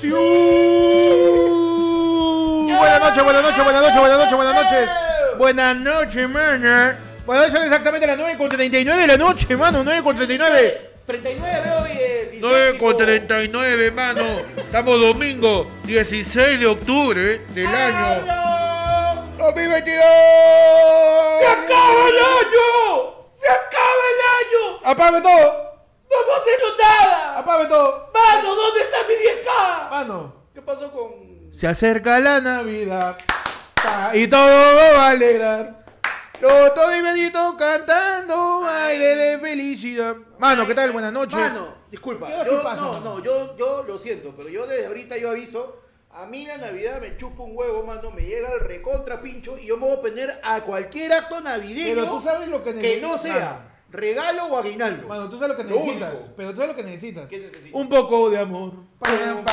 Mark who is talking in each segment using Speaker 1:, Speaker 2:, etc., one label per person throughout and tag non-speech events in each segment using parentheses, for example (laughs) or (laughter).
Speaker 1: Siu. Buenas noches, buenas noches, buenas noches, buenas noches, buenas noches. Buenas noches, mano. Buenas noches, son exactamente las 9 con 39 de la noche, mano. 9 con 39.
Speaker 2: 39 veo eh, y
Speaker 1: 9 con 39, mano. Estamos domingo 16 de octubre del año
Speaker 2: año.
Speaker 1: 2022.
Speaker 2: ¡Se acaba el año! ¡Se acaba el año!
Speaker 1: Apague todo,
Speaker 2: ¡No hemos hecho nada!
Speaker 1: apague todo.
Speaker 2: ¡Mano, ¿dónde está mi 10K?
Speaker 1: Mano.
Speaker 2: ¿Qué pasó con...?
Speaker 1: Se acerca la Navidad ta, y todo va a alegrar. Loto y Benito cantando aire de felicidad. Mano, ¿qué tal? Buenas noches.
Speaker 2: Mano, disculpa.
Speaker 1: ¿Qué- qué
Speaker 2: yo-
Speaker 1: pasa,
Speaker 2: no,
Speaker 1: mano?
Speaker 2: no, yo, yo lo siento, pero yo desde ahorita yo aviso. A mí la Navidad me chupa un huevo, mano, me llega el recontra pincho y yo me voy a poner a cualquier acto navideño
Speaker 3: Pero tú sabes lo que
Speaker 2: que
Speaker 3: necesitas.
Speaker 2: no sea regalo o aguinaldo.
Speaker 3: Mano, tú sabes lo que
Speaker 2: Lo
Speaker 3: necesitas.
Speaker 2: único.
Speaker 3: Pero tú sabes lo que necesitas.
Speaker 2: ¿Qué necesito?
Speaker 1: Un poco de amor.
Speaker 3: Pam,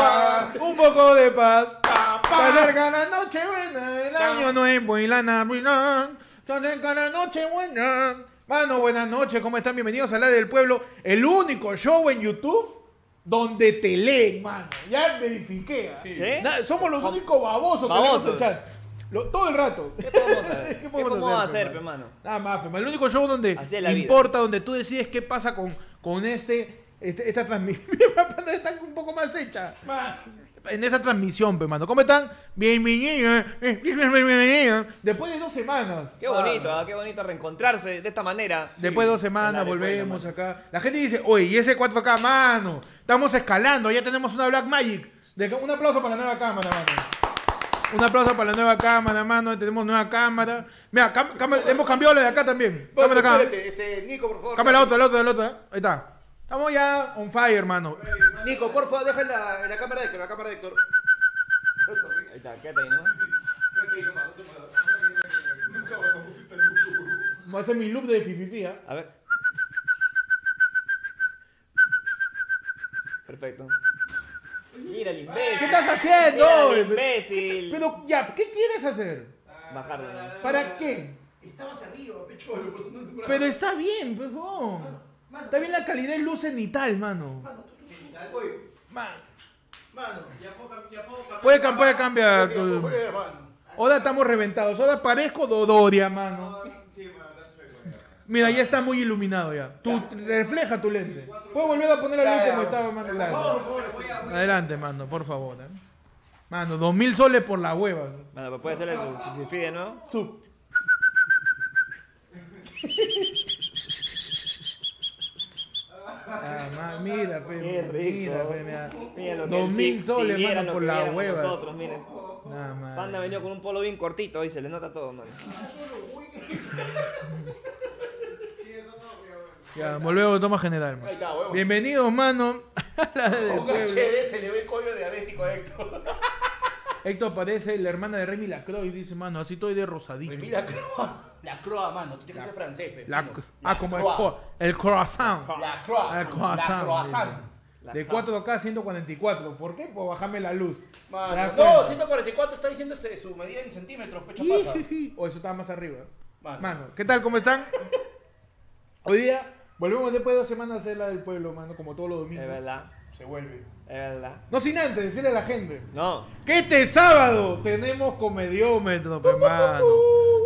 Speaker 3: pam.
Speaker 1: Un poco de paz.
Speaker 2: Pa,
Speaker 1: Se
Speaker 2: pa.
Speaker 1: acerca la noche buena, el año nuevo y la Navidad. Se acerca la noche buena. Mano, buenas noches, ¿cómo están? Bienvenidos a La del Pueblo, el único show en YouTube donde te leen, mano. Ya verifiqué. ¿ah?
Speaker 4: ¿Sí?
Speaker 1: Na- somos los únicos babosos que leemos
Speaker 4: babosos.
Speaker 1: el chat. Lo- todo el rato.
Speaker 4: ¿Qué podemos hacer?
Speaker 1: (laughs) ¿Qué
Speaker 4: ¿Qué
Speaker 1: podemos
Speaker 4: podemos
Speaker 1: hacer,
Speaker 4: hacer,
Speaker 1: pe,
Speaker 4: pe, mano?
Speaker 1: Nada más, pero el único show donde
Speaker 4: Así es la vida.
Speaker 1: importa, donde tú decides qué pasa con, con este, este- esta transmisión. (laughs) está un poco más hecha. En esta transmisión, pe, mano. ¿Cómo están? Bienvenidos. eh, bienvenidos. Después de dos semanas.
Speaker 4: Qué bonito, ¿ah? qué bonito reencontrarse de esta manera.
Speaker 1: Después de dos
Speaker 4: En
Speaker 1: semanas
Speaker 4: la recuerda,
Speaker 1: volvemos
Speaker 4: mano.
Speaker 1: acá. La gente dice, oye, y ese 4K, mano. Estamos escalando, ya tenemos una Black Magic. De- un aplauso para la nueva cámara, mano. Un aplauso para la nueva cámara, mano. Tenemos nueva cámara. Mira, cam- cámara- hemos cambiado la de acá también.
Speaker 2: Bueno,
Speaker 1: Cámara acá.
Speaker 2: espérate, este, Nico, por favor.
Speaker 1: Cámara la otra, la otra, la otra. eh. Ahí está. Estamos ya on fire, hermano.
Speaker 2: Nico, por favor, deja en la, en la cámara de Héctor, la cámara de Héctor.
Speaker 4: Ahí está, quédate ahí, ¿no?
Speaker 1: Voy a hacer mi loop de fififi, ¿ah?
Speaker 4: A ver. Perfecto. Mira el imbécil.
Speaker 1: ¿Qué estás haciendo?
Speaker 4: Mira el imbécil.
Speaker 1: Pero ya, ¿qué quieres hacer?
Speaker 4: Bajarlo. ¿no?
Speaker 1: ¿Para qué?
Speaker 2: Estabas arriba, pecho, por eso no te
Speaker 1: Pero está bien, pues, huevón. Está bien la calidad de luz cenital, mano.
Speaker 2: Oye,
Speaker 1: Mano.
Speaker 2: mano.
Speaker 1: Puede, cam- puede cambiar.
Speaker 2: Sí, sí, eh, oye, hermano.
Speaker 1: Ahora estamos reventados. Ahora parezco Dodoria, mano. Mira, ya está muy iluminado ya. Tú refleja tu lente. Puedes volver a poner la luz como estaba, mano.
Speaker 2: Por
Speaker 1: Claro.
Speaker 2: favor, voy a-
Speaker 1: Adelante, mano, por favor. ¿eh? Mano, dos mil soles por la hueva.
Speaker 4: Mano, pues puede hacerle su fifi de nuevo.
Speaker 1: Su- Ah, ma- mira, pe,
Speaker 4: Qué rico.
Speaker 1: mira, pe, mira.
Speaker 4: Mira lo que
Speaker 1: Dos
Speaker 4: él-
Speaker 1: mil
Speaker 4: si-
Speaker 1: soles,
Speaker 4: si vieran
Speaker 1: mano,
Speaker 4: lo
Speaker 1: por
Speaker 4: que
Speaker 1: la
Speaker 4: viéramos
Speaker 1: hueva.
Speaker 4: Nosotros, miren.
Speaker 1: Nada más.
Speaker 4: Panda venido con un polo bien cortito y se le nota todo, mano.
Speaker 1: Ya, volvemos a toma general. mano.
Speaker 2: Ahí está, huevo.
Speaker 1: Bienvenidos, mano. (laughs) a la del
Speaker 2: Un
Speaker 1: pueblo.
Speaker 2: HD se le ve el cuello diabético a Héctor.
Speaker 1: Héctor aparece, la hermana de Remy Lacroix, dice, mano, así estoy de rosadito.
Speaker 2: Remí la croa. La croa, mano. Tú tienes que ser francés, pe.
Speaker 1: La-
Speaker 2: fino.
Speaker 1: ah, como el,
Speaker 2: croa.
Speaker 1: cro- el croissant. Ah,
Speaker 2: La croa.
Speaker 1: El croissant.
Speaker 2: La croissant.
Speaker 4: La
Speaker 1: De
Speaker 4: croissant.
Speaker 1: 4K a 144. ¿Por qué? Pues bajarme la luz. ¿Te das
Speaker 2: Mano,
Speaker 1: cuenta?
Speaker 2: no, 144 está diciendo este- su medida en centímetros,
Speaker 1: (laughs)
Speaker 2: pecho pasa.
Speaker 1: O eso estaba más arriba.
Speaker 2: Mano.
Speaker 1: Mano, ¿qué tal? ¿Cómo están? Hoy día volvemos después de dos semanas a hacer la del pueblo, mano, como todos los
Speaker 4: Es
Speaker 1: domingos.
Speaker 4: verdad,
Speaker 2: Se vuelve.
Speaker 4: es verdad.
Speaker 1: No sin antes decirle a la gente
Speaker 4: No,
Speaker 1: que este sábado tenemos comediómetro, pe, mano.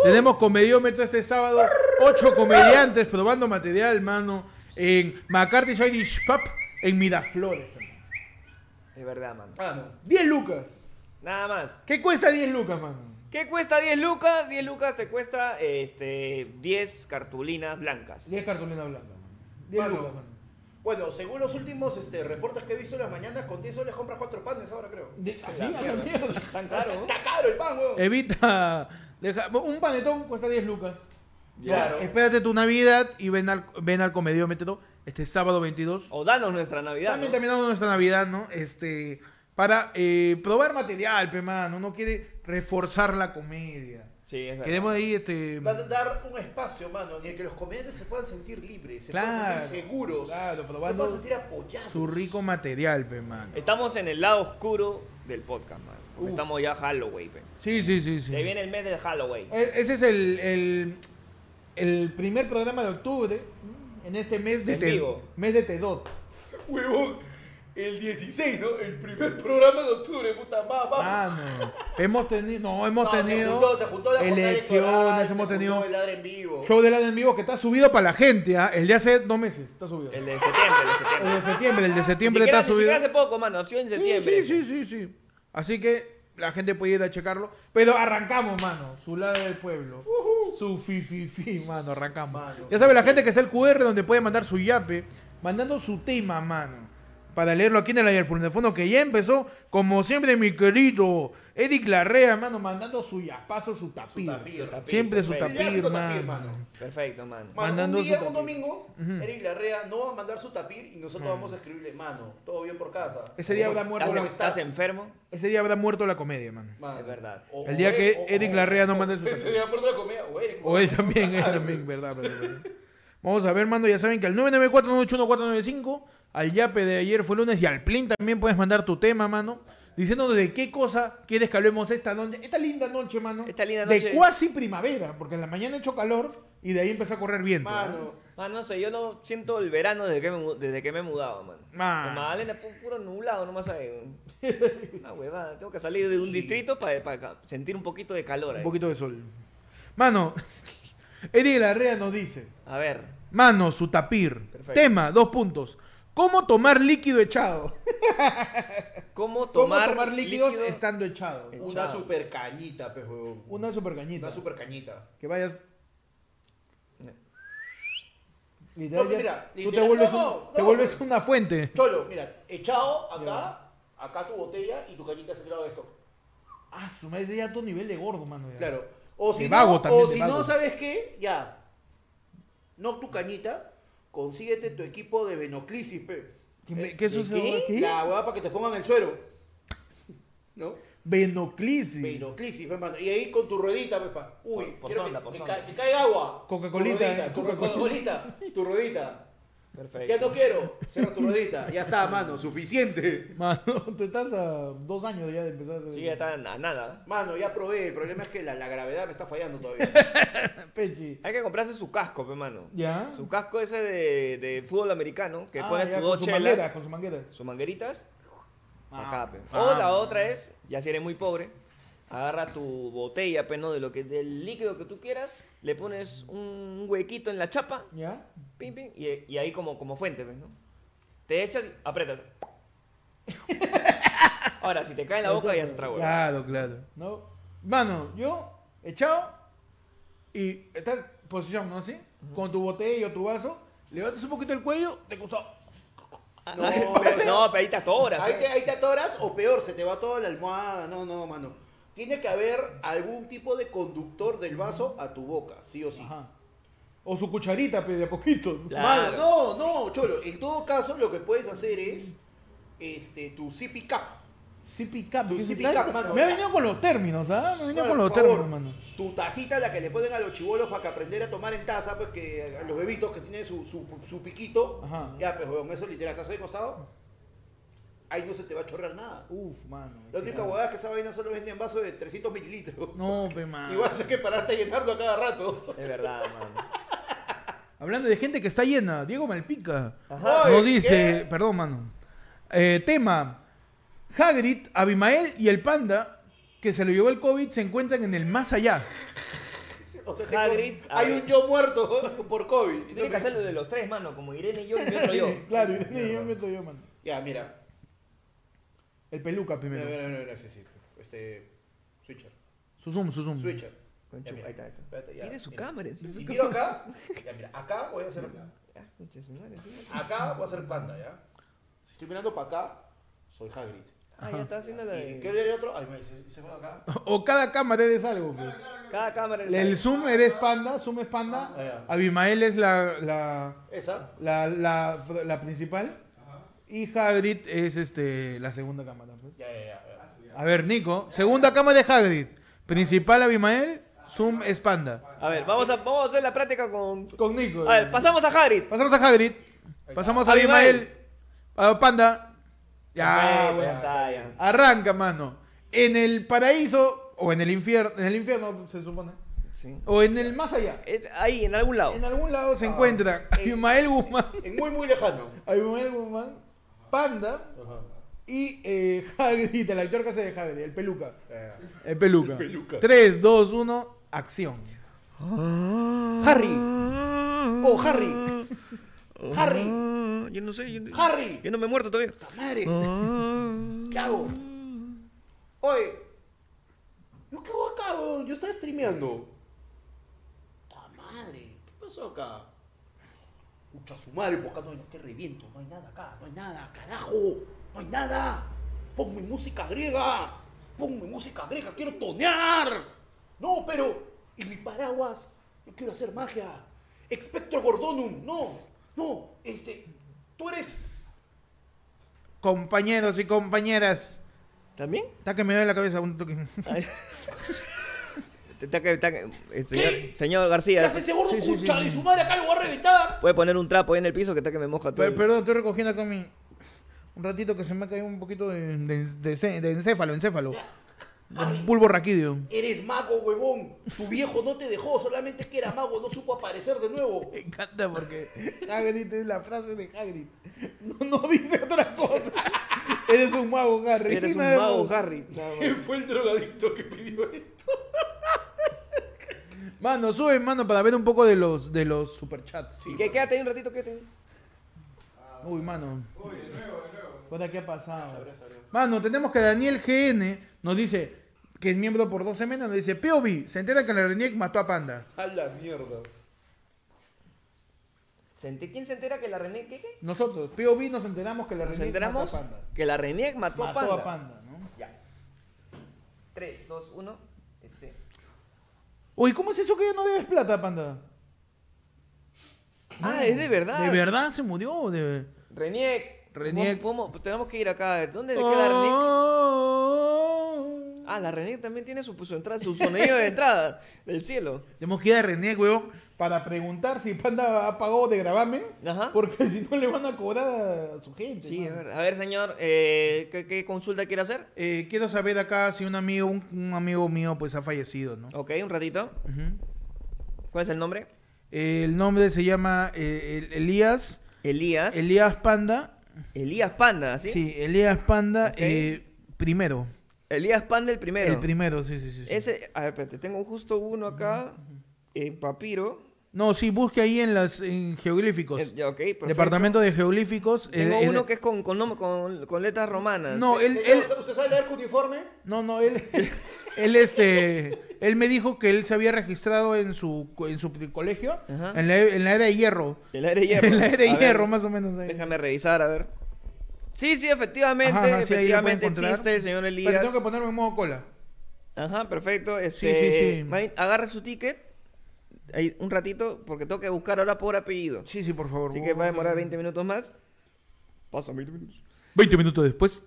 Speaker 1: Tenemos comediómetro este sábado. Ocho comediantes probando material, mano, en McCarthy's Irish Pub en Miraflores. hermano.
Speaker 4: es verdad, mano.
Speaker 2: Mano.
Speaker 1: 10 lucas.
Speaker 4: Nada más.
Speaker 1: ¿Qué cuesta 10 lucas, mano?
Speaker 4: ¿Qué cuesta 10 lucas? 10 lucas te cuesta este, 10 cartulinas blancas.
Speaker 1: 10 cartulinas blancas, mano. 10
Speaker 2: Mano.
Speaker 1: lucas, mano.
Speaker 2: Bueno, según los últimos este, reportes que he visto en las mañanas, con 10 soles compras 4 panes ahora, creo.
Speaker 1: De- ah, así,
Speaker 4: La
Speaker 1: a la
Speaker 4: mierda.
Speaker 1: mierda.
Speaker 4: Tan caro.
Speaker 2: Está caro el pan,
Speaker 1: Eh,
Speaker 2: weón.
Speaker 1: Evita. deja- un panetón cuesta 10 lucas.
Speaker 2: Claro.
Speaker 1: Espérate tu Navidad y ven al, ven al comediómetro este sábado 22.
Speaker 4: O danos nuestra Navidad.
Speaker 1: También
Speaker 4: ¿no?
Speaker 1: terminando nuestra Navidad, ¿no? Este, para eh, probar material, pe mano. Uno quiere reforzar la comedia.
Speaker 4: Sí, es verdad.
Speaker 1: Queremos ahí, este...
Speaker 2: Da- dar un espacio, mano, en el que los comediantes se puedan sentir libres, se puedan
Speaker 1: Claro,
Speaker 2: sentir seguros,
Speaker 1: claro,
Speaker 2: se
Speaker 1: probando
Speaker 2: puedan sentir apoyados.
Speaker 1: Su rico material, pe mano.
Speaker 4: Estamos en el lado oscuro del podcast, man. Porque estamos ya Halloween, pe.
Speaker 1: Sí, sí, sí, Uh. sí.
Speaker 4: Se viene el mes del Halloween.
Speaker 1: E- Ese es el, el, el primer programa de octubre en este mes de,
Speaker 4: En
Speaker 1: te-
Speaker 4: vivo.
Speaker 1: mes de Tedot.
Speaker 2: Huevón, el 16, ¿no? El primer programa de octubre, puta más, vamos.
Speaker 1: Mano, hemos tenido, no, Ah, hemos
Speaker 2: No, se
Speaker 1: tenido
Speaker 2: juntó, se juntó la jornada electoral,
Speaker 1: elecciones,
Speaker 2: se
Speaker 1: hemos
Speaker 2: juntó
Speaker 1: tenido
Speaker 2: el ladra en vivo.
Speaker 1: show de la en vivo que está subido para la gente, ¿ah? el de hace dos meses está subido.
Speaker 4: El de septiembre, el de
Speaker 1: El
Speaker 4: septiembre.
Speaker 1: de septiembre, el de septiembre
Speaker 4: Ni siquiera-
Speaker 1: está
Speaker 4: Ni
Speaker 1: subido.
Speaker 4: siquiera hace poco, mano. Opción en septiembre.
Speaker 1: Sí, sí, sí, sí, sí. Así que la gente puede ir a checarlo. Pero arrancamos, mano. Su lado del pueblo. Su fi, fi, fi, mano. Arrancamos.
Speaker 2: Mano.
Speaker 1: ya sabe la gente que está el QR donde puede mandar su yape. Mandando su tema, mano. Para leerlo aquí en el Ayer de Fondo, que ya empezó, como siempre, mi querido Eric Larrea, mano, mandando su yapazo, su tapir.
Speaker 2: tapir, su tapir,
Speaker 1: siempre su
Speaker 4: perfecto.
Speaker 1: tapir,
Speaker 2: Clásico tapir,
Speaker 1: mano.
Speaker 2: mano.
Speaker 4: Perfecto, mano.
Speaker 2: Mano,
Speaker 1: Mandando
Speaker 2: un día,
Speaker 1: su
Speaker 2: un
Speaker 1: tapir. Mm.
Speaker 2: domingo, Eric Larrea no va a mandar su tapir y nosotros vamos a escribirle, mano, todo bien por casa.
Speaker 1: Ese día
Speaker 2: ¿Cómo
Speaker 1: habrá muerto
Speaker 4: ¿Estás,
Speaker 1: Bueno,
Speaker 2: ¿Cómo
Speaker 1: la-
Speaker 4: estás enfermo?
Speaker 1: Ese día habrá muerto la comedia, mano.
Speaker 2: Mano.
Speaker 4: Es verdad.
Speaker 2: O-
Speaker 1: El día
Speaker 2: o
Speaker 1: que
Speaker 2: él- o-
Speaker 1: Eric
Speaker 2: o-
Speaker 1: Larrea no mande su
Speaker 2: (laughs) Ese
Speaker 1: tapir.
Speaker 2: día por la comida, o Eric.
Speaker 1: O
Speaker 4: (laughs)
Speaker 1: él también, él
Speaker 2: ¿sabes?
Speaker 1: también, verdad, verdad, verdad. Vamos a ver, mando, ya saben que al 994-981-495, al yape de ayer fue lunes y al plin también puedes mandar tu tema, mano. Diciéndonos de qué cosa quieres que hablemos esta noche, esta linda noche, mano.
Speaker 4: Esta linda
Speaker 1: De
Speaker 4: noche.
Speaker 1: cuasi primavera, porque en la mañana echó calor y de ahí empezó a correr viento. ¿no?
Speaker 2: Mano,
Speaker 4: Mano, Ah, no sé, yo no siento el verano desde que me, mu- desde que me he mudado, mano.
Speaker 1: Mano.
Speaker 4: En Magdalena pu- puro nublado, nomás hay. un- (laughs) Una huevada. Tengo que salir de un distrito para, sentir un poquito de calor.
Speaker 1: Un
Speaker 4: ahí.
Speaker 1: poquito de sol. Mano, (laughs) Eddie Larrea nos dice,
Speaker 4: A ver.
Speaker 1: mano, su tapir.
Speaker 4: Perfecto.
Speaker 1: Tema, dos puntos. ¿Cómo tomar líquido echado?
Speaker 4: ¿Cómo tomar,
Speaker 1: (laughs) ¿Cómo tomar líquidos
Speaker 4: líquido-
Speaker 1: estando echado?
Speaker 4: Eh.
Speaker 2: una
Speaker 4: Chao.
Speaker 2: super cañita, pues, huevón.
Speaker 1: Una super cañita.
Speaker 2: Una super cañita.
Speaker 1: Que vayas.
Speaker 2: No,
Speaker 1: pues Literal, ya-
Speaker 2: mira,
Speaker 1: tú te
Speaker 2: literal-
Speaker 1: vuelves,
Speaker 2: no,
Speaker 1: un-
Speaker 2: no,
Speaker 1: te
Speaker 2: no,
Speaker 1: vuelves
Speaker 2: pero-
Speaker 1: una fuente.
Speaker 2: Cholo, mira, echado acá, acá tu botella y tu cañita se de esto.
Speaker 1: Ah, su madre, ese ya tu nivel de gordo, mano. ya.
Speaker 2: Claro. O si,
Speaker 1: De vago
Speaker 2: no,
Speaker 1: también,
Speaker 2: o
Speaker 1: de
Speaker 2: si
Speaker 1: vago.
Speaker 2: no, ¿sabes qué? Ya. No tu cañita, consíguete tu equipo de venoclisis, pe. Eh,
Speaker 1: ¿Qué, me- qué sucedió
Speaker 4: qué?
Speaker 1: aquí?
Speaker 2: La hueá para que te pongan el suero. ¿No?
Speaker 1: Venoclisis.
Speaker 2: Venoclisis, pe, mano. Y ahí con tu ruedita, pe, pa. Uy,
Speaker 4: Por- por
Speaker 2: quiero
Speaker 4: sonda,
Speaker 2: que,
Speaker 4: por
Speaker 2: que
Speaker 4: sonda.
Speaker 2: ca- que caiga agua.
Speaker 1: Coca-Colita, eh,
Speaker 2: Tu
Speaker 1: Coca-Colita.
Speaker 2: ruedita, tu ruedita, tu ruedita.
Speaker 4: Perfecto.
Speaker 2: Ya no quiero, cierra tu ruedita. Ya está, mano, suficiente.
Speaker 1: Mano, (laughs) tú estás a dos años ya de empezar a hacer-
Speaker 4: Sí, ya está a nada.
Speaker 2: Mano, ya probé, el problema es que la, la gravedad me está fallando
Speaker 4: (laughs)
Speaker 2: todavía.
Speaker 1: Pechi.
Speaker 4: Hay que comprarse su casco, pe, mano.
Speaker 1: ¿Ya?
Speaker 4: Su casco ese de, de fútbol americano, que
Speaker 1: Ah,
Speaker 4: pones
Speaker 1: ya,
Speaker 4: tus dos
Speaker 1: con su manguera,
Speaker 4: chelas,
Speaker 1: con su manguera.
Speaker 4: sus mangueritas,
Speaker 1: Ah.
Speaker 4: acá, pe.
Speaker 1: Ah,
Speaker 4: O la
Speaker 1: mano.
Speaker 4: otra es, ya si eres muy pobre, agarra tu botella, pe, ¿no? De lo que, del líquido que tú quieras, le pones un huequito en la chapa,
Speaker 1: ¿Ya?
Speaker 4: pim, pim, y, y ahí como, como fuente, pe, ¿no? Te echas y apretas. (laughs) Ahora, si te cae en la boca, ya es ¿eh? otra huevada.
Speaker 1: Claro, claro. ¿No? Mano, yo echado y esta posición, ¿no? ¿Sí? Con tu botella o tu vaso, levantas un poquito el cuello, te costó.
Speaker 4: Ah,
Speaker 2: No,
Speaker 4: (laughs) No,
Speaker 2: pero-
Speaker 4: pero, no, pero ahí te atoras.
Speaker 2: Ahí
Speaker 4: pe.
Speaker 2: te, ahí te atoras o peor, se te va toda la almohada. No, no, mano. Tiene que haber algún tipo de conductor del vaso a tu boca, sí o sí.
Speaker 1: Ajá. O su cucharita, pero de a poquito.
Speaker 4: Claro.
Speaker 2: Mano, no, no, cholo. En todo caso, lo que puedes hacer es este, tu sippy cup.
Speaker 1: Sippy Cup.
Speaker 2: Tu
Speaker 1: ¿qué es
Speaker 2: sippy
Speaker 1: tal?
Speaker 2: cup, mano,
Speaker 1: Me ha
Speaker 2: ya.
Speaker 1: venido con los términos, ¿ah? Me ha venido
Speaker 2: Mano,
Speaker 1: con los
Speaker 2: por favor,
Speaker 1: términos, mano.
Speaker 2: Tu tacita, la que le ponen a los chivolos para que aprender a tomar en taza, pues que a los bebitos que tienen su, su, su piquito.
Speaker 1: Ajá.
Speaker 2: Ya, pues, weón, eso literal, estás de costado. Ahí no se te va a chorrear nada.
Speaker 1: Uf, mano.
Speaker 2: La única
Speaker 1: excelente.
Speaker 2: huevada es que esa vaina solo vende en vaso de 300 mililitros.
Speaker 1: No, pe,
Speaker 4: Ah.
Speaker 1: mano.
Speaker 2: Y vas a tener que pararte a llenarlo a cada rato.
Speaker 4: Es verdad, (laughs) mano.
Speaker 1: Hablando de gente que está llena, Diego Malpica.
Speaker 2: Ajá.
Speaker 1: No
Speaker 2: Ay,
Speaker 1: dice,
Speaker 2: ¿qué?
Speaker 1: perdón, mano. Eh, tema: Hagrid, Abimael y el panda que se lo llevó el COVID se encuentran en el más allá.
Speaker 2: O sea,
Speaker 4: Hagrid,
Speaker 2: tengo- hay
Speaker 4: a ver.
Speaker 2: un yo muerto (laughs) por COVID.
Speaker 4: Tienes que hacerlo de los tres, mano, como Irene y yo y otro yo.
Speaker 1: (laughs) claro, y ni yo meto yo, mano.
Speaker 2: Ya, mira.
Speaker 1: El peluca
Speaker 2: Mira,
Speaker 1: primero.
Speaker 2: mira, mira, mira, sí, sí. Este. Switcher.
Speaker 1: Su zoom, su zoom.
Speaker 2: Switcher.
Speaker 4: Con
Speaker 2: Ya,
Speaker 4: chupa,
Speaker 2: mira.
Speaker 4: Mm. ahí está, ahí está.
Speaker 2: Espérate, ya,
Speaker 4: Tiene su
Speaker 2: mira.
Speaker 4: cámara encima.
Speaker 2: Si miro
Speaker 4: (laughs)
Speaker 2: acá, ya mira, acá voy a hacer.
Speaker 4: Ah, concha su madre, sí.
Speaker 2: Acá voy a hacer panda, ¿ya? Si estoy mirando para acá, soy Hagrid.
Speaker 4: Ah, ya está haciendo la
Speaker 2: ¿Y
Speaker 4: de...
Speaker 2: qué le otro? Ay, me se, se fue
Speaker 4: (laughs)
Speaker 2: acá.
Speaker 1: (laughs) O cada cámara eres algo, pe.
Speaker 4: Cada cámara es-
Speaker 1: El zoom eres panda, zoom es panda.
Speaker 2: Ah, ya.
Speaker 1: Abimael es la- la
Speaker 2: Esa.
Speaker 1: La, la, la principal. Y Hagrid es este, la segunda cámara. pues.
Speaker 2: Ya, ya, ya. ya.
Speaker 1: A ver, Nico. Segunda cámara de Hagrid. Principal Abimael. Zoom es panda.
Speaker 4: A ver, vamos a, vamos a hacer la práctica con...
Speaker 1: Con Nico.
Speaker 4: A ver, pasamos a Hagrid.
Speaker 1: Pasamos a Hagrid. Pasamos a
Speaker 4: Abimael.
Speaker 1: Abimael. A panda. Ya,
Speaker 4: Perfecto,
Speaker 1: bueno.
Speaker 4: ya está, ya.
Speaker 1: Arranca, mano. En el paraíso, o en el infierno, en el infierno se supone.
Speaker 4: Sí.
Speaker 1: O en el más allá.
Speaker 4: Eh, Ahí, en algún lado.
Speaker 1: En algún lado se
Speaker 2: Ah,
Speaker 1: encuentra
Speaker 2: eh.
Speaker 1: (laughs) Abimael Guzmán.
Speaker 2: En muy, muy lejano.
Speaker 1: Abimael Guzmán. Panda
Speaker 2: Ajá.
Speaker 1: y eh, (laughs) Hagrid, el actor que hace de Hagrid, el peluca.
Speaker 2: Eh,
Speaker 1: El peluca.
Speaker 2: El peluca.
Speaker 1: 3, 2, 1, acción.
Speaker 2: Harry. Oh, Harry. Harry.
Speaker 4: Ah, yo no sé. Yo,
Speaker 2: Harry.
Speaker 4: yo no me he muerto todavía. Ah.
Speaker 2: ¡Puta madre! ¿Qué hago? Oye. ¿Yo qué hago acá, weón? Yo estaba streameando. ¡Puta madre! ¿Qué pasó acá? Pucha su madre, porque no, no te reviento. No hay nada acá, no hay nada, carajo. No hay nada. Ponme música griega. Ponme música griega, quiero tonear. No, pero. Y mi paraguas, yo quiero hacer magia. Expectro Gordonum, no, no, este. Tú eres
Speaker 1: Compañeros y compañeras.
Speaker 4: ¿También?
Speaker 1: Está que me duele la cabeza un toque. (laughs)
Speaker 2: Ah,
Speaker 4: Ay. Te- te- te- te- eh, señor,
Speaker 2: ¿Qué?
Speaker 4: señor
Speaker 2: ¿Qué
Speaker 4: García,
Speaker 2: hace ese gordo
Speaker 1: sí, sí,
Speaker 2: concha
Speaker 1: sí,
Speaker 2: de
Speaker 1: sí.
Speaker 2: su madre acá? Lo voy a reventar.
Speaker 4: puede poner un trapo ahí en el piso que está que me moja todo.
Speaker 1: Per-
Speaker 4: el-
Speaker 1: perdón, estoy recogiendo acá mi. Un ratito que se me ha caído un poquito de, de- de ce- de encéfalo, encéfalo.
Speaker 2: Ah,
Speaker 1: Un pulvo raquídeo.
Speaker 2: Eres mago, huevón. Su viejo no te dejó, solamente que era mago, no supo aparecer de (laughs) nuevo.
Speaker 1: Me encanta porque Hagrid es la frase de Hagrid. No, no dice otra
Speaker 4: (laughs)
Speaker 1: cosa. Eres un mago, Harry.
Speaker 4: Eres un
Speaker 1: Nada
Speaker 4: mago,
Speaker 1: más.
Speaker 4: Harry. (laughs) Nada más.
Speaker 2: fue el drogadicto que pidió esto?
Speaker 1: Mano, sube, mano, para ver un poco de los, de los superchats. Ah,
Speaker 4: Y que- Quédate ahí un ratito, quédate. ahí.
Speaker 1: Uy, mano. Uy, de nuevo, de nuevo. ¿qué ha pasado? Mano, tenemos que Daniel GN nos dice que es miembro por 12 menos, nos dice, POV, se entera que la Reniec mató a Panda.
Speaker 2: A la mierda.
Speaker 4: ¿Se ente- ¿Quién se entera que la René qué? qué?
Speaker 1: Nosotros, POV, nos enteramos que la
Speaker 4: Nos
Speaker 1: Reniec
Speaker 4: enteramos
Speaker 1: mató a Panda.
Speaker 4: que la René mató,
Speaker 1: Mató
Speaker 4: a Panda.
Speaker 1: a Panda, ¿no?
Speaker 4: Ya. 3, 2, 1. Ese.
Speaker 1: Uy, ¿cómo es eso que ya no debes plata, Panda?
Speaker 4: Ah, es de verdad.
Speaker 1: ¿De verdad se murió? De...
Speaker 4: Reniec.
Speaker 1: Reniec.
Speaker 4: ¿Cómo- cómo- tenemos que ir acá. ¿Dónde queda Reniec?
Speaker 1: Oh.
Speaker 4: Ah, la Reniec también tiene su, su entrada, su sonido de entrada del cielo.
Speaker 1: Tenemos que ir a Reniec, weón, para preguntar si Panda pagó de gravamen.
Speaker 4: Ajá.
Speaker 1: Porque (laughs) si no le van a cobrar a su gente.
Speaker 4: Sí,
Speaker 1: mano.
Speaker 4: es verdad. A ver, señor, eh, ¿qué, qué consulta quiere hacer?
Speaker 1: Eh, quiero saber acá si un amigo, un, un amigo mío, pues ha fallecido, ¿no?
Speaker 4: Ok, un ratito.
Speaker 1: Ujú.
Speaker 4: ¿Cuál es el nombre?
Speaker 1: El nombre se llama eh, el- Elías,
Speaker 4: Elías.
Speaker 1: Elías Panda.
Speaker 4: Elías Panda, ¿sí?
Speaker 1: Sí, Elías Panda
Speaker 4: Ok.
Speaker 1: eh, primero.
Speaker 4: Elías Panda el primero.
Speaker 1: El primero, sí, sí, sí. sí.
Speaker 4: Ese, a ver, espérate, tengo justo uno acá en papiro.
Speaker 1: No, sí, busque ahí en las en geográficos.
Speaker 4: Eh, ya, ok, perfecto.
Speaker 1: Departamento de geográficos. eh,
Speaker 4: Tengo
Speaker 1: eh,
Speaker 4: uno que es con, con, nom- con- con letras romanas.
Speaker 1: No, él,
Speaker 2: Señor,
Speaker 1: él-
Speaker 2: ¿Usted sabe leer cuniforme?
Speaker 1: no, no, él, (laughs) él, este, él me dijo que él se había registrado en su, en su colegio,
Speaker 4: Ajá.
Speaker 1: en la, en la era de hierro. (laughs)
Speaker 4: El aire hierro.
Speaker 1: En la era de
Speaker 4: A ver,
Speaker 1: hierro, más o menos. ahí.
Speaker 4: Déjame revisar, a ver. Sí, sí, efectivamente,
Speaker 1: Ajá, ajá, sí, ahí lo pueden
Speaker 4: efectivamente
Speaker 1: encontrar.
Speaker 4: existe el señor Elías.
Speaker 1: Pero tengo que ponerme en modo cola.
Speaker 4: Ajá, perfecto. Este,
Speaker 1: sí.
Speaker 4: Main, agarra su ticket. Ahí, un ratito, porque tengo que buscar ahora por apellido.
Speaker 1: Sí, sí, por favor.
Speaker 4: Así que va a demorar 20 minutos más. Pasa 20 minutos.
Speaker 1: 20 minutos después.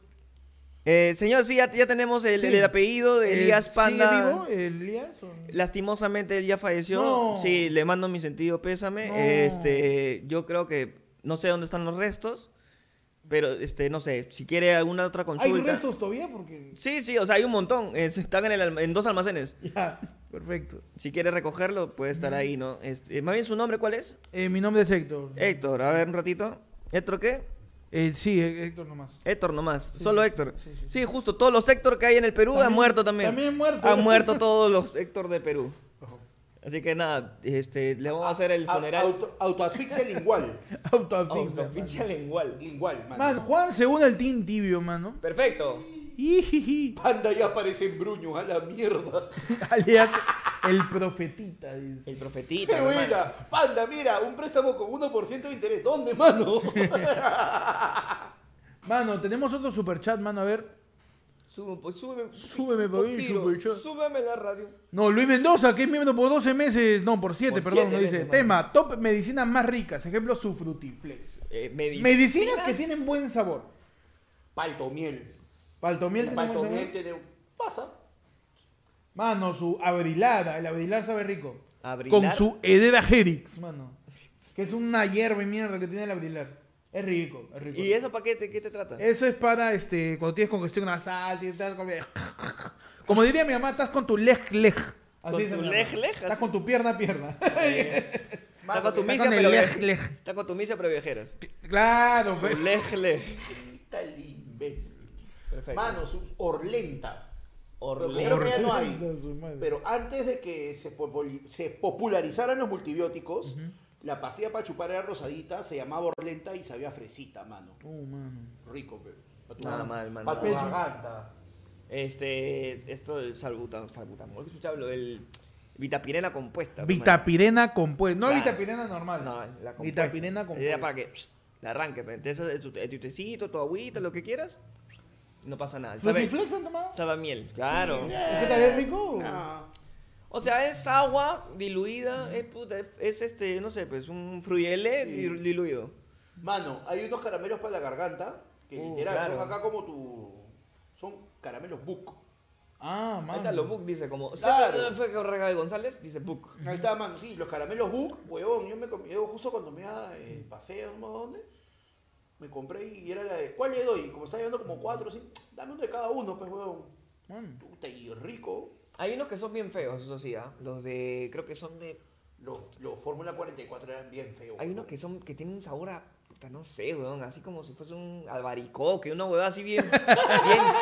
Speaker 4: Eh, señor, sí, ya, ya tenemos el,
Speaker 1: Sí.
Speaker 4: el apellido de Elías Panda.
Speaker 1: Eh, ¿Sigue vivo Elías? ¿O no?
Speaker 4: Lastimosamente él ya falleció.
Speaker 1: No.
Speaker 4: Sí, le mando mi sentido pésame.
Speaker 1: No.
Speaker 4: Este, yo creo que no sé dónde están los restos, pero este, no sé, si quiere alguna otra
Speaker 1: ¿Hay
Speaker 4: consulta.
Speaker 1: restos todavía? Porque...
Speaker 4: Sí, sí, o sea, hay un montón. eh, están en, el alm- en dos almacenes.
Speaker 1: Ya, perfecto.
Speaker 4: Si quiere recogerlo, puede estar ahí, ¿no? Este, más bien su nombre, ¿cuál es?
Speaker 1: Eh, mi nombre es Héctor.
Speaker 4: Héctor, a ver un ratito. ¿Héctor qué?
Speaker 1: Eh, sí, Hé- Héctor nomás. (laughs)
Speaker 4: Héctor nomás, solo Héctor. Sí,
Speaker 1: sí, sí.
Speaker 4: justo, todos los Héctor que hay en el Perú han
Speaker 1: También-
Speaker 4: muerto también.
Speaker 1: también han muerto.
Speaker 4: Han muerto todos los Héctor de Perú. Así que nada, este, le vamos a hacer el
Speaker 2: Au-
Speaker 4: funeral.
Speaker 2: auto- autoasfixia lingual.
Speaker 1: Autoafixia.
Speaker 4: Autoficia lingual.
Speaker 2: Lingual, mano.
Speaker 1: Man, Juan se une al Team Tibio, mano.
Speaker 4: Perfecto.
Speaker 1: Ijiji. (laughs)
Speaker 2: Panda ya aparece en Bruño, a la mierda.
Speaker 1: Alias el profetita, dice.
Speaker 4: El profetita.
Speaker 2: Qué
Speaker 4: hermano.
Speaker 2: buena. Panda, mira, un préstamo con 1% de interés. ¿Dónde,
Speaker 1: (laughs)
Speaker 2: mano?
Speaker 1: Mano, tenemos otro superchat, mano, a ver.
Speaker 4: Sube, pues, súbeme,
Speaker 1: Súbeme, papi,
Speaker 4: Piro,
Speaker 1: superchat.
Speaker 4: Súbeme la radio.
Speaker 1: No, Luis Mendoza, que es miembro por 12 meses, no, por 7,
Speaker 4: Por
Speaker 1: perdón,
Speaker 4: siete
Speaker 1: nos dice.
Speaker 4: meses,
Speaker 1: Tema, top medicinas más ricas, ejemplo, su frutiflex.
Speaker 4: Eh, medicinas.
Speaker 1: Medicinas que tienen buen sabor.
Speaker 2: Palto miel.
Speaker 1: Paltomiel
Speaker 2: El
Speaker 1: tiene buen
Speaker 2: palto
Speaker 1: sabor.
Speaker 2: miel tiene- Pasa.
Speaker 1: Mano, su abrilada, el abrilar sabe rico.
Speaker 4: ¿Abrilar?
Speaker 1: Con su Edera Herix, mano. Que es una hierba y mierda que tiene el abrilar. Es rico, es rico.
Speaker 4: ¿Y eso para qué te, qué te trata?
Speaker 1: Eso es para este, cuando tienes congestión nasal, tienes tal, como, (laughs) como diría mi mamá, estás con tu lej lej.
Speaker 4: Con
Speaker 1: Así se
Speaker 4: tu
Speaker 1: llama.
Speaker 4: lej, lej,
Speaker 1: Estás
Speaker 4: así.
Speaker 1: con tu pierna pierna.
Speaker 4: Está con tu
Speaker 1: está
Speaker 4: misa,
Speaker 1: con el
Speaker 4: pero
Speaker 1: lej, lej.
Speaker 2: (laughs)
Speaker 4: Está con tu misa, pero viajeras.
Speaker 1: claro, pues.
Speaker 4: Lej, lej.
Speaker 2: Está el imbécil.
Speaker 4: Perfecto.
Speaker 2: Mano, sus Orlenta.
Speaker 4: Orlando.
Speaker 2: Creo que ya no hay.
Speaker 1: Puta su madre.
Speaker 2: Pero antes de que se, populi- se popularizaran los multibióticos, la pastilla para chupar era rosadita, se llamaba Orlenta y sabía a fresita, mano.
Speaker 1: Oh, mano.
Speaker 2: Rico, pero. Pa' tu-
Speaker 4: Nada mal, man,
Speaker 2: pa' tu
Speaker 4: nada mal.
Speaker 2: garganta.
Speaker 4: Este, esto del salbutamol, salbutamol, ¿qué escuchaba? Lo del vitapirena compuesta. pues, man.
Speaker 1: Vitapirena compuesta. No
Speaker 4: Claro.
Speaker 1: vitapirena normal.
Speaker 4: No, la compuesta.
Speaker 1: Vitapirena compuesta.
Speaker 4: Era para que pss, la arranque. pues. Entonces, es tu, es tu tecito, tu agüita, lo que quieras. No pasa nada. Sabe,
Speaker 1: ¿Frutiflex han tomado?
Speaker 4: sabe a miel, claro.
Speaker 2: Eh,
Speaker 1: ¿Es que tal vez rico?
Speaker 2: Ah,
Speaker 4: O sea, es agua diluida, es, puta, es- es este, no sé, pues un fruyele
Speaker 2: Sí.
Speaker 4: di- diluido.
Speaker 2: Mano, hay unos caramelos para la garganta que
Speaker 4: Uh,
Speaker 2: literal
Speaker 4: claro.
Speaker 2: son acá como tu. Son caramelos book.
Speaker 1: Ah, mano.
Speaker 4: Ahí está, los book dice como.
Speaker 2: Claro.
Speaker 4: ¿Sabes dónde fue que Regal González? Dice book.
Speaker 2: Ahí está, mano, sí, los caramelos Book, huevón. Yo me comí, yo justo cuando me iba eh, paseo, no sé dónde, me compré y era la de, ¿cuál le doy? Y Como estaba llevando como cuatro, así, dame uno de cada uno, pues, huevón.
Speaker 1: Mano.
Speaker 2: Puta, y rico.
Speaker 4: Hay unos que son bien feos, eso sí, ¿ah? Los de. Creo que son de.
Speaker 2: Los, los Fórmula 44 eran bien feos.
Speaker 4: Hay unos
Speaker 2: huevón.
Speaker 4: que
Speaker 1: Oh.
Speaker 4: son. que tienen un sabor a. puta, no sé, weón. Así como si fuese un albaricoque, una huevada
Speaker 1: (laughs)
Speaker 4: así bien. bien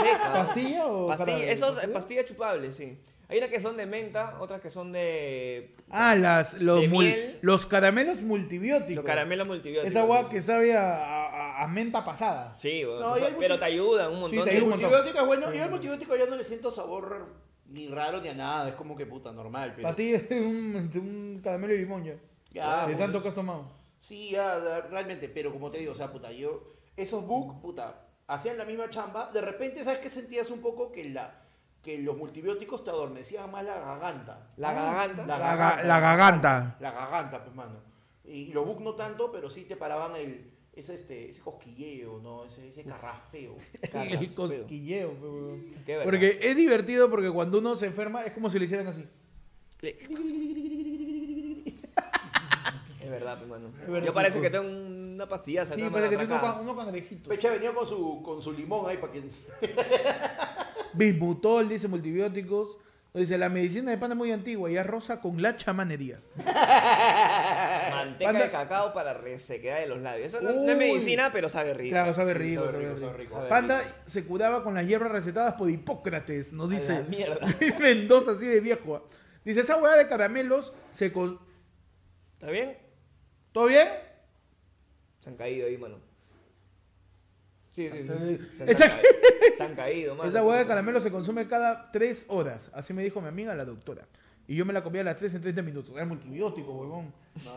Speaker 4: seca.
Speaker 1: ¿Pastilla o
Speaker 4: Pastilla,
Speaker 1: jarabe?
Speaker 4: esos, eh,
Speaker 1: ¿Pastilla?
Speaker 4: pastillas chupables, sí. Hay unas que son de menta, otras que son de.
Speaker 1: Ah, las, los,
Speaker 4: De
Speaker 1: mul-
Speaker 4: miel.
Speaker 1: los caramelos multibióticos.
Speaker 4: Los caramelos multibióticos.
Speaker 1: Esa agua que sabe a, a- a menta pasada.
Speaker 4: Sí, weón.
Speaker 2: No,
Speaker 4: o
Speaker 2: y
Speaker 4: sea,
Speaker 2: hay
Speaker 4: pero
Speaker 2: multi-
Speaker 4: te ayudan un
Speaker 1: te
Speaker 4: montón.
Speaker 2: El
Speaker 4: de-
Speaker 1: ayudan. un montón.
Speaker 2: multibiótico es bueno, yo al multibiótico ya no le siento sabor ni raro ni a nada, es como que puta, normal. Pero,
Speaker 1: Para ti es (laughs) un, un caramelo de limón ya.
Speaker 2: Ya,
Speaker 1: de
Speaker 2: pues,
Speaker 1: tanto que has tomado.
Speaker 2: Sí, ya, da- realmente, pero como te digo, o sea, puta, yo, esos book, puta, hacían la misma chamba, de repente, ¿sabes qué sentías un poco? Que la que los multibióticos te adormecían más la garganta.
Speaker 4: La garganta.
Speaker 1: Ah, La,
Speaker 2: La
Speaker 1: ga-
Speaker 2: garganta.
Speaker 1: la garganta.
Speaker 2: La garganta, pues, mano. Y los book no tanto, pero sí te paraban el, ese, este, ese cosquilleo, ¿no? Ese, ese carraspeo.
Speaker 4: Cargas,
Speaker 1: El
Speaker 4: pedo.
Speaker 1: cosquilleo. pe, weón.
Speaker 4: Qué verdad.
Speaker 1: Porque es divertido porque cuando uno se enferma es como si le hicieran así. (laughs)
Speaker 4: Es verdad, hermano.
Speaker 1: Es verdad,
Speaker 4: Yo parece
Speaker 1: sí, pues.
Speaker 4: que tengo una pastilla
Speaker 1: Sí,
Speaker 4: sacando
Speaker 1: parece que
Speaker 4: la
Speaker 1: tiene uno
Speaker 4: tracada.
Speaker 1: con- uno con orejito.
Speaker 2: Pecha venía con su, con su limón ahí para que...
Speaker 1: Bismutol, dice multibióticos. Dice, la medicina de pana es muy antigua y es rosa con la chamanería.
Speaker 4: Manteca
Speaker 1: Panda-
Speaker 4: de cacao para resequedad de los labios. Eso no, no
Speaker 1: Uy.
Speaker 4: es medicina, pero sabe rico.
Speaker 1: Claro, (laughs) sabe
Speaker 2: Sí,
Speaker 1: rico,
Speaker 2: sabe
Speaker 1: sabe
Speaker 2: rico,
Speaker 1: rico.
Speaker 2: sabe rico.
Speaker 1: Panda se curaba con las hierbas recetadas por Hipócrates, nos
Speaker 4: A la
Speaker 1: dice.
Speaker 4: mierda.
Speaker 1: (laughs) Mendoza, así de viejo. ah. Dice, esa hueá de caramelos se... Con...
Speaker 4: ¿Está bien?
Speaker 1: ¿Todo bien?
Speaker 4: Se han caído ahí, mano. Sí, sí, sí. Se han,
Speaker 1: Esa-
Speaker 4: caído. Se han caído, mano.
Speaker 1: Esa hueá de caramelos se consume cada tres horas. Así me dijo mi amiga, la doctora. Y yo me la comía a las 3 en 30 minutos. Era multibiótico, huevón.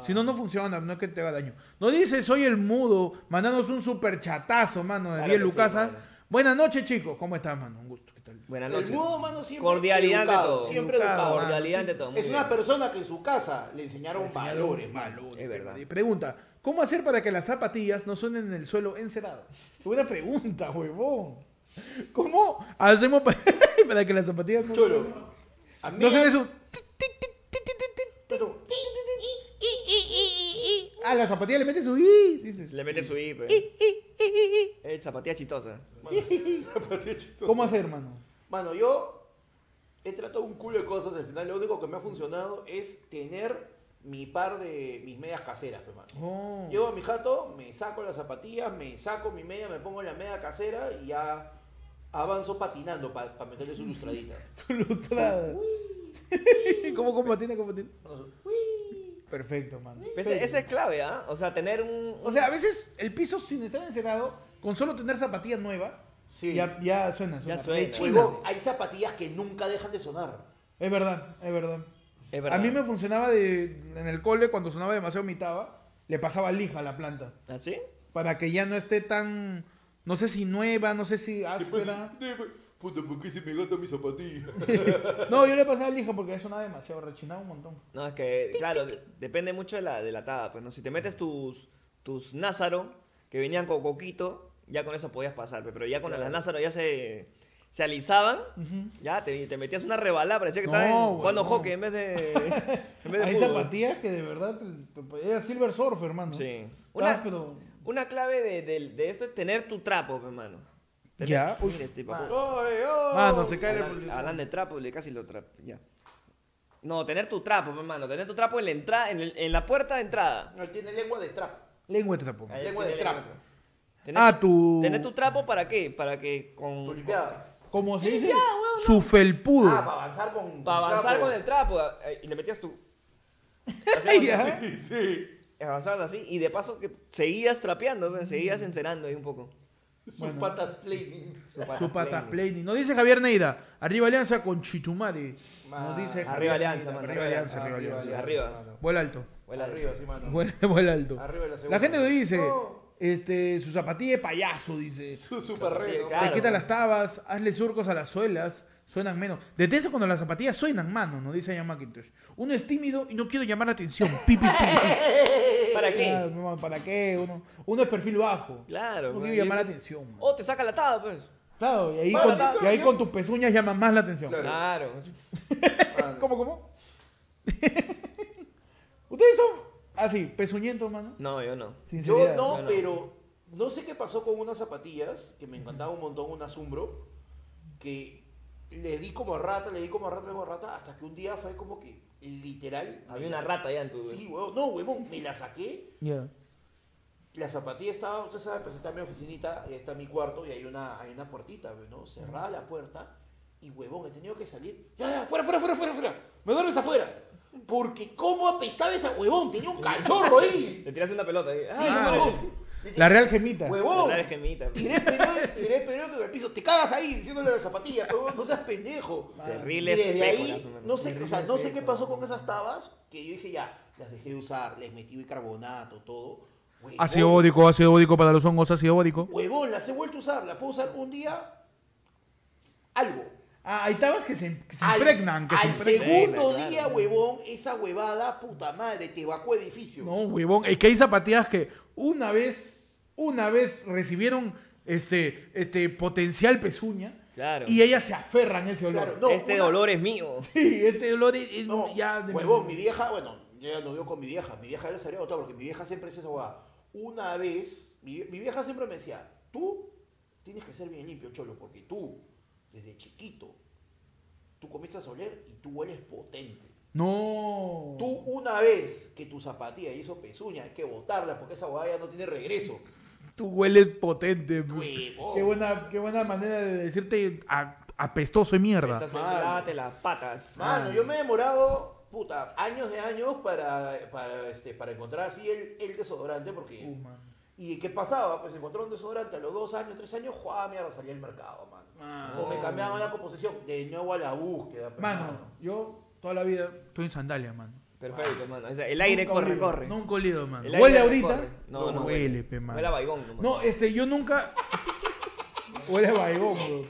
Speaker 1: Si no, no funciona, no es que te haga daño. No dice, soy el mudo. Mandanos un super chatazo, mano, de
Speaker 4: Claro
Speaker 1: 10
Speaker 4: que sí,
Speaker 1: lucasas.
Speaker 4: mano.
Speaker 1: Buenas noches, chicos. ¿Cómo estás, mano? Un gusto. ¿Qué tal?
Speaker 4: Buenas
Speaker 2: El
Speaker 4: noches.
Speaker 2: mudo, mano, siempre
Speaker 4: Cordialidad ante
Speaker 2: educado,
Speaker 4: todo.
Speaker 2: Siempre
Speaker 1: Educado,
Speaker 2: educado.
Speaker 1: mano.
Speaker 4: Cordialidad ante todo. muy
Speaker 2: Es una
Speaker 4: bien.
Speaker 2: persona que en su casa le enseñaron,
Speaker 1: enseñaron
Speaker 2: valores, valores.
Speaker 4: Es verdad.
Speaker 1: Y Pregunta, ¿cómo hacer para que las zapatillas no suenen en el suelo encerado? Buena pregunta, huevón. ¿Cómo hacemos (laughs) pa- para que las zapatillas no,
Speaker 2: Cholo. A mí
Speaker 1: no suenen su...
Speaker 2: Pero-
Speaker 1: Ah, las zapatillas le meten su... i, dices.
Speaker 4: Le mete su IP. Es zapatilla chistosa.
Speaker 1: (laughs)
Speaker 2: Mano, zapatilla chistosa.
Speaker 1: ¿Cómo hacer, hermano?
Speaker 2: Mano, yo he tratado un culo de cosas. Al final, lo único que me ha funcionado es tener mi par de mis medias caseras, hermano.
Speaker 1: Oh.
Speaker 2: Llego a mi jato, me saco las zapatillas, me saco mi media, me pongo la media casera y ya avanzo patinando para meterle su lustradita.
Speaker 1: Lustrada. (laughs) ¿Cómo, cómo tiene, cómo tiene?
Speaker 2: Mano,
Speaker 1: Perfecto, mano.
Speaker 4: Ese, esa es clave, ¿ah? O sea, tener un.
Speaker 1: O sea, a veces el piso sin estar encerado, con solo tener zapatillas nuevas,
Speaker 2: Sí.
Speaker 1: ya, ya suena,
Speaker 4: Ya
Speaker 1: suena.
Speaker 4: suena.
Speaker 1: Re china.
Speaker 2: Huevón, hay zapatillas que nunca dejan de sonar.
Speaker 1: Es verdad, es verdad.
Speaker 4: Es verdad.
Speaker 1: A mí me funcionaba de, en el cole cuando sonaba demasiado mi taba, le pasaba lija a la planta.
Speaker 4: ¿Así?
Speaker 1: Para que ya no esté tan, no sé si nueva, no sé si áspera.
Speaker 2: Puta, ¿por qué se me gasta mi zapatilla?
Speaker 4: pues.
Speaker 1: No, yo le pasaba lija porque ya sonaba demasiado, rechinaba un montón.
Speaker 4: No, es que, claro, de- depende mucho de la, de la tada, pues, ¿no? Si te metes tus, tus Názaro, que venían con coquito, ya con eso podías pasar, pe, pero ya con las Názaro ya se, se alisaban, ya te, te metías una rebalada, parecía que
Speaker 1: No,
Speaker 4: estabas en-
Speaker 1: huevón.
Speaker 4: jugando hockey en
Speaker 1: (laughs)
Speaker 4: vez de, en vez de
Speaker 1: Hay
Speaker 4: fútbol.
Speaker 1: zapatillas que de verdad te- te- era Silver Surfer, hermano.
Speaker 4: Sí.
Speaker 1: Una,
Speaker 4: Una, una clave de, de- de esto es tener tu trapo, pe, hermano. Tener-
Speaker 1: Ya, uy.
Speaker 4: Mira, este, papu.
Speaker 1: Mano, se cae
Speaker 4: Hablan,
Speaker 1: el
Speaker 4: hablan de trapo, le casi lo trapo, ya. No, tener tu trapo, pe, hermano, tener tu trapo en la, entra- en el- en la puerta de entrada.
Speaker 2: No, él tiene lengua de trap.
Speaker 1: lengua de trapo.
Speaker 4: Ahí
Speaker 2: Lengua de
Speaker 4: tiene
Speaker 2: trap.
Speaker 4: lengua. Tener-
Speaker 1: Ah, tu-
Speaker 4: Tener tu trapo para qué? Para que
Speaker 2: Tu
Speaker 4: con.
Speaker 2: limpiada.
Speaker 1: Como se dice,
Speaker 4: Ya, weón, no.
Speaker 1: su felpudo.
Speaker 2: Ah, para avanzar con.
Speaker 4: Para avanzar
Speaker 2: trapo.
Speaker 4: con el trapo. eh, Y le
Speaker 2: (laughs)
Speaker 4: metías tu.
Speaker 1: Ay,
Speaker 4: Hacías-
Speaker 1: ya.
Speaker 2: Sí.
Speaker 4: Avanzabas así. Y de paso que seguías trapeando, pues,
Speaker 1: Mm.
Speaker 4: seguías encerando ahí un poco.
Speaker 2: Sus patas playing.
Speaker 1: Su patas planning. Nos dice Javier Neida, arriba Alianza con Chitumare. Nos
Speaker 2: Ma-
Speaker 1: dice
Speaker 4: Ah, Arriba
Speaker 1: Javier
Speaker 4: Alianza,
Speaker 1: Neida,
Speaker 4: mano,
Speaker 1: arriba
Speaker 4: arriba
Speaker 1: Alianza, arriba Alianza.
Speaker 4: Arriba.
Speaker 2: mano.
Speaker 1: Vuela alto. (laughs)
Speaker 4: Huele a-
Speaker 2: Arriba, sí, mano.
Speaker 1: Vuela, vuela alto.
Speaker 2: Arriba la segunda.
Speaker 1: La gente lo dice,
Speaker 2: No.
Speaker 1: este, su zapatilla de payaso, dice.
Speaker 2: (laughs) Su super rey. ¿no?
Speaker 4: Claro.
Speaker 1: Te quita las tabas, hazle surcos a las suelas, suenan menos. Detesto cuando las zapatillas suenan, mano, nos dice Ian McIntosh. Uno es tímido y no quiero llamar la atención. Pi, pi, pi.
Speaker 4: ¿Para
Speaker 1: Ah,
Speaker 4: qué?
Speaker 1: no, ¿Para qué? Uno, uno es perfil bajo.
Speaker 4: Claro.
Speaker 1: No
Speaker 4: pues,
Speaker 1: quiero
Speaker 4: y-
Speaker 1: llamar la atención. man.
Speaker 4: O te saca la tada, pues.
Speaker 1: Claro, y ahí,
Speaker 2: Oh. Para,
Speaker 1: con,
Speaker 2: para,
Speaker 1: y ahí
Speaker 2: yo-
Speaker 1: con tus pezuñas llaman más la atención.
Speaker 2: Claro.
Speaker 4: Claro.
Speaker 2: (laughs) Mano.
Speaker 1: ¿Cómo, cómo? (laughs) ¿Ustedes son así, pezuñentos, mano?
Speaker 4: No, yo no.
Speaker 2: Yo
Speaker 1: Sinceridad.
Speaker 2: no,
Speaker 4: no, no.
Speaker 2: pero no sé qué pasó con unas zapatillas que me encantaba un montón, unas Umbro, que le di como rata, le di como rata, le di como rata, hasta que un día fue como que literal.
Speaker 4: Había una rata allá en tu.
Speaker 2: Sí, huevón, no, huevón, me la saqué.
Speaker 1: Ya.
Speaker 2: La zapatilla estaba, usted sabe, pues está mi oficinita, ahí está mi cuarto y hay una, hay una puertita, pues, ¿no? Cerrada la puerta y huevón, he tenido que salir. Ya, ya, fuera, fuera, fuera, fuera, fuera. Me duermes afuera. Porque cómo apestaba esa huevón, tenía un cachorro
Speaker 4: (laughs)
Speaker 2: ahí.
Speaker 4: Te tiras una pelota ahí.
Speaker 2: Sí, Oh.
Speaker 4: Ah,
Speaker 2: huevón.
Speaker 1: La Real Gemita.
Speaker 2: Huevón.
Speaker 4: La gemita. pues.
Speaker 2: Tiré periódico, tiré periódico en el piso. Te cagas ahí diciéndole a la zapatilla, huevón, no seas pendejo.
Speaker 4: Terrible
Speaker 2: Y desde
Speaker 4: espejo,
Speaker 2: ahí,
Speaker 4: la-
Speaker 2: no sé, o sea, no sé qué pasó con esas tabas, que yo dije ya, las dejé de usar, les metí bicarbonato, todo. Huevón,
Speaker 1: Ácido bódico, ácido bódico para los hongos, ácido bódico.
Speaker 2: Huevón, las he vuelto a usar, las puedo usar un día, algo.
Speaker 1: Ah, hay tabas que se, que se
Speaker 2: Al-
Speaker 1: impregnan, que se
Speaker 2: Al
Speaker 1: impregnan.
Speaker 2: segundo
Speaker 4: Claro,
Speaker 2: día,
Speaker 4: claro.
Speaker 2: huevón, esa huevada, puta madre, te evacuó edificio.
Speaker 1: No, huevón. Es que hay zapatillas que una vez, una vez recibieron este, este potencial pezuña
Speaker 4: Claro.
Speaker 1: y ellas se aferran a ese olor.
Speaker 2: Claro, no,
Speaker 4: este
Speaker 2: una- Ah,
Speaker 4: dolor es mío.
Speaker 1: (laughs) Sí, este olor es, es
Speaker 2: No,
Speaker 1: ya de
Speaker 2: huevón, mi vieja, bueno, yo ya no vivo con mi vieja, mi vieja ya salió todo porque mi vieja siempre es esa huevada. Una vez, mi, mi vieja siempre me decía, tú tienes que ser bien limpio, cholo, porque tú, desde chiquito, tú comienzas a oler y tú hueles potente.
Speaker 1: No.
Speaker 2: Tú una vez que tu zapatilla hizo pezuña, hay que botarla porque esa huevada ya no tiene regreso.
Speaker 1: Tú hueles potente.
Speaker 2: Huevón.
Speaker 1: Qué buena, qué buena manera de decirte a- apestoso y mierda.
Speaker 4: Entonces,
Speaker 2: Mano.
Speaker 4: lávate las patas.
Speaker 2: Mano, yo me he demorado, puta, años de años para, para, este, para encontrar así el, el desodorante porque...
Speaker 1: Uh, man.
Speaker 2: ¿Y qué pasaba? Pues encontraba un desodorante a los dos años, tres años, jugaba mierda, salía al mercado, mano. O me cambiaban la composición, de nuevo a la búsqueda. pues,
Speaker 1: Mano, yo toda la vida estoy en sandalia, mano.
Speaker 4: Perfecto, mano. O sea, el aire corre,
Speaker 1: olido,
Speaker 4: corre.
Speaker 1: Nunca olido, mano.
Speaker 4: El aire
Speaker 1: ¿Huele
Speaker 4: corre,
Speaker 1: ahorita?
Speaker 4: corre. No, no
Speaker 1: huele,
Speaker 4: huele.
Speaker 1: pe, mano.
Speaker 4: Huele a vaivón, nomás.
Speaker 1: No, este, yo
Speaker 4: (laughs)
Speaker 1: nunca. Huele a baigón, bro.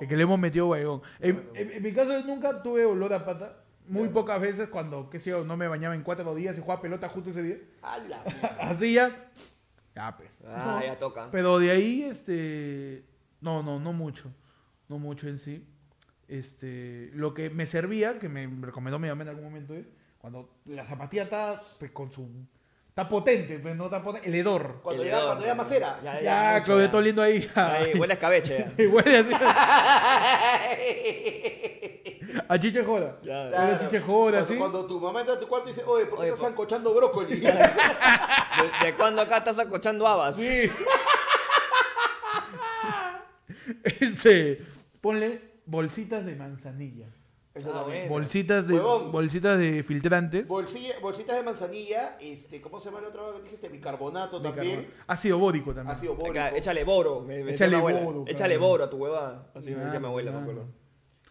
Speaker 1: Es que le hemos metido baigón. En, en- en mi caso, yo nunca tuve olor a pata. Muy pocas veces cuando, qué sé yo, no me bañaba en cuatro días y jugaba pelota justo ese día. (laughs)
Speaker 2: A la mierda.
Speaker 1: Así ya. Ya, pues. pe.
Speaker 4: Ah,
Speaker 1: No.
Speaker 4: ya toca.
Speaker 1: Pero de ahí, este. No, no, no mucho. No mucho en sí. Este. Lo que me servía, que me recomendó mi mamá en algún momento, es cuando la zapatilla está pues, con su. Está potente, pues no está potente. El hedor.
Speaker 2: Cuando
Speaker 4: El
Speaker 2: llega,
Speaker 4: hedor,
Speaker 2: cuando llega
Speaker 4: mano.
Speaker 2: Macera.
Speaker 1: Ya,
Speaker 4: mucho,
Speaker 1: Claudio
Speaker 4: ya.
Speaker 1: todo lindo ahí.
Speaker 4: Ahí, Huele a escabeche.
Speaker 1: (laughs)
Speaker 4: ya.
Speaker 1: Y huele
Speaker 4: (laughs)
Speaker 1: así. a chiche joda.
Speaker 4: Claro.
Speaker 1: Huele a chiche joda,
Speaker 2: cuando,
Speaker 1: así.
Speaker 2: cuando tu mamá entra a tu cuarto y dice, oye, ¿por qué
Speaker 4: Oye,
Speaker 2: estás
Speaker 4: por-
Speaker 2: sancochando brócoli?
Speaker 4: ¿De, de cuándo acá estás acochando habas?
Speaker 1: Sí. (laughs) este. Ponle bolsitas de manzanilla.
Speaker 2: Eso
Speaker 4: Ah,
Speaker 2: también.
Speaker 4: bueno.
Speaker 1: Bolsitas de,
Speaker 2: Huevón.
Speaker 1: bolsitas de filtrantes.
Speaker 2: Bolsilla- bolsitas de manzanilla, este, ¿cómo se llama la otra vez que dijiste? Bicarbonato también.
Speaker 1: Bicarbonato. Ácido bórico también.
Speaker 2: Ácido bórico.
Speaker 4: Acá, échale boro. Me, me decía
Speaker 1: Échale
Speaker 4: mi abuela.
Speaker 1: boro,
Speaker 4: échale
Speaker 1: cabrón.
Speaker 4: boro a tu huevada. Así me decía
Speaker 1: Claro,
Speaker 4: mi abuela, me
Speaker 1: claro.
Speaker 4: acuerdo.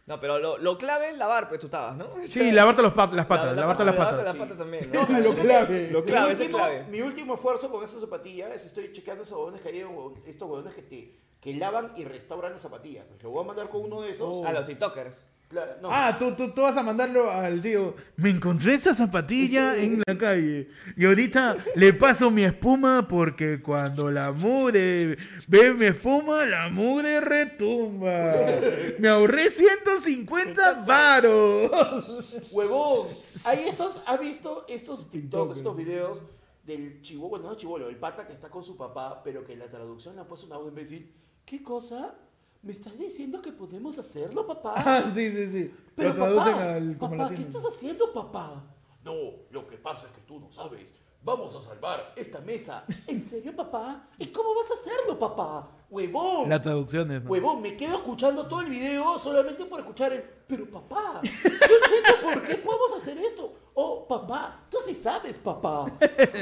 Speaker 4: No, pero lo, lo clave es lavar, pues tú estabas, ¿no?
Speaker 1: Sí,
Speaker 4: (laughs)
Speaker 1: lavarte los pa- las patas,
Speaker 4: La- la-
Speaker 1: lavarte las
Speaker 4: lavarte
Speaker 1: patas.
Speaker 4: las patas también.
Speaker 2: No,
Speaker 4: ¿no?
Speaker 2: lo
Speaker 1: clave.
Speaker 4: Lo clave,
Speaker 2: mi,
Speaker 4: ese es
Speaker 2: último,
Speaker 4: clave.
Speaker 2: mi último esfuerzo con esas zapatillas es estoy chequeando esos huevones que hay, huevón- estos huevones que te que lavan y restauran las zapatillas. Pues lo voy a mandar con uno de esos. Ah,
Speaker 4: A los TikTokers.
Speaker 2: Cla- no.
Speaker 1: Ah, tú, tú, tú vas a mandarlo al tío. Me encontré esta zapatilla en la calle. Y ahorita le paso mi espuma porque cuando la mugre ve mi espuma, la mugre retumba. Me ahorré 150 varos.
Speaker 2: Huevón, hay estos, ¿has visto estos TikTok,
Speaker 1: TikTok,
Speaker 2: estos videos del chivo, bueno, no chivolo, el pata que está con su papá, pero que en la traducción le ha puesto una voz de decir, ¿qué cosa? ¿Me estás diciendo que podemos hacerlo, papá?
Speaker 1: (laughs) Ah, sí, sí, sí.
Speaker 2: Pero
Speaker 1: Lo traducen
Speaker 2: papá,
Speaker 1: al como
Speaker 2: papá, ¿qué
Speaker 1: latino.
Speaker 2: estás haciendo, papá? No, lo que pasa es que tú no sabes. Vamos a salvar esta mesa. ¿En serio, papá? ¿Y cómo vas a hacerlo, papá? Huevón.
Speaker 1: Las traducciones, man.
Speaker 2: Huevón, me quedo escuchando todo el video solamente por escuchar el. Pero papá, yo entiendo por qué podemos hacer esto. Oh, papá, tú sí
Speaker 1: (laughs)
Speaker 2: sabes, papá.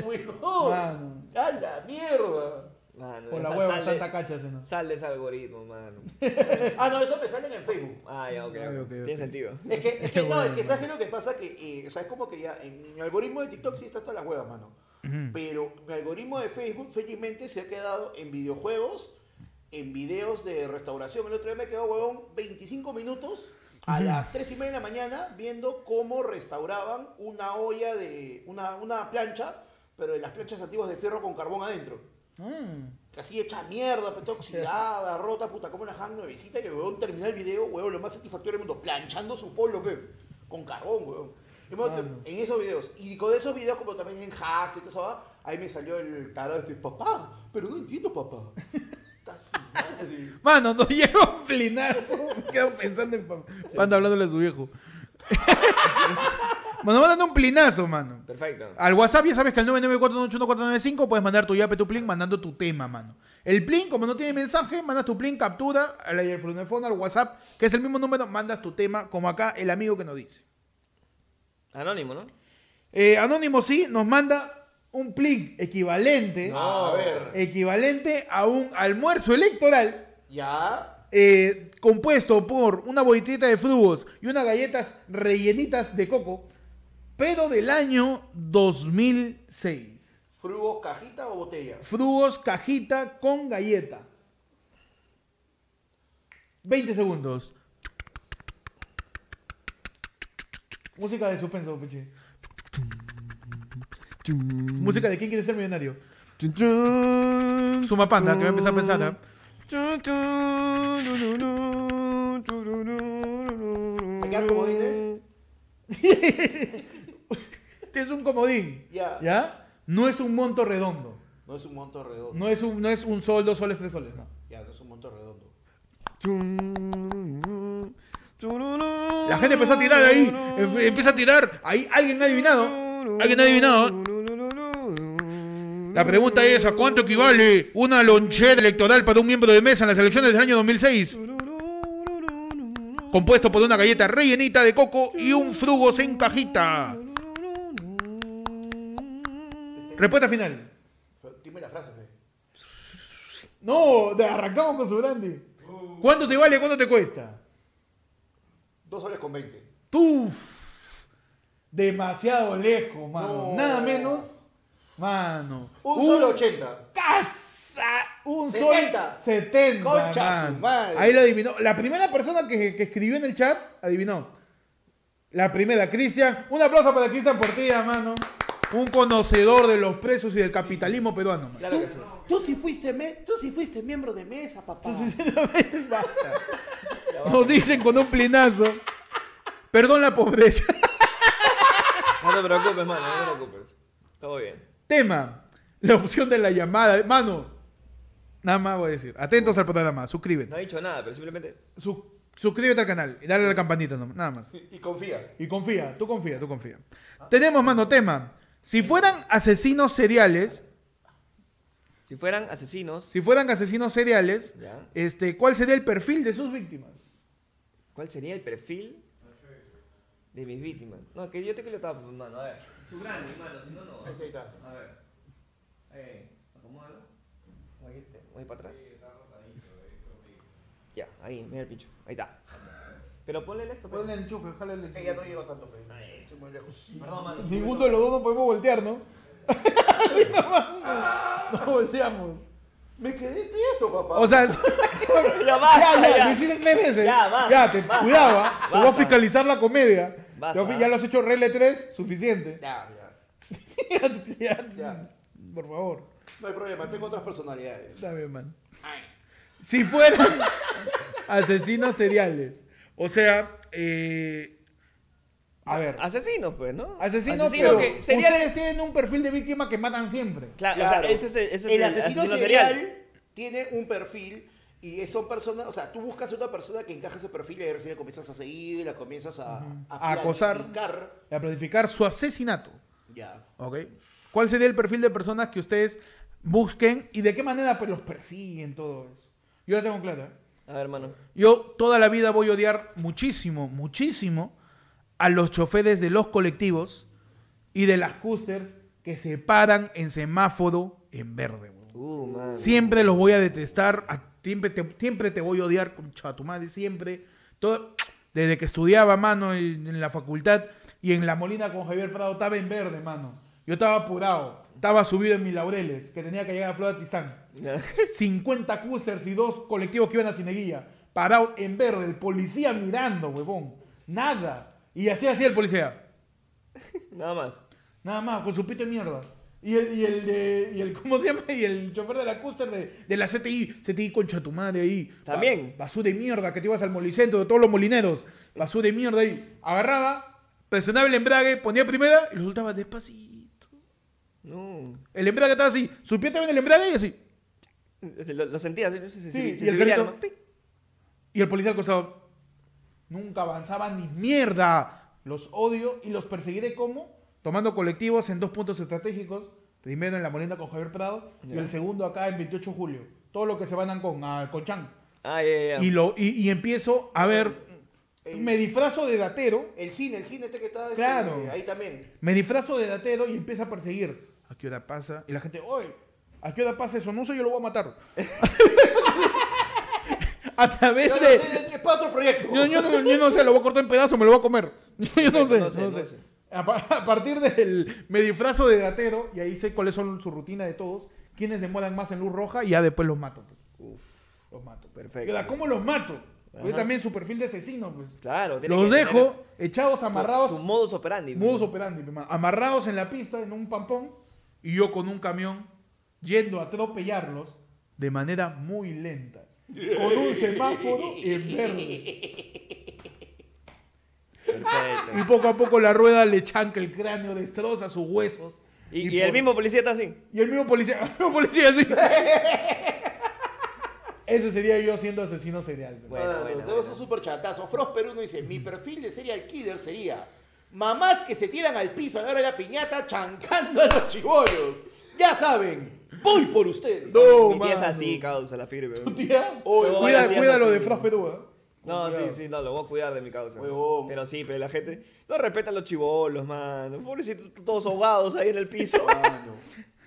Speaker 2: Huevón.
Speaker 3: Mano.
Speaker 2: A la mierda.
Speaker 4: Mano,
Speaker 3: Por la
Speaker 4: sal-
Speaker 3: hueva,
Speaker 4: sal de-
Speaker 3: tanta cacha, se nos.
Speaker 4: Sal de ese algoritmo, mano.
Speaker 2: Ah, no, eso me salen en Facebook.
Speaker 4: Ah, ya, ok.
Speaker 1: Ah,
Speaker 4: ok.
Speaker 1: ok, ok.
Speaker 4: Tiene sentido.
Speaker 2: Es que, es que no, es que sabes qué es lo que pasa que, eh, o sea, es como que ya en mi algoritmo de TikTok sí está hasta las huevas, mano. Pero mi algoritmo de Facebook felizmente se ha quedado en videojuegos, en videos de restauración. El otro día me quedó huevón 25 minutos a las 3 y media de la mañana viendo cómo restauraban una olla de, una, una plancha, pero de las planchas antiguas de fierro con carbón adentro. Así hecha mierda, pues, toda oxidada, rota, puta, como una dejan nuevecita y el huevón termina el video, huevón, lo más satisfactorio del mundo, planchando su polo, pe, con carbón, huevón. Y, bueno, te- En esos videos, y con esos videos como también en hacks y todo eso, ¿ah? ahí me salió el tarado este, papá, pero no entiendo, papá. Está su madre.
Speaker 1: Mano, no (laughs) llego a plinazo. Me (laughs) quedo pensando en papá. Panda hablándole a su viejo. (laughs) mano, mandando un plinazo, mano.
Speaker 4: Perfecto.
Speaker 1: Al WhatsApp ya sabes que al 994 puedes mandar tu yape, tu plin, mandando tu tema, mano. El plin, como no tiene mensaje, mandas tu plin, captura, al teléfono, al WhatsApp, que es el mismo número, mandas tu tema, como acá el amigo que nos dice.
Speaker 4: Anónimo, ¿no?
Speaker 1: Eh, Anónimo sí nos manda un plin equivalente,
Speaker 2: A ver,
Speaker 1: equivalente a un almuerzo electoral
Speaker 2: ya,
Speaker 1: eh, compuesto por una bolletita de frugos y unas galletas rellenitas de coco, pero del año 2006.
Speaker 2: frugos, cajita o botella.
Speaker 1: Frugos, cajita con galleta. 20 segundos.
Speaker 3: Música de suspenso, pichi.
Speaker 1: Música de quién quiere ser millonario. Suma panda, que voy a empezar a pensar. ¿ah?
Speaker 2: Acá como dices,
Speaker 1: Este es un comodín.
Speaker 2: ya.
Speaker 1: ¿Ya? No es un monto redondo.
Speaker 2: No es un monto redondo.
Speaker 1: No es un, no es un sol, dos soles, tres soles. No.
Speaker 2: Ya, no es un monto redondo.
Speaker 1: La gente empezó a tirar ahí. em- Empieza a tirar. Ahí alguien ha adivinado. Alguien ha adivinado. La pregunta es, ¿a cuánto equivale una lonchera electoral para un miembro de mesa en las elecciones del año 2006? Compuesto por una galleta rellenita de coco y un frugos en cajita. Respuesta final.
Speaker 2: Dime la frase, pues. fe.
Speaker 1: No, te arrancamos con su grande.
Speaker 2: Oh.
Speaker 1: ¿Cuánto te vale? ¿Cuánto te cuesta?
Speaker 2: Dos soles con 20.
Speaker 1: Tuf. Demasiado lejos, mano.
Speaker 2: No.
Speaker 1: Nada menos. Mano.
Speaker 2: Un solo 80.
Speaker 1: Casa. Un
Speaker 2: Setenta.
Speaker 1: sol. 70.
Speaker 2: Concha su madre.
Speaker 1: Ahí lo adivinó. La primera persona que, que escribió en el chat adivinó. La primera, Cristian. Un aplauso para Cristian Portilla, mano. Un conocedor de los presos y del capitalismo peruano. mano.
Speaker 4: Claro que sí.
Speaker 2: Tú sí fuiste, me- tú sí fuiste miembro de mesa, papá.
Speaker 1: Nos dicen con un plinazo. Perdón la pobreza.
Speaker 4: No te preocupes, mano, no te preocupes. Todo bien.
Speaker 1: Tema. La opción de la llamada. Mano. Nada más voy a decir. Atentos al programa.
Speaker 4: No
Speaker 1: Suscríbete.
Speaker 4: ha dicho nada, pero simplemente.
Speaker 1: Su- suscríbete al canal. Y dale a la campanita nomás. Nada más.
Speaker 2: Y, y confía.
Speaker 1: Y confía. Tú confía. Tú confía. Tenemos, mano, tema. Si fueran asesinos seriales.
Speaker 4: Si fueran asesinos,
Speaker 1: Si fueran asesinos seriales.
Speaker 4: Ya.
Speaker 1: Este, ¿Cuál sería el perfil de sus víctimas?
Speaker 4: ¿cuál sería el perfil de mis víctimas? No, que yo te que lo estaba mano, a ver. Tu grande, mano, si no, no.
Speaker 2: Ahí está, ahí está.
Speaker 4: A ver. Eh, acomódalo. Voy, este, voy para atrás. Ya, ahí, mira el pincho. Ahí está. Pero ponle el esto. pues. pe.
Speaker 3: Ponle el enchufe, ojalá el
Speaker 2: Ella no
Speaker 3: enchufe.
Speaker 2: llegó tanto, pero estoy muy lejos.
Speaker 4: Perdón, mano.
Speaker 1: Ninguno de los dos nos podemos voltear, ¿no? (laughs)
Speaker 3: No volteamos.
Speaker 2: Me quedé tieso, papá.
Speaker 1: O sea,
Speaker 4: (laughs)
Speaker 1: (laughs)
Speaker 4: Ya basta,
Speaker 1: ya, ya,
Speaker 4: ya.
Speaker 1: lo hiciste tres veces.
Speaker 4: Ya, basta,
Speaker 1: te
Speaker 4: basta,
Speaker 1: cuidaba. Te voy a
Speaker 4: basta.
Speaker 1: fiscalizar la comedia. Te
Speaker 4: Basta.
Speaker 1: voy a fi- ya lo has hecho regla 3, suficiente. (laughs)
Speaker 2: ya, ya,
Speaker 1: Ya, ya,
Speaker 2: ya.
Speaker 1: Por favor.
Speaker 2: No hay problema, tengo otras personalidades.
Speaker 1: Dame, man. Si fueran (laughs) asesinos seriales. O sea, eh, a ver.
Speaker 4: Asesinos, pues, ¿no?
Speaker 1: Asesinos,
Speaker 4: Asesinos
Speaker 1: pero
Speaker 4: que serían.
Speaker 1: ustedes tienen un perfil de víctima que matan siempre.
Speaker 4: Claro, o
Speaker 2: Claro.
Speaker 4: sea, ese es el, ese es
Speaker 2: el asesino,
Speaker 4: serial.
Speaker 2: serial, tiene un perfil y son personas, o sea, tú buscas una persona que encaje ese perfil y recién la comienzas a seguir, la comienzas a,
Speaker 1: A acosar.
Speaker 2: planificar.
Speaker 1: Para planificar su asesinato.
Speaker 2: Ya.
Speaker 1: ¿Ok? ¿Cuál sería el perfil de personas que ustedes busquen y de qué manera pues, los persiguen todo eso? Yo la tengo clara.
Speaker 4: A ver, hermano.
Speaker 1: Yo toda la vida voy a odiar muchísimo, muchísimo a los choferes de los colectivos y de las coasters que se paran en semáforo en verde. weón.
Speaker 4: Uh, man.
Speaker 1: Siempre los voy a detestar, a- siempre, te, siempre te voy a odiar, concha de tu madre, siempre. Todo, desde que estudiaba, mano, en, en la facultad y en La Molina con Javier Prado, estaba en verde, mano. Yo estaba apurado, estaba subido en mis laureles, que tenía que llegar a Flor de Tistán. 50 coasters y dos colectivos que iban a Cineguía, parado en verde, el policía mirando, huevón. Nada. Y así hacía el policía.
Speaker 4: (laughs) Nada más.
Speaker 1: Nada más, con su pito de mierda. Y el, y el de. Y el, ¿Cómo se llama? Y el chofer de la Custer de, de la CTI. CTI concha tu madre ahí. Ba-
Speaker 4: También.
Speaker 1: basú de mierda que te ibas al molicentro de todos los molineros. Basú de mierda ahí. Agarraba, presionaba el embrague, ponía primera y lo soltaba despacito.
Speaker 4: No.
Speaker 1: El embrague estaba así. Su pie estaba en el embrague y así.
Speaker 4: Lo, lo sentías. Sí, sí, sí,
Speaker 1: Sí,
Speaker 4: sí,
Speaker 1: y el
Speaker 4: vibría,
Speaker 1: carrito.
Speaker 4: ¿no? Pic.
Speaker 1: Y el policía al costado. Nunca avanzaba ni mierda. Los odio y los perseguiré como tomando colectivos en dos puntos estratégicos. Primero en la Molina con Javier Prado y
Speaker 4: Ya.
Speaker 1: el segundo acá en 28 de julio. Todo lo que se van con, a Colchán.
Speaker 4: Ah, ya, ya,
Speaker 1: Y,
Speaker 4: ya.
Speaker 1: lo, y, y empiezo a ver.
Speaker 2: El-
Speaker 1: Me disfrazo de datero.
Speaker 2: El cine, el cine este que está este,
Speaker 1: Claro.
Speaker 2: ahí también.
Speaker 1: Me disfrazo de datero y empiezo a perseguir. ¿A qué hora pasa? Y la gente, oye, ¿a qué hora pasa eso? No sé, yo lo voy a matar. (laughs) a través
Speaker 2: Yo no
Speaker 1: Este de.
Speaker 2: sé, es para otro proyecto.
Speaker 1: Yo, yo no, yo no sé, lo voy a cortar en pedazos, me lo voy a comer. (laughs) Yo no sé,
Speaker 4: No sé,
Speaker 1: no
Speaker 4: no
Speaker 1: sé.
Speaker 4: sé.
Speaker 1: A, par- a partir del me disfrazo de datero y ahí sé cuáles son su rutina de todos, quiénes demoran más en luz roja y ya después los mato. pues. los mato.
Speaker 4: perfecto.
Speaker 1: Y ahora, ¿Cómo los mato? Porque
Speaker 4: Ajá.
Speaker 1: también su perfil de asesino. pues.
Speaker 4: Claro. tiene
Speaker 1: Los
Speaker 4: que tener
Speaker 1: dejo
Speaker 4: tu-
Speaker 1: echados, amarrados,
Speaker 4: Tu modus operandi. pues.
Speaker 1: modus operandi, mi hermano, amarrados en la pista, en un pampón, y yo con un camión yendo a atropellarlos de manera muy lenta. Con un semáforo en verde.
Speaker 4: Perfecto.
Speaker 1: (laughs) Y poco a poco la rueda le chanca el cráneo, destroza sus huesos.
Speaker 4: Y, y el
Speaker 1: por-
Speaker 4: mismo policía está así.
Speaker 1: Y el mismo policía, (laughs) el mismo policía así. Ese sería yo siendo asesino serial. ¿verdad?
Speaker 4: Bueno,
Speaker 2: Bueno,
Speaker 4: bueno,
Speaker 2: tenemos
Speaker 4: bueno.
Speaker 2: un super chatazo. Frosper uno dice, mi perfil de serial killer sería mamás que se tiran al piso a la hora de la piñata chancando a los chibollos. Ya saben, voy por ustedes.
Speaker 1: No,
Speaker 4: Mi tía es
Speaker 1: Oh, mano.
Speaker 4: así, Oh, causa, la firme.
Speaker 1: Tu
Speaker 4: (laughs)
Speaker 1: tía,
Speaker 2: Oye,
Speaker 1: cuida-
Speaker 4: varias tías
Speaker 1: cuídalo
Speaker 4: así.
Speaker 1: de Fras Perú. ¿eh?
Speaker 4: No, sí,
Speaker 1: Cuidado.
Speaker 4: sí, no, lo voy a cuidar de mi causa.
Speaker 2: Huevón.
Speaker 4: Pero sí, pero la gente no respeta a los chibolos, mano. Pobrecitos, todos ahogados ahí en
Speaker 1: (laughs)
Speaker 4: el piso.
Speaker 2: Mano.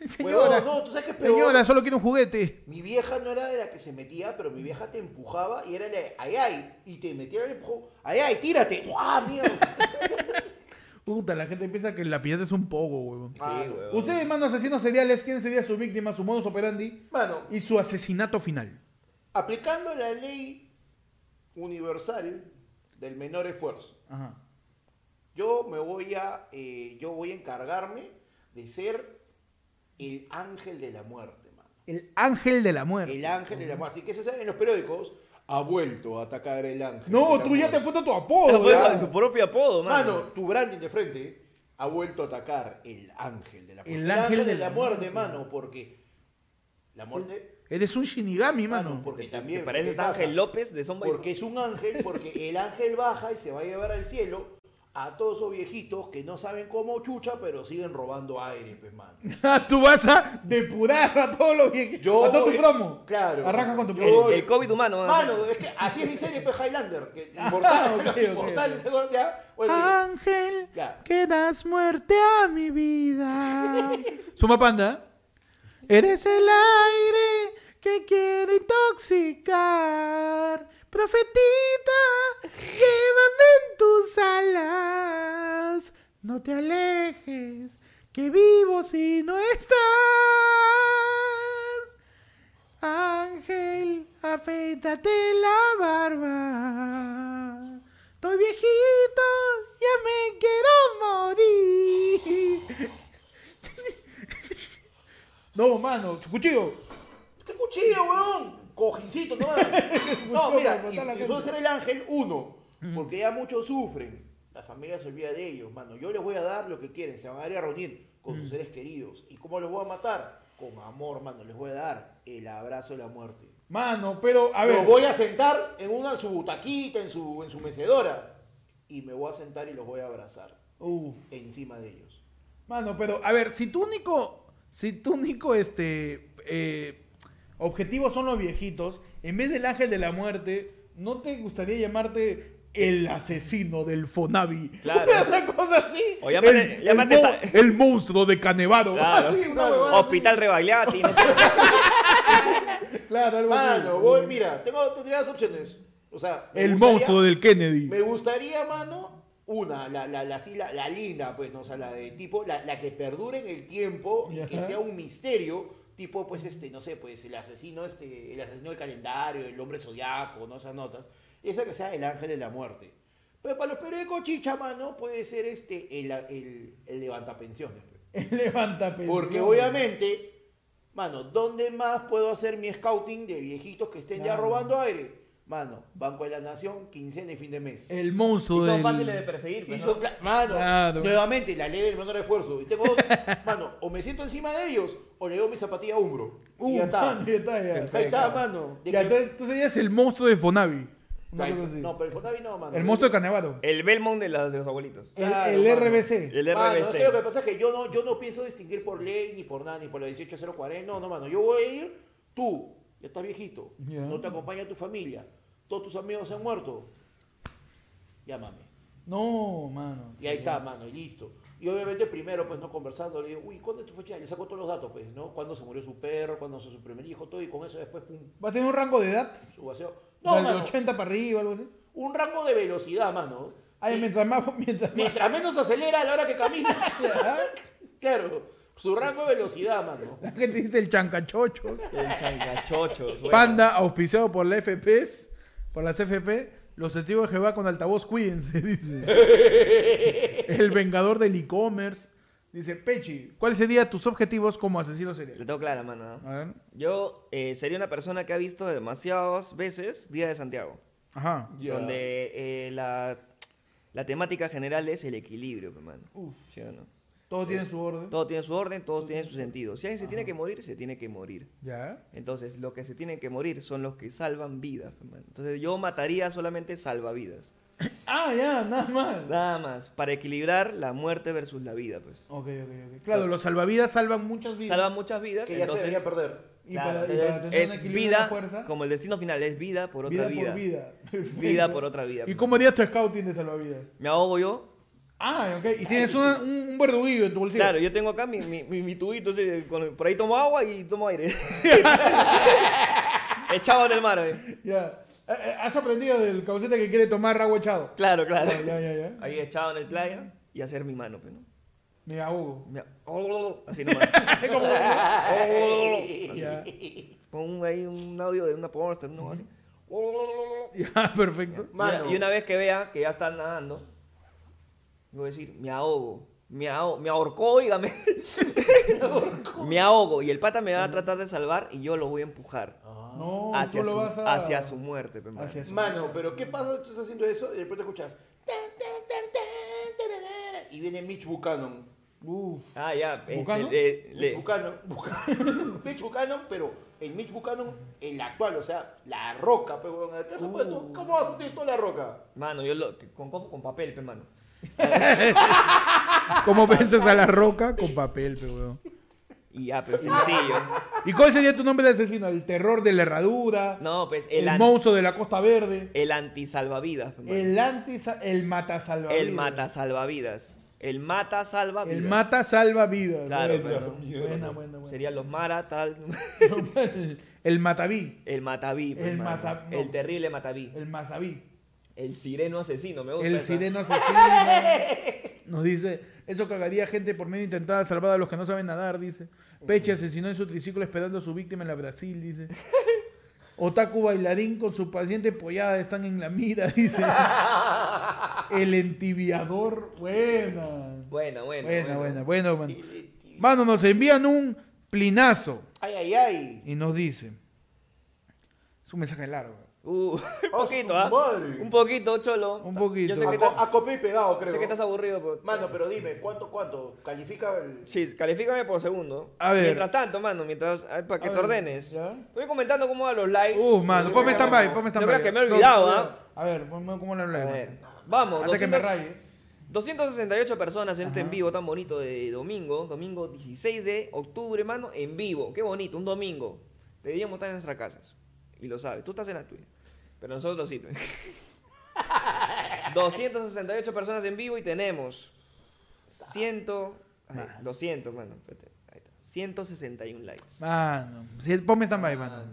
Speaker 1: Señora,
Speaker 2: Huevón, no, tú sabes que es peor.
Speaker 1: Señora, solo quiero un juguete.
Speaker 2: Mi vieja no era de la que se metía, pero mi vieja te empujaba y era de ay ay y te metía en el empujón. Ay ay, tírate.
Speaker 1: (laughs)
Speaker 2: ¡Guau, mierda!
Speaker 1: Puta, la gente piensa que la piñata es un poco, huevón.
Speaker 4: Sí, huevón.
Speaker 1: Ustedes, mano, asesinos seriales, ¿quién sería su víctima, su modus operandi
Speaker 2: Mano,
Speaker 1: y su asesinato final?
Speaker 2: aplicando la ley universal del menor esfuerzo.
Speaker 1: Ajá.
Speaker 2: Yo me voy a, eh, yo voy a encargarme de ser el ángel de la muerte, mano.
Speaker 1: El ángel de la muerte.
Speaker 2: El ángel de la muerte. Así que se sabe en los periódicos, ha vuelto a atacar el ángel. de
Speaker 1: No,
Speaker 2: la
Speaker 1: tú ya te
Speaker 2: muerte.
Speaker 1: has puesto tu
Speaker 4: Pero (laughs)
Speaker 1: apodo.
Speaker 4: fue
Speaker 1: ya.
Speaker 4: su- su propio apodo, mano.
Speaker 2: Mano, tu branding de frente ha vuelto a atacar el ángel de la muerte.
Speaker 1: El ángel
Speaker 2: de,
Speaker 1: de
Speaker 2: la
Speaker 1: la
Speaker 2: muerte, mano, porque la muerte,
Speaker 1: Eres un shinigami,
Speaker 2: mano,
Speaker 1: mano.
Speaker 2: porque
Speaker 4: ¿Te
Speaker 2: también.
Speaker 4: pareces
Speaker 2: Ah, ¿qué pasa?
Speaker 4: Ángel López de Son
Speaker 2: Porque es un ángel, porque el ángel baja y se va a llevar al cielo a todos esos viejitos que no saben cómo chucha, pero siguen robando aire, pues, mano.
Speaker 1: Ah, (laughs) Tú vas a depurar a todos los viejitos.
Speaker 2: Yo
Speaker 1: a todo
Speaker 2: voy-
Speaker 1: tu promo.
Speaker 2: claro.
Speaker 1: Arranca con tu
Speaker 2: Yo
Speaker 1: promo.
Speaker 4: El, el COVID humano, mano.
Speaker 2: Mano, es que así es mi serie, pues, Highlander.
Speaker 1: (laughs)
Speaker 2: Que inmortal,
Speaker 1: Ah, ok,
Speaker 2: los
Speaker 1: ok, Ah.
Speaker 2: inmortales, ¿te acuerdas? Ya, bueno,
Speaker 1: Ángel,
Speaker 2: Ya.
Speaker 1: que das muerte a mi vida.
Speaker 2: (laughs)
Speaker 1: Suma panda. Eres el aire que quiero intoxicar. Profetita, llévame en tus alas. No te alejes, que vivo si no estás. Ángel, afeítate la barba. Estoy viejito, ya me quiero morir. No, mano, cuchillo.
Speaker 2: ¿Qué cuchillo, weón? Cojincito, no
Speaker 1: (laughs)
Speaker 2: No, mira,
Speaker 1: para
Speaker 2: y,
Speaker 1: matar a la
Speaker 2: y
Speaker 1: gente. Mm.
Speaker 2: yo ser el ángel, uno, porque ya muchos sufren. La familia se olvida de ellos, mano. Yo les voy a dar lo que quieren, se van a ir a reunir con
Speaker 1: Mm.
Speaker 2: sus seres queridos. ¿Y cómo los voy a matar? Con amor, mano, les voy a dar el abrazo de la muerte.
Speaker 1: Mano, pero a ver.
Speaker 2: Los voy a sentar en una su butaquita, en su, en su mecedora. Y me voy a sentar y los voy a abrazar
Speaker 1: Uf,
Speaker 2: encima de ellos.
Speaker 1: Mano, pero a ver, si tu único, si tu único este eh, objetivo son los viejitos, en vez del ángel de la muerte, ¿no te gustaría llamarte el asesino del Fonavi?
Speaker 4: Claro.
Speaker 1: (laughs) Una cosa así.
Speaker 4: O llámate-
Speaker 1: el, el
Speaker 4: llámate
Speaker 1: mon-
Speaker 4: esa-
Speaker 1: el monstruo de Canevaro.
Speaker 4: Claro.
Speaker 1: Así, una huevada así.
Speaker 4: Hospital (laughs) Rebagliati, no sé.
Speaker 1: (laughs) Claro, algo así.
Speaker 2: Mano, voy, mira, tengo, tendría dos opciones. O sea, me
Speaker 1: El
Speaker 2: gustaría-
Speaker 1: monstruo del Kennedy.
Speaker 2: Me gustaría, mano, una, la, la, la, así, la, la linda, pues, ¿no? O sea, la de tipo, la, la que perdure en el tiempo y que
Speaker 1: Ajá.
Speaker 2: sea un misterio, tipo, pues, este, no sé, pues, el asesino, este, el asesino del calendario, el hombre zodiaco, ¿no? Esas notas. Esa que sea el ángel de la muerte. Pero para los periódicos chicha, mano, puede ser este, el, el, el levantapensiones.
Speaker 1: (laughs)
Speaker 2: pues.
Speaker 1: Levanta pensión.
Speaker 2: Porque obviamente, mano, ¿dónde más puedo hacer mi scouting de viejitos que estén ya
Speaker 1: Claro.
Speaker 2: robando aire? Mano, Banco de la Nación, quincena y fin de mes.
Speaker 1: El
Speaker 4: Y
Speaker 1: monstruo
Speaker 4: son
Speaker 1: del-
Speaker 4: fáciles de perseguir, pues,
Speaker 2: Y
Speaker 4: ¿no?
Speaker 2: son cla- mano,
Speaker 1: Claro.
Speaker 2: nuevamente, la ley del menor esfuerzo. Y
Speaker 1: (laughs)
Speaker 2: tengo dos, mano, o me siento encima de ellos, o le doy mi zapatilla a hombro.
Speaker 1: Uh,
Speaker 2: y
Speaker 1: (laughs)
Speaker 2: ya está.
Speaker 1: mano, ya está, ya.
Speaker 2: Ahí está, mano. De
Speaker 1: Ya,
Speaker 2: que-
Speaker 1: entonces, tú serías el monstruo de Fonavi. Una
Speaker 2: Ahí-
Speaker 1: cosa así.
Speaker 2: No, pero el Fonavi no, mano.
Speaker 1: el monstruo de Canevaro.
Speaker 4: El Belmont de, la- de los abuelitos.
Speaker 1: El,
Speaker 2: Claro,
Speaker 1: el
Speaker 2: mano.
Speaker 1: RBC.
Speaker 4: El
Speaker 2: Mano, es que lo que
Speaker 4: RBC.
Speaker 2: pasa es que yo no, yo no pienso distinguir por ley, ni por nada, ni por la 18040. No, no, mano. Yo voy a ir, tú, ya estás viejito,
Speaker 1: Ya.
Speaker 2: no te acompaña tu familia, todos tus amigos se han muerto. Llámame.
Speaker 1: No, mano.
Speaker 2: Y ahí está, mano, y listo. Y obviamente primero, pues, no conversando, le digo, uy, ¿cuándo es tu fecha? Le saco todos los datos, pues, ¿no? ¿Cuándo se murió su perro? ¿Cuándo nació su primer hijo? Todo, y con eso después, pum,
Speaker 1: ¿Va a tener un rango de edad?
Speaker 2: su vacío.
Speaker 1: No,
Speaker 2: No,
Speaker 1: de
Speaker 2: mano,
Speaker 1: 80 para arriba, algo así.
Speaker 2: un rango de velocidad, mano.
Speaker 1: Ay,
Speaker 2: Sí,
Speaker 1: mientras más. Mientras
Speaker 2: (laughs)
Speaker 1: más.
Speaker 2: Mientras menos acelera a la hora que camina. (laughs) claro, su rango de velocidad, mano.
Speaker 1: (laughs) La gente dice el chancachochos.
Speaker 4: El (laughs) changachochos. bueno.
Speaker 1: Panda, auspiciado por la FPs, por las FP. Los testigos de Jehová con altavoz, cuídense, (laughs) dice. el vengador del e-commerce. Dice, Pechi, ¿cuáles serían tus objetivos como asesino
Speaker 4: Lo
Speaker 1: serial?
Speaker 4: tengo clara, mano. ¿no?
Speaker 1: A ver.
Speaker 4: Yo eh, sería una persona que ha visto demasiadas veces Día de Santiago.
Speaker 1: Ajá.
Speaker 2: Ya.
Speaker 4: Donde eh, la, la temática general es el equilibrio, pe, mano. ¿Sí o no?
Speaker 1: Todo tiene su orden.
Speaker 4: Todo tiene su orden, todo tiene su sentido. Si alguien se tiene que morir, se tiene que morir.
Speaker 1: Ya.
Speaker 4: Entonces, los que se tienen que morir son los que salvan vidas. pe, mano. Entonces, yo mataría solamente salvavidas.
Speaker 1: Ah, ya, nada más.
Speaker 4: Nada más. Para equilibrar la muerte versus la vida, pues.
Speaker 1: Ok, ok, ok. Claro, los salvavidas salvan muchas vidas.
Speaker 4: Salvan muchas vidas.
Speaker 2: Que ya se
Speaker 4: entonces,
Speaker 2: debería perder.
Speaker 1: Y
Speaker 4: claro,
Speaker 1: para- y para
Speaker 4: es-
Speaker 1: tener un
Speaker 4: es,
Speaker 1: equilibrio y una
Speaker 4: vida,
Speaker 1: fuerza.
Speaker 4: como el destino final, es vida por otra
Speaker 1: vida,
Speaker 4: vida.
Speaker 1: por vida.
Speaker 4: Vida por otra vida.
Speaker 1: ¿Y cómo harías tu scouting de salvavidas?
Speaker 4: Me ahogo yo.
Speaker 1: Ah, ok. Y tienes una- un, un verduguillo en tu bolsillo.
Speaker 4: Claro, yo tengo acá mi, mi, mi, mi tubito, entonces, con- por ahí tomo agua y
Speaker 1: (laughs)
Speaker 4: tomo aire. Echado en el mar, eh.
Speaker 1: Ya. Eh, eh, Has aprendido del cabecete que quiere tomar agua echado.
Speaker 4: Claro, claro.
Speaker 1: Ya, ya, ya, ya.
Speaker 4: Ahí echado en el playa y hacer mi mano, pero no.
Speaker 1: Me ahogo.
Speaker 4: Me-
Speaker 1: (laughs)
Speaker 4: Así nomás.
Speaker 2: ¡Oh!
Speaker 1: Ya,
Speaker 4: Pongo ahí un audio de una pornstar, no así.
Speaker 1: ya (laughs) perfecto.
Speaker 4: Y una-
Speaker 2: Mano.
Speaker 4: Y una vez que vea que ya están nadando, yo voy a decir, me ahogo. Me, ahogo, me ahorcó, dígame. (laughs) me ahogo. Y el pata me va a tratar de salvar y yo lo voy a empujar.
Speaker 1: Ah, No,
Speaker 4: hacia,
Speaker 1: tú lo
Speaker 4: su,
Speaker 1: vas a...
Speaker 4: hacia su muerte, pe, mano.
Speaker 1: hacia su-
Speaker 2: Mano, pero ¿qué pasa? Tú estás haciendo eso y de repente escuchas. "Tan, tan, tan, tan, tararara", Y viene Mitch Buchanan.
Speaker 1: Uf.
Speaker 4: Ah, ya. este,
Speaker 1: ¿Buscando?
Speaker 4: le- le-
Speaker 2: Mitch Buchanan. (laughs) Buchanan, Mitch Buchanan, pero el Mitch Buchanan, el actual, o sea, la roca, pues, pero ¿te has puesto? ¿Cómo vas a sentir toda la roca?
Speaker 4: Mano, yo lo. que- Con, con, con papel, pe, mano.
Speaker 1: (laughs) ¿Cómo piensas a la roca? Con papel, pe, weón.
Speaker 4: Y ya, pero sencillo.
Speaker 1: ¿Y cuál sería tu nombre de asesino? El terror de la herradura.
Speaker 4: No, pues
Speaker 1: el
Speaker 4: el, an-
Speaker 1: monstruo de la Costa Verde.
Speaker 4: el antisalvavidas, pe, mano.
Speaker 1: El anti... El mata salvavidas.
Speaker 4: El mata salvavidas. El mata salvavidas.
Speaker 1: El mata salva vidas.
Speaker 4: Claro,
Speaker 1: Bueno,
Speaker 4: pero-
Speaker 1: buena, buena, buena.
Speaker 4: Serían los Mara, tal.
Speaker 1: (laughs)
Speaker 4: (laughs)
Speaker 1: El mataví.
Speaker 4: El Mataví. pues,
Speaker 1: El
Speaker 4: mano.
Speaker 1: masa- no.
Speaker 4: El terrible Mataví.
Speaker 1: El mazaví.
Speaker 4: El sireno asesino, me gusta.
Speaker 1: El
Speaker 4: esa.
Speaker 1: sireno (laughs) asesino. Nos dice, eso cagaría gente por medio intentada salvada a los que no saben nadar, dice. Peche asesinó en su triciclo esperando a su víctima en la Brasil, dice. Otaku bailarín con su paciente pollada están en la mira, (laughs) dice. El entibiador. Buena.
Speaker 4: Buena, buena.
Speaker 1: Buena, buena, buena, mano.
Speaker 2: El entibiador.
Speaker 1: Mano, nos envían un plinazo
Speaker 2: Ay, ay, ay.
Speaker 1: y nos dice. Es un mensaje largo.
Speaker 4: Uh, un
Speaker 2: ¡A su
Speaker 4: poquito, ¿ah?
Speaker 2: madre!
Speaker 4: Un poquito, cholo.
Speaker 1: Un poquito.
Speaker 4: Yo sé que,
Speaker 2: A,
Speaker 4: estás-
Speaker 2: co- a copia y pegado,
Speaker 4: sé que estás
Speaker 2: creo.
Speaker 4: aburrido. Pero...
Speaker 2: Mano, pero dime, ¿cuánto, cuánto? ¿Califica el.?
Speaker 4: Sí, califícame por segundo.
Speaker 1: A ver.
Speaker 4: Mientras tanto, mano, mientras. a ver, Para que
Speaker 1: A
Speaker 4: te
Speaker 1: ver,
Speaker 4: ordenes.
Speaker 1: ya.
Speaker 4: Estoy comentando cómo van los likes.
Speaker 1: Uh, mano, ponme stand-by, ponme
Speaker 4: No
Speaker 1: stand-by.
Speaker 4: creas que me he olvidado,
Speaker 1: A ver, ponme cómo lo
Speaker 4: A
Speaker 1: hablé.
Speaker 4: ver. Vamos,
Speaker 1: Hasta que me
Speaker 4: 200
Speaker 1: raye.
Speaker 4: 268 personas en este en vivo tan bonito de domingo, domingo 16 de octubre, mano, en vivo. Qué bonito, un domingo. Deberíamos estar en nuestras casas. Y lo sabes, tú estás en la tuya. Pero nosotros sí.
Speaker 1: (laughs)
Speaker 4: 268 personas en vivo y tenemos 100, ay, 200, bueno, espérate, ahí está. 161 likes.
Speaker 1: Mano. Sí, ponme stand-by, mano.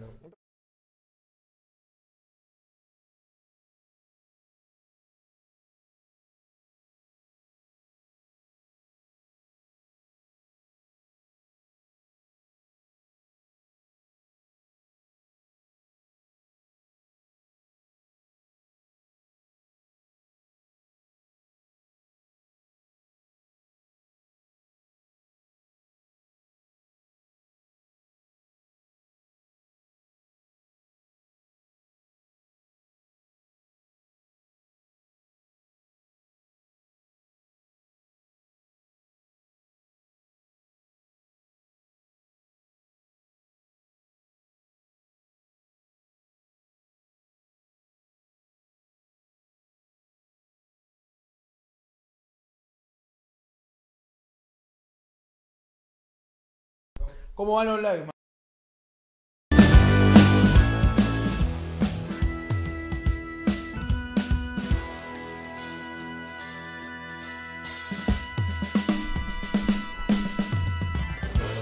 Speaker 1: ¿Cómo van los likes, mano?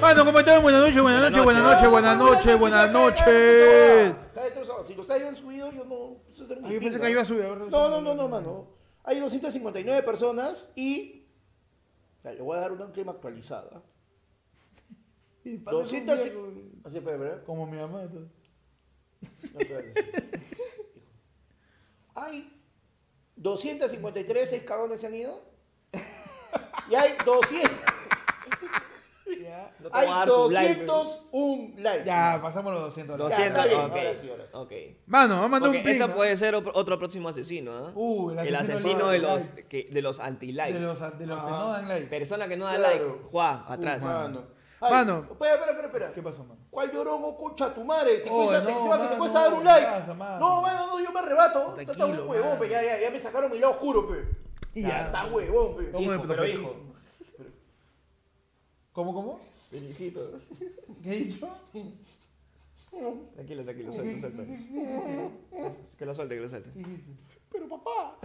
Speaker 1: Mano, ¿cómo están? Buenas noches, buenas noches, buenas noches, buenas noches, buenas noches.
Speaker 2: Cállate esa boda. Ah, Si los hayas subido, yo no. eso es de mi
Speaker 1: Ah, yo pensé
Speaker 2: pinga.
Speaker 1: que iba a subir. a ver,
Speaker 2: No, no, no, no, mano. Hay 259 personas y. Ya, le voy a dar una clima actualizada.
Speaker 1: Y pasa un
Speaker 2: 200.
Speaker 1: día
Speaker 2: Así, espera, espera.
Speaker 1: Como mi mamá. entonces.
Speaker 2: No, espera, espera. (laughs) Hay 253 seis cagones se han ido. Y hay 200.
Speaker 1: Ya,
Speaker 4: (laughs) No te voy a
Speaker 2: Hay
Speaker 4: dar tu like, pero-
Speaker 2: 201 likes.
Speaker 1: ya pasamos los 200. likes.
Speaker 4: 200,
Speaker 2: está bien,
Speaker 4: ok.
Speaker 2: ahora sí, ahora sí.
Speaker 4: ok.
Speaker 1: Mano, vamos a mandar
Speaker 4: Ok,
Speaker 1: un
Speaker 4: esa
Speaker 1: ping, ¿ah?
Speaker 4: puede ser otro, otro próximo asesino, ¿ah?
Speaker 1: Uh, el
Speaker 4: el
Speaker 1: asesino
Speaker 4: asesino
Speaker 1: no
Speaker 4: de
Speaker 1: da
Speaker 4: los,
Speaker 1: like.
Speaker 4: que- de los anti-likes.
Speaker 1: De los, de los que
Speaker 2: Ah.
Speaker 1: no dan like.
Speaker 4: Persona que no da
Speaker 2: Claro.
Speaker 4: like, Juan, atrás.
Speaker 2: Mano. Ay,
Speaker 1: Mano.
Speaker 2: Espera, espera, espera, espera.
Speaker 1: ¿Qué pasó, mano?
Speaker 2: ¿Cuál llorón o concha tu madre? Te,
Speaker 1: Oh,
Speaker 2: cuesta,
Speaker 1: no,
Speaker 2: te, encima que te
Speaker 1: mano,
Speaker 2: cuesta dar un like.
Speaker 1: pasa, mano.
Speaker 2: no, mano, no, yo me arrebato. Está,
Speaker 4: Tranquilo,
Speaker 2: un huevón,
Speaker 4: mano.
Speaker 2: pe, ya, ya, ya me sacaron mi lado oscuro, pe.
Speaker 1: Y ya.
Speaker 2: Está huevón, pe.
Speaker 1: ¿Cómo
Speaker 4: Hijo,
Speaker 1: el
Speaker 4: pero
Speaker 1: profeta?
Speaker 4: hijo.
Speaker 1: ¿Cómo, cómo?
Speaker 2: El hijito.
Speaker 1: ¿Qué he dicho?
Speaker 4: Tranquilo, tranquilo, suelta, suelta. Que lo suelte, que lo suelte.
Speaker 2: Pero papá.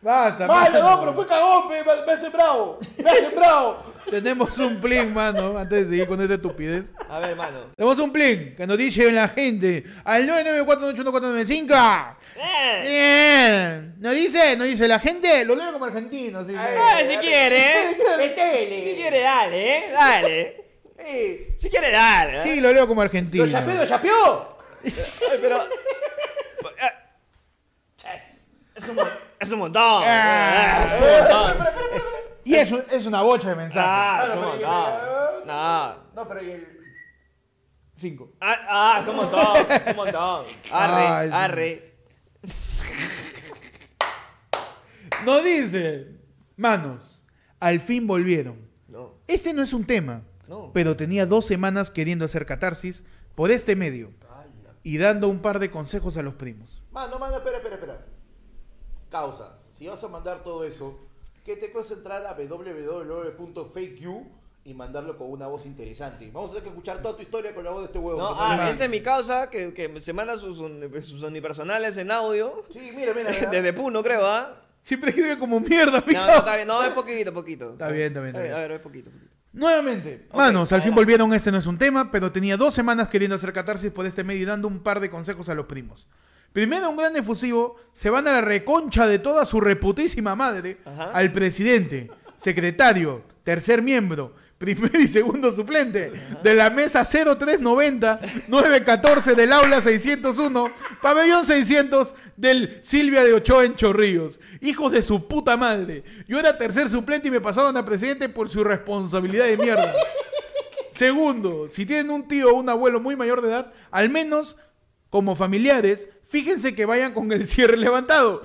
Speaker 1: Basta,
Speaker 2: Mano,
Speaker 1: mano.
Speaker 2: no, pero fue cagón, pe. Me, me ha sembrado. Me ha sembrado.
Speaker 1: Tenemos un plin, mano, antes de seguir con esta estupidez.
Speaker 4: A ver, mano.
Speaker 1: Tenemos un plin que nos dice la gente al 994-981-495.
Speaker 4: ¡Eh!
Speaker 1: Bien. Nos dice, nos dice la gente, lo leo como argentino. así,
Speaker 2: Ay,
Speaker 1: ¿no?
Speaker 4: Ah, si quiere, ¿eh?
Speaker 2: Metele.
Speaker 4: Si quiere, dale, ¿eh? Dale.
Speaker 2: Este, Eh,
Speaker 4: Si quiere, dale. ¿eh?
Speaker 1: Sí, lo leo como
Speaker 2: Lo
Speaker 1: argentino.
Speaker 2: chapeó, lo chapeó.
Speaker 4: Ay, pero. Ah, Es un, mon- es un montón.
Speaker 1: Ah.
Speaker 4: Es un montón.
Speaker 1: Y es, un- es una bocha de mensajes.
Speaker 4: Ah, es un montón. No.
Speaker 2: No, pero y el.
Speaker 1: Cinco.
Speaker 4: Ah, ah, es un montón, es un montón. Arre,
Speaker 1: Ay, sí.
Speaker 4: arre.
Speaker 1: Nos dice, manos, al fin volvieron.
Speaker 4: No.
Speaker 1: Este no es un tema,
Speaker 4: No.
Speaker 1: pero tenía dos semanas queriendo hacer catarsis por este medio y dando un par de consejos a los primos.
Speaker 2: Mano, mano, espera, espera, espera. Causa, si vas a mandar todo eso, que te puedes entrar a www.fakeyou y mandarlo con una voz interesante. Vamos a tener que escuchar toda tu historia con la voz de este huevo.
Speaker 4: No, ah, esa es mi causa, que, que se manda sus, un- sus unipersonales en audio.
Speaker 2: Sí, mira,
Speaker 4: (laughs)
Speaker 2: mira. mira.
Speaker 4: ah. Desde Puno, creo, ¿ah?
Speaker 1: Siempre escribe como mierda, (laughs) mi
Speaker 4: No, no,
Speaker 1: causa.
Speaker 4: está bien, no, es poquito, poquito.
Speaker 1: Está bien, está bien, está
Speaker 4: A ver,
Speaker 1: bien.
Speaker 4: A ver, es poquito, poquito.
Speaker 1: Nuevamente, manos, al fin
Speaker 4: adelante.
Speaker 1: volvieron, este no es un tema, pero tenía dos semanas queriendo hacer catarsis por este medio y dando un par de consejos a los primos. Primero, un gran efusivo, se van a la reconcha de toda su reputísima madre,
Speaker 4: Ajá.
Speaker 1: al presidente, secretario, tercer miembro, primer y segundo suplente, de la mesa 0390-914 del aula 601, pabellón 600 del Silvia de Ochoa en Chorrillos. Hijos de su puta madre. Yo era tercer suplente y me pasaron a presidente por su responsabilidad de mierda. Segundo, si tienen un tío o un abuelo muy mayor de edad, al menos como familiares, fíjense que vayan con el cierre levantado.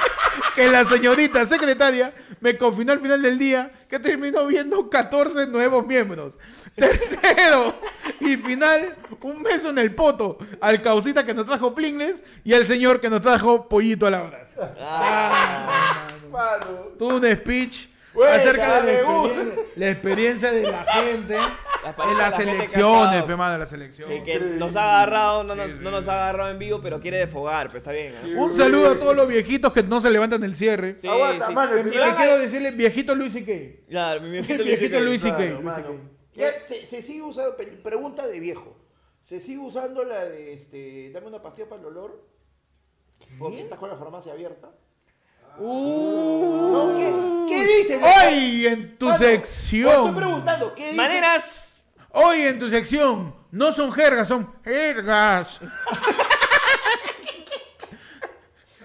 Speaker 1: (laughs) que la señorita secretaria me confinó al final del día que terminó viendo 14 nuevos miembros. (laughs) Tercero y final, un beso en el poto al causita que nos trajo Plingles y al señor que nos trajo pollito a la brasa.
Speaker 2: Mano.
Speaker 1: Tuvo un speech
Speaker 2: Güey,
Speaker 1: acerca de la
Speaker 2: dale un.
Speaker 1: experiencia, la experiencia de la gente en
Speaker 4: pareja de la
Speaker 1: las
Speaker 4: gente que ha
Speaker 1: elecciones,
Speaker 4: estado.
Speaker 1: pe mano, en las elecciones.
Speaker 4: Que, que nos ha agarrado, no nos, no nos ha agarrado en vivo, pero quiere desfogar, pero está bien. ¿ah?
Speaker 1: Un saludo a todos los viejitos que no se levantan el cierre.
Speaker 4: Sí,
Speaker 2: Aguanta,
Speaker 4: sí.
Speaker 2: mano,
Speaker 1: Pero
Speaker 2: si
Speaker 1: yo
Speaker 2: van
Speaker 1: le
Speaker 2: a-
Speaker 1: quiero decirle viejito Luis y qué.
Speaker 4: Claro, mi viejito Luis
Speaker 1: Viejito
Speaker 4: Enrique.
Speaker 1: Luis y qué.
Speaker 2: Claro, mano. Ya, se, se sigue usando, pe- pregunta de viejo. ¿Se sigue usando la de este, dame una pastilla para el olor? Porque estás con la farmacia abierta. No, ¿qué, ¿Qué dice?
Speaker 1: Uh. Hoy en tu
Speaker 2: Mano, Ah, Estoy
Speaker 1: sección.
Speaker 2: preguntando, ¿qué dice?
Speaker 4: Maneras.
Speaker 1: Hoy en tu sección. No son jergas, son jergas.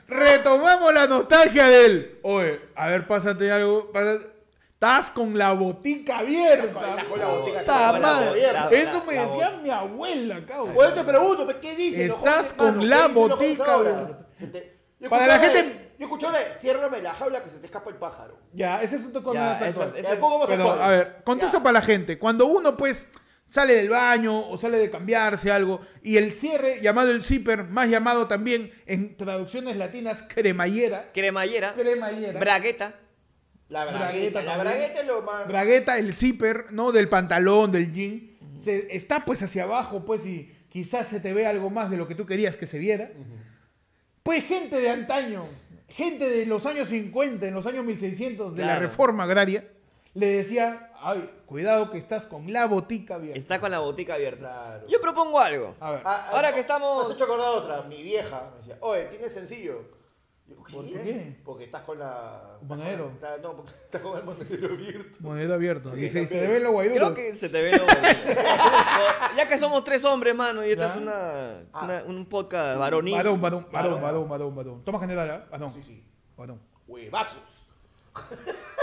Speaker 1: Retomamos la nostalgia del. Oye, a ver, pásate algo. pásate- Estás con la botica abierta.
Speaker 2: Estás con la botica
Speaker 1: Puta
Speaker 2: abierta.
Speaker 1: madre.
Speaker 2: La bo-
Speaker 4: la-
Speaker 1: Eso me
Speaker 4: la bo-
Speaker 1: decía mi abuela, cabrón.
Speaker 2: Oye, te pregunto, pe, ¿qué dice? los
Speaker 1: Estás
Speaker 2: jóvenes,
Speaker 1: con
Speaker 2: mano? ¿Qué
Speaker 1: la
Speaker 2: dicen los jóvenes
Speaker 1: botica,
Speaker 2: ahora?
Speaker 1: bro.
Speaker 2: Se te- yo
Speaker 1: Para la
Speaker 2: escuchaba de-
Speaker 1: gente-
Speaker 2: Yo escuchaba de, ciérrame la jaula que se te escapa el pájaro.
Speaker 1: Ya, ese es un toque
Speaker 4: Ya,
Speaker 1: más
Speaker 4: esas-
Speaker 1: actual.
Speaker 4: esas-
Speaker 2: Ya, ¿cómo vas a
Speaker 1: Pero,
Speaker 2: actuar?
Speaker 1: a ver, contexto
Speaker 2: Ya.
Speaker 1: para la gente. Cuando uno, pues, sale del baño o sale de cambiarse algo, y el cierre, llamado el zipper, más llamado también en traducciones latinas cremallera,
Speaker 4: Cremallera.
Speaker 1: cremallera,
Speaker 4: Bragueta.
Speaker 2: La
Speaker 1: Bragueta
Speaker 2: bragueta. La
Speaker 1: también.
Speaker 2: bragueta es lo más.
Speaker 1: bragueta, el zipper, ¿no? Del pantalón, del jean, se, está pues hacia abajo, pues, y quizás se te ve algo más de lo que tú querías que se viera. Pues gente de antaño, gente de los años 50, en los años 1600, de la
Speaker 4: Claro.
Speaker 1: reforma agraria, le decía, ay, cuidado que estás con la botica abierta.
Speaker 4: Está con la botica abierta.
Speaker 2: Claro.
Speaker 4: Yo propongo algo.
Speaker 1: A ver.
Speaker 2: Ah, ah,
Speaker 4: Ahora
Speaker 2: no,
Speaker 4: que estamos-
Speaker 2: Me has hecho acordar otra. Mi vieja me decía, oye, tienes sencillo. Yo,
Speaker 1: ¿Por qué?
Speaker 2: Porque estás con la.
Speaker 1: ¿Un monedero?
Speaker 2: estás con la- no, porque (laughs) estás con el monedero abierto.
Speaker 1: Monedero abierto.
Speaker 2: Sí,
Speaker 1: Dice,
Speaker 2: también.
Speaker 1: te ven los guayduros.
Speaker 4: Creo que se te ve
Speaker 1: (laughs)
Speaker 4: lo Ya que somos tres hombres, mano, y esta
Speaker 1: Ya.
Speaker 4: es una,
Speaker 2: Ah.
Speaker 4: una- un podcast varonil.
Speaker 1: Varón, varón, varón, varón, varón, varón. Toma general, ¿ah? Varón.
Speaker 2: Sí, sí.
Speaker 1: Varón.
Speaker 2: Huevazos.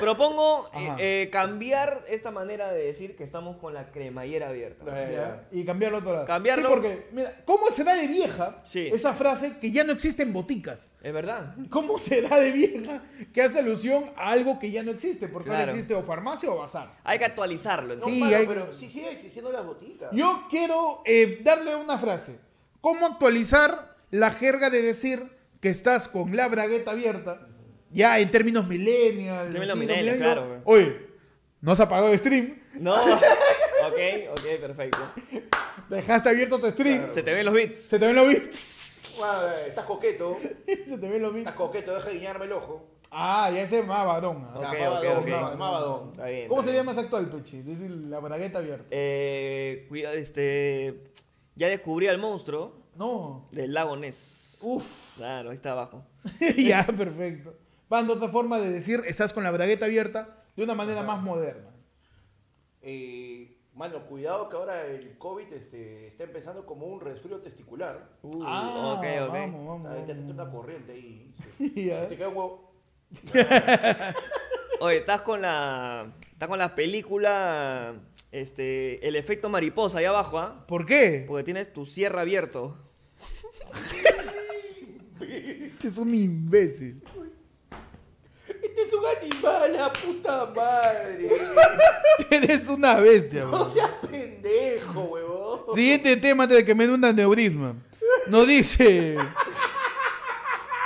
Speaker 4: Propongo
Speaker 1: Ajá.
Speaker 4: eh, eh, cambiar esta manera de decir que estamos con la cremallera abierta.
Speaker 2: Ya.
Speaker 1: Y cambiarlo a otro lado.
Speaker 4: Eh, Cambiarlo.
Speaker 1: Sí, porque, mira, ¿cómo se da de vieja
Speaker 4: Sí.
Speaker 1: esa frase que ya no existen boticas?
Speaker 4: Es verdad.
Speaker 1: ¿Cómo se da de vieja que hace alusión a algo que ya no existe? Porque ahora
Speaker 4: Claro.
Speaker 1: existe o farmacia o bazar.
Speaker 4: Hay que actualizarlo.
Speaker 2: No,
Speaker 4: entonces.
Speaker 1: Sí,
Speaker 2: mano,
Speaker 1: hay-
Speaker 2: pero sí sigue existiendo las boticas.
Speaker 1: Yo quiero eh, darle una frase. ¿Cómo actualizar la jerga de decir que estás con la bragueta abierta? Ya en términos millennials. así,
Speaker 4: Términos
Speaker 1: los millennials.
Speaker 4: millennials, claro, güey.
Speaker 1: Oye, no se apagó el stream.
Speaker 4: No. ok, ok, perfecto.
Speaker 1: Dejaste abierto tu stream.
Speaker 4: Se te ven los bits.
Speaker 1: Se te ven los bits.
Speaker 2: Bueno, eh, estás coqueto.
Speaker 1: (laughs) se te ven los bits.
Speaker 2: Estás coqueto, deja de guiñarme el ojo.
Speaker 1: Ah, ya ese es más varón. ah.
Speaker 4: Ok,
Speaker 2: Ya,
Speaker 4: ok,
Speaker 2: babadón,
Speaker 4: ok.
Speaker 2: babadón, babadón.
Speaker 4: Está bien.
Speaker 1: ¿Cómo
Speaker 4: está
Speaker 1: sería
Speaker 4: bien.
Speaker 1: más actual, Pechi? Decir la bragueta abierta.
Speaker 4: Eh, cuida, este. Ya descubrí al monstruo
Speaker 1: No.
Speaker 4: del lago Ness.
Speaker 1: Uf.
Speaker 4: Claro, ahí está abajo.
Speaker 1: (laughs) ya, perfecto. Van de otra forma de decir estás con la bragueta abierta de una manera más moderna.
Speaker 2: Eh, mano, cuidado que ahora el COVID este, está empezando como un resfrío testicular.
Speaker 4: Uh, ok, ok.
Speaker 1: Ah, Vamos, vamos.
Speaker 2: Hay que
Speaker 1: vamos.
Speaker 2: atender una
Speaker 1: (laughs)
Speaker 2: corriente ahí. Se,
Speaker 1: Ya.
Speaker 2: se te cae un huevo.
Speaker 4: Oye, estás con la. Estás con la película. Este. El efecto mariposa ahí abajo, ¿ah?
Speaker 1: ¿Por qué?
Speaker 4: Porque tienes tu cierre abierto.
Speaker 1: Este es un imbécil. (laughs)
Speaker 2: Este es un animal, la puta
Speaker 1: (laughs)
Speaker 2: madre.
Speaker 1: Eres una bestia,
Speaker 2: No
Speaker 4: (laughs)
Speaker 1: bro.
Speaker 2: seas pendejo, huevón.
Speaker 1: Siguiente tema antes de que me dé un aneurisma. Nos
Speaker 4: (laughs)
Speaker 1: dice.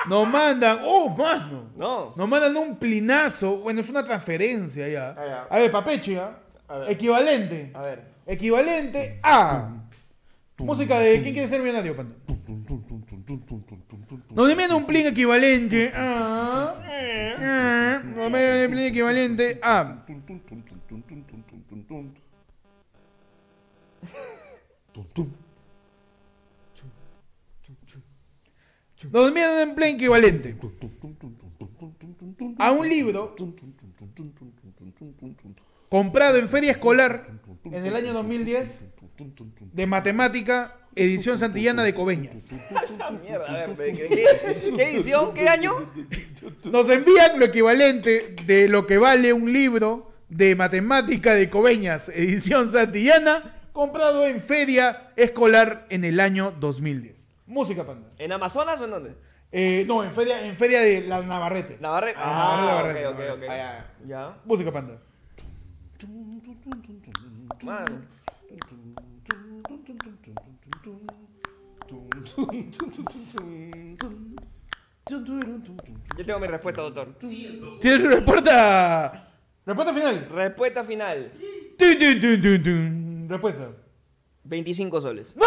Speaker 1: Nos mandan. ¡Oh, mano!
Speaker 4: No.
Speaker 1: Nos mandan un plinazo. Bueno, es una transferencia ya.
Speaker 2: Ah, ya.
Speaker 1: A ver, papeche, ¿ya?
Speaker 2: A ver.
Speaker 1: Equivalente.
Speaker 4: A ver.
Speaker 1: Equivalente a. Música de ¿Quién quiere ser millonario, panda? Nos envían un plin equivalente a. a- Nos envían un plin equivalente a. Nos envían un plin equivalente a un libro comprado en feria escolar en el año 2010 de matemática edición Santillana de
Speaker 4: (laughs)
Speaker 1: Coveñas.
Speaker 4: Mierda, a ver. ¿de ¿Qué, qué, qué edición? ¿Qué año?
Speaker 1: Nos envían lo equivalente de lo que vale un libro de matemática de Coveñas edición Santillana comprado en feria escolar en el año 2010. Música panda.
Speaker 4: ¿En Amazonas o en dónde?
Speaker 1: Eh, no, en feria, en feria de la Navarrete.
Speaker 4: Navarrete.
Speaker 1: Ah,
Speaker 4: Ah,
Speaker 1: Navarrete,
Speaker 4: ok, ok, ok.
Speaker 2: Ah, ya.
Speaker 4: Ya.
Speaker 1: Música panda.
Speaker 4: Mano. Yo tengo mi respuesta, doctor.
Speaker 1: Tiene respuesta. Respuesta final.
Speaker 4: Respuesta final.
Speaker 1: Tun, tun, tun, tun, tun. Respuesta.
Speaker 4: 25 soles.
Speaker 1: ¡No!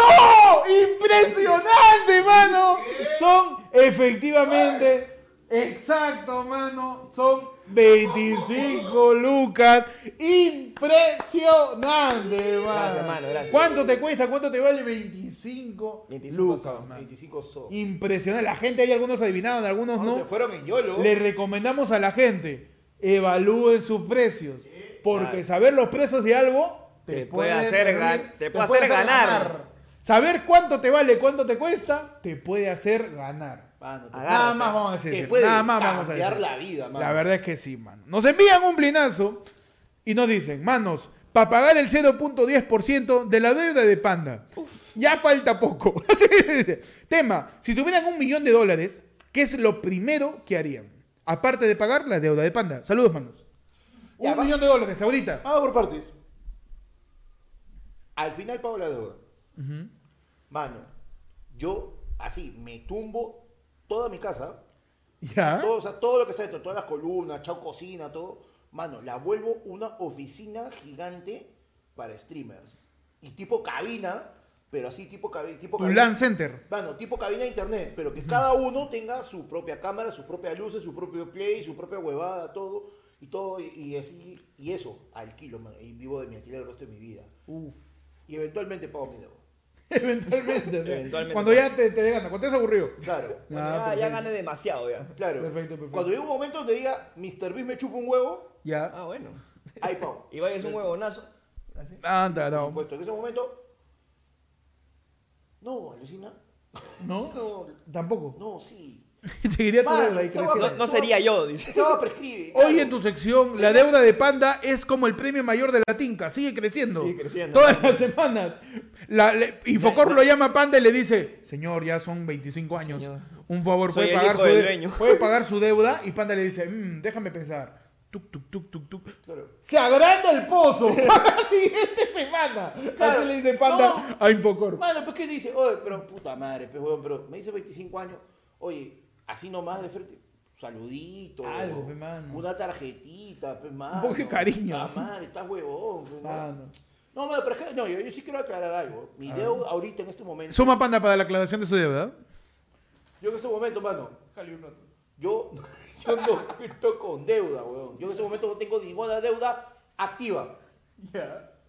Speaker 1: ¡Impresionante, mano! Son efectivamente. Exacto, mano. Son 25 lucas. Impresionante, mano.
Speaker 4: Gracias, mano, gracias.
Speaker 1: ¿Cuánto te cuesta? ¿Cuánto te vale 25,
Speaker 4: 25
Speaker 1: lucas,
Speaker 4: son.
Speaker 1: mano?
Speaker 2: 25 so.
Speaker 1: Impresionante. La gente, hay algunos adivinaron, algunos
Speaker 2: No,
Speaker 1: no.
Speaker 2: Se fueron en YOLO.
Speaker 1: Le recomendamos a la gente, evalúen sus precios. Porque
Speaker 4: Claro.
Speaker 1: saber los precios de algo
Speaker 4: Te puede hacer
Speaker 1: servir,
Speaker 4: gan- te puede hacer ganar.
Speaker 1: Saber cuánto te vale, cuánto te cuesta, te puede hacer ganar.
Speaker 2: Mano, te-
Speaker 4: Agárrate.
Speaker 1: Nada más vamos a
Speaker 2: te
Speaker 1: decir.
Speaker 2: puede
Speaker 1: Nada más vamos a
Speaker 2: cambiar
Speaker 1: decir.
Speaker 2: la vida, mano.
Speaker 1: La verdad es que sí, mano. Nos envían un plinazo y nos dicen, manos, para pagar el 0.10% de la deuda de Panda. Ya falta poco. (laughs) Tema, si tuvieran un millón de dólares, ¿qué es lo primero que harían? Aparte de pagar la deuda de Panda. Saludos, manos.
Speaker 2: Ya,
Speaker 1: un
Speaker 2: va-
Speaker 1: millón de dólares, ahorita.
Speaker 2: Vamos por partes. Al final pago la deuda. Mano, yo así me tumbo toda mi casa,
Speaker 1: Ya.
Speaker 2: todo, o sea, todo lo que está dentro, todas las columnas, chao cocina, todo. Mano, la vuelvo una oficina gigante para streamers. Y tipo cabina, pero así tipo cabina. Tipo
Speaker 1: Tu
Speaker 2: cabina-
Speaker 1: LAN
Speaker 2: (laughs)
Speaker 1: Center.
Speaker 2: Mano, tipo cabina de internet, pero que cada uno tenga su propia cámara, sus propias luces, su propio play, su propia huevada, todo. Y todo, y, y así, y eso, alquilo, man, y vivo de mi alquiler el resto de mi vida. Y eventualmente pago mi deuda.
Speaker 1: Eventualmente. o sea,
Speaker 4: Eventualmente. pues
Speaker 1: Cuando ya te, te dé gana, cuando estés aburrido.
Speaker 2: Claro,
Speaker 4: Bueno,
Speaker 1: Ah,
Speaker 4: ya, ya
Speaker 1: perfecto.
Speaker 4: gané demasiado ya.
Speaker 1: (laughs)
Speaker 2: claro.
Speaker 1: Perfecto, perfecto.
Speaker 2: Cuando llegue un momento donde diga, Mr. Beast me chupa un huevo,
Speaker 1: Ya.
Speaker 4: Ah, bueno.
Speaker 2: ahí
Speaker 1: (laughs)
Speaker 2: pago.
Speaker 4: Ibai es un huevonazo. Así.
Speaker 1: Anda,
Speaker 2: Por
Speaker 1: no.
Speaker 2: supuesto, en ese momento. No, alucina.
Speaker 1: ¿No?
Speaker 2: No,
Speaker 1: Tampoco.
Speaker 2: no, sí.
Speaker 1: (laughs) Te quería
Speaker 2: Mano,
Speaker 1: tenerla ahí
Speaker 2: esa hueá
Speaker 1: creciendo.
Speaker 4: No, no sería yo, dice.
Speaker 2: Esa va prescribe.
Speaker 1: Hoy
Speaker 2: claro.
Speaker 1: en tu sección, la deuda de Panda es como el premio mayor de la tinca. Sigue creciendo.
Speaker 4: Sigue creciendo.
Speaker 1: Todas las semanas. La, le- Infocor lo llama a Panda y le dice, señor, ya son 25 años.
Speaker 4: Señor.
Speaker 1: Un favor,
Speaker 4: Soy
Speaker 1: puede
Speaker 4: el
Speaker 1: pagar,
Speaker 4: hijo
Speaker 1: su
Speaker 4: del
Speaker 1: de-
Speaker 4: dueño". (laughs)
Speaker 1: puede pagar su deuda. Y Panda le dice, "Mm, déjame pensar. Tuk, tuk, tuk, tuk, tuk.
Speaker 2: Claro.
Speaker 1: Se agranda el pozo (laughs) para la siguiente semana.
Speaker 2: Claro.
Speaker 1: Así le dice Panda
Speaker 2: No.
Speaker 1: a Infocor.
Speaker 2: Mano, pues que dice, oye, pero puta madre, pues weón, pero me dice 25 años, oye, así nomás de frente, saludito,
Speaker 1: Algo, pe, mano.
Speaker 2: una tarjetita, pues mano.
Speaker 1: poco de cariño. Ah,
Speaker 2: Puta madre, estás huevón, pues,
Speaker 4: Ah,
Speaker 1: Mano.
Speaker 2: No, mano, pero es que, no, yo, yo sí quiero aclarar algo. Mi deuda ahorita en este momento,
Speaker 1: Suma Panda para la aclaración de su deuda.
Speaker 2: yo en este momento, mano, yo, yo no cuento con deuda, weón. Yo en este momento no tengo ninguna deuda activa.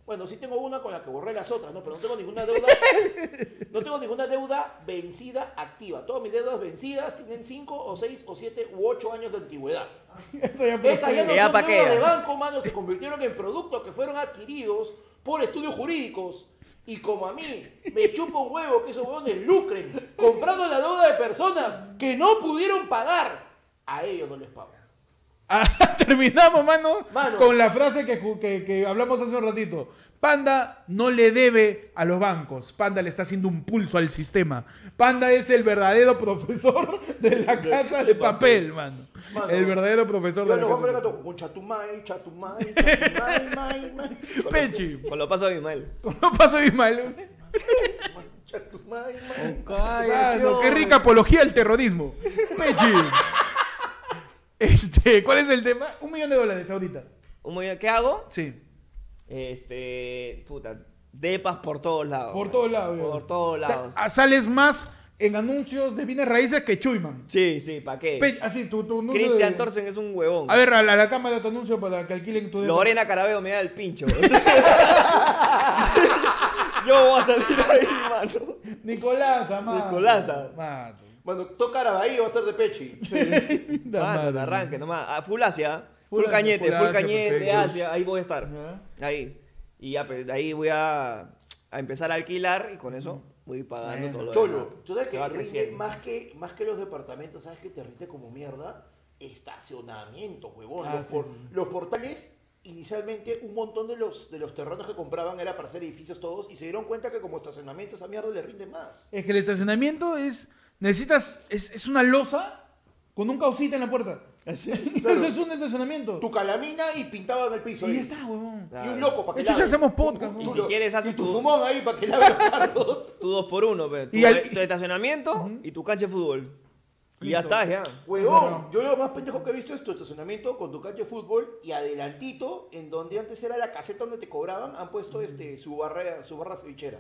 Speaker 2: Bueno, sí tengo una con la que borré las otras, ¿no? Pero no tengo ninguna deuda. no tengo ninguna deuda vencida activa. Todas mis deudas vencidas tienen 5 o 6 o 7 u 8 años de antigüedad.
Speaker 1: Eso ya puede
Speaker 2: Esas ya no
Speaker 4: Ya
Speaker 2: son
Speaker 4: pa' qué,
Speaker 2: deudas de
Speaker 4: ya.
Speaker 2: banco, mano, se convirtieron en productos que fueron adquiridos por estudios jurídicos. Y como a mí me chupa un huevo que esos huevones lucren comprando la deuda de personas que no pudieron pagar, a ellos no les pago.
Speaker 1: Ah, (laughs) Terminamos, mano,
Speaker 2: Mano.
Speaker 1: con la frase que, ju- que- que hablamos hace un ratito. Panda no le debe a los bancos. Panda le está haciendo un pulso al sistema. Panda es el verdadero (laughs) profesor de la casa de, papel, mano.
Speaker 2: Mano.
Speaker 1: El verdadero profesor
Speaker 2: Yo
Speaker 1: de la
Speaker 2: los
Speaker 1: casa
Speaker 2: hombres
Speaker 1: de papel.
Speaker 2: gato con chatumay, chatumay, (laughs) chatumay, may, may.
Speaker 1: Pechi.
Speaker 4: Con lo paso de mi mal.
Speaker 1: (laughs) No pasa Ismael.
Speaker 2: Chatumay, may, may.
Speaker 1: Mano, qué rica apología al terrorismo. (laughs) Pechi. Este, ¿cuál es el tema? Un millón de dólares ahorita.
Speaker 4: Un millón- ¿Qué hago?
Speaker 1: Sí.
Speaker 4: Este. Puta. Depas por todos lados.
Speaker 1: Por
Speaker 4: man.
Speaker 1: todos lados.
Speaker 4: Por
Speaker 1: weón.
Speaker 4: todos lados.
Speaker 1: Ah, Sales más en anuncios de bienes raíces que Chuyman.
Speaker 4: Sí, sí, ¿para qué?
Speaker 1: Pe- así, tu, tu anuncio
Speaker 4: Eh, Cristian
Speaker 1: de-
Speaker 4: Torsen es un huevón.
Speaker 1: A ver, a la, a la cámara tu anuncio para que alquilen tu depa.
Speaker 4: Lorena Carabeo me da el pincho. (laughs) Yo voy a salir ahí, mano.
Speaker 1: Nicolasa, mano.
Speaker 4: Nicolasa.
Speaker 1: Mano.
Speaker 2: Bueno, tocar a Bahía va a ser de Pechi.
Speaker 1: (laughs) La
Speaker 4: Mano,
Speaker 1: madre.
Speaker 4: de arranque nomás. Ah, full Asia. Full,
Speaker 1: Full Asia,
Speaker 4: cañete,
Speaker 1: full
Speaker 4: full
Speaker 1: Asia,
Speaker 4: cañete,
Speaker 1: perfecto.
Speaker 4: Asia. Ahí voy a estar.
Speaker 1: Ajá.
Speaker 4: Ahí. Y ya, pues, de ahí voy a, a empezar a alquilar y con
Speaker 1: Mm.
Speaker 4: eso voy pagando todo lo
Speaker 2: Cholo,
Speaker 4: demás.
Speaker 2: tú sabes
Speaker 4: Se
Speaker 2: que
Speaker 4: va
Speaker 2: rinde
Speaker 4: creciendo.
Speaker 2: más que, más que los departamentos, ¿sabes que te rinde como mierda? Estacionamiento, huevón.
Speaker 1: Ah,
Speaker 2: los,
Speaker 1: sí,
Speaker 2: por-
Speaker 1: sí.
Speaker 2: los portales, inicialmente, un montón de los, de los terrenos que compraban era para hacer edificios todos y se dieron cuenta que como estacionamiento esa mierda le rinde más.
Speaker 1: Es que el estacionamiento es necesitas. Es, es una losa con un caucita en la puerta. (laughs)
Speaker 4: Ah,
Speaker 1: Eso es un estacionamiento.
Speaker 2: Tu calamina y pintaba en el piso.
Speaker 1: Y ya
Speaker 2: ahí.
Speaker 1: está, huevón.
Speaker 2: Y un loco para
Speaker 1: De
Speaker 2: que
Speaker 1: hecho, ya
Speaker 2: lave.
Speaker 1: hacemos podcast, ¿no?
Speaker 2: Un- tú
Speaker 4: Y si
Speaker 2: lo-
Speaker 4: quieres, haces
Speaker 2: y tu
Speaker 4: tu-
Speaker 2: fumón ahí para que lave los carros.
Speaker 4: Tu dos por uno, pe. Tu,
Speaker 1: Y al-
Speaker 4: tu estacionamiento y tu cancha de fútbol. Y ya
Speaker 1: Listo.
Speaker 4: está, ya.
Speaker 2: Huevón, yo lo más pendejo que he visto es tu estacionamiento con tu cancha de fútbol y adelantito, en donde antes era la caseta donde te cobraban, han puesto este su barra, su barra cevichera.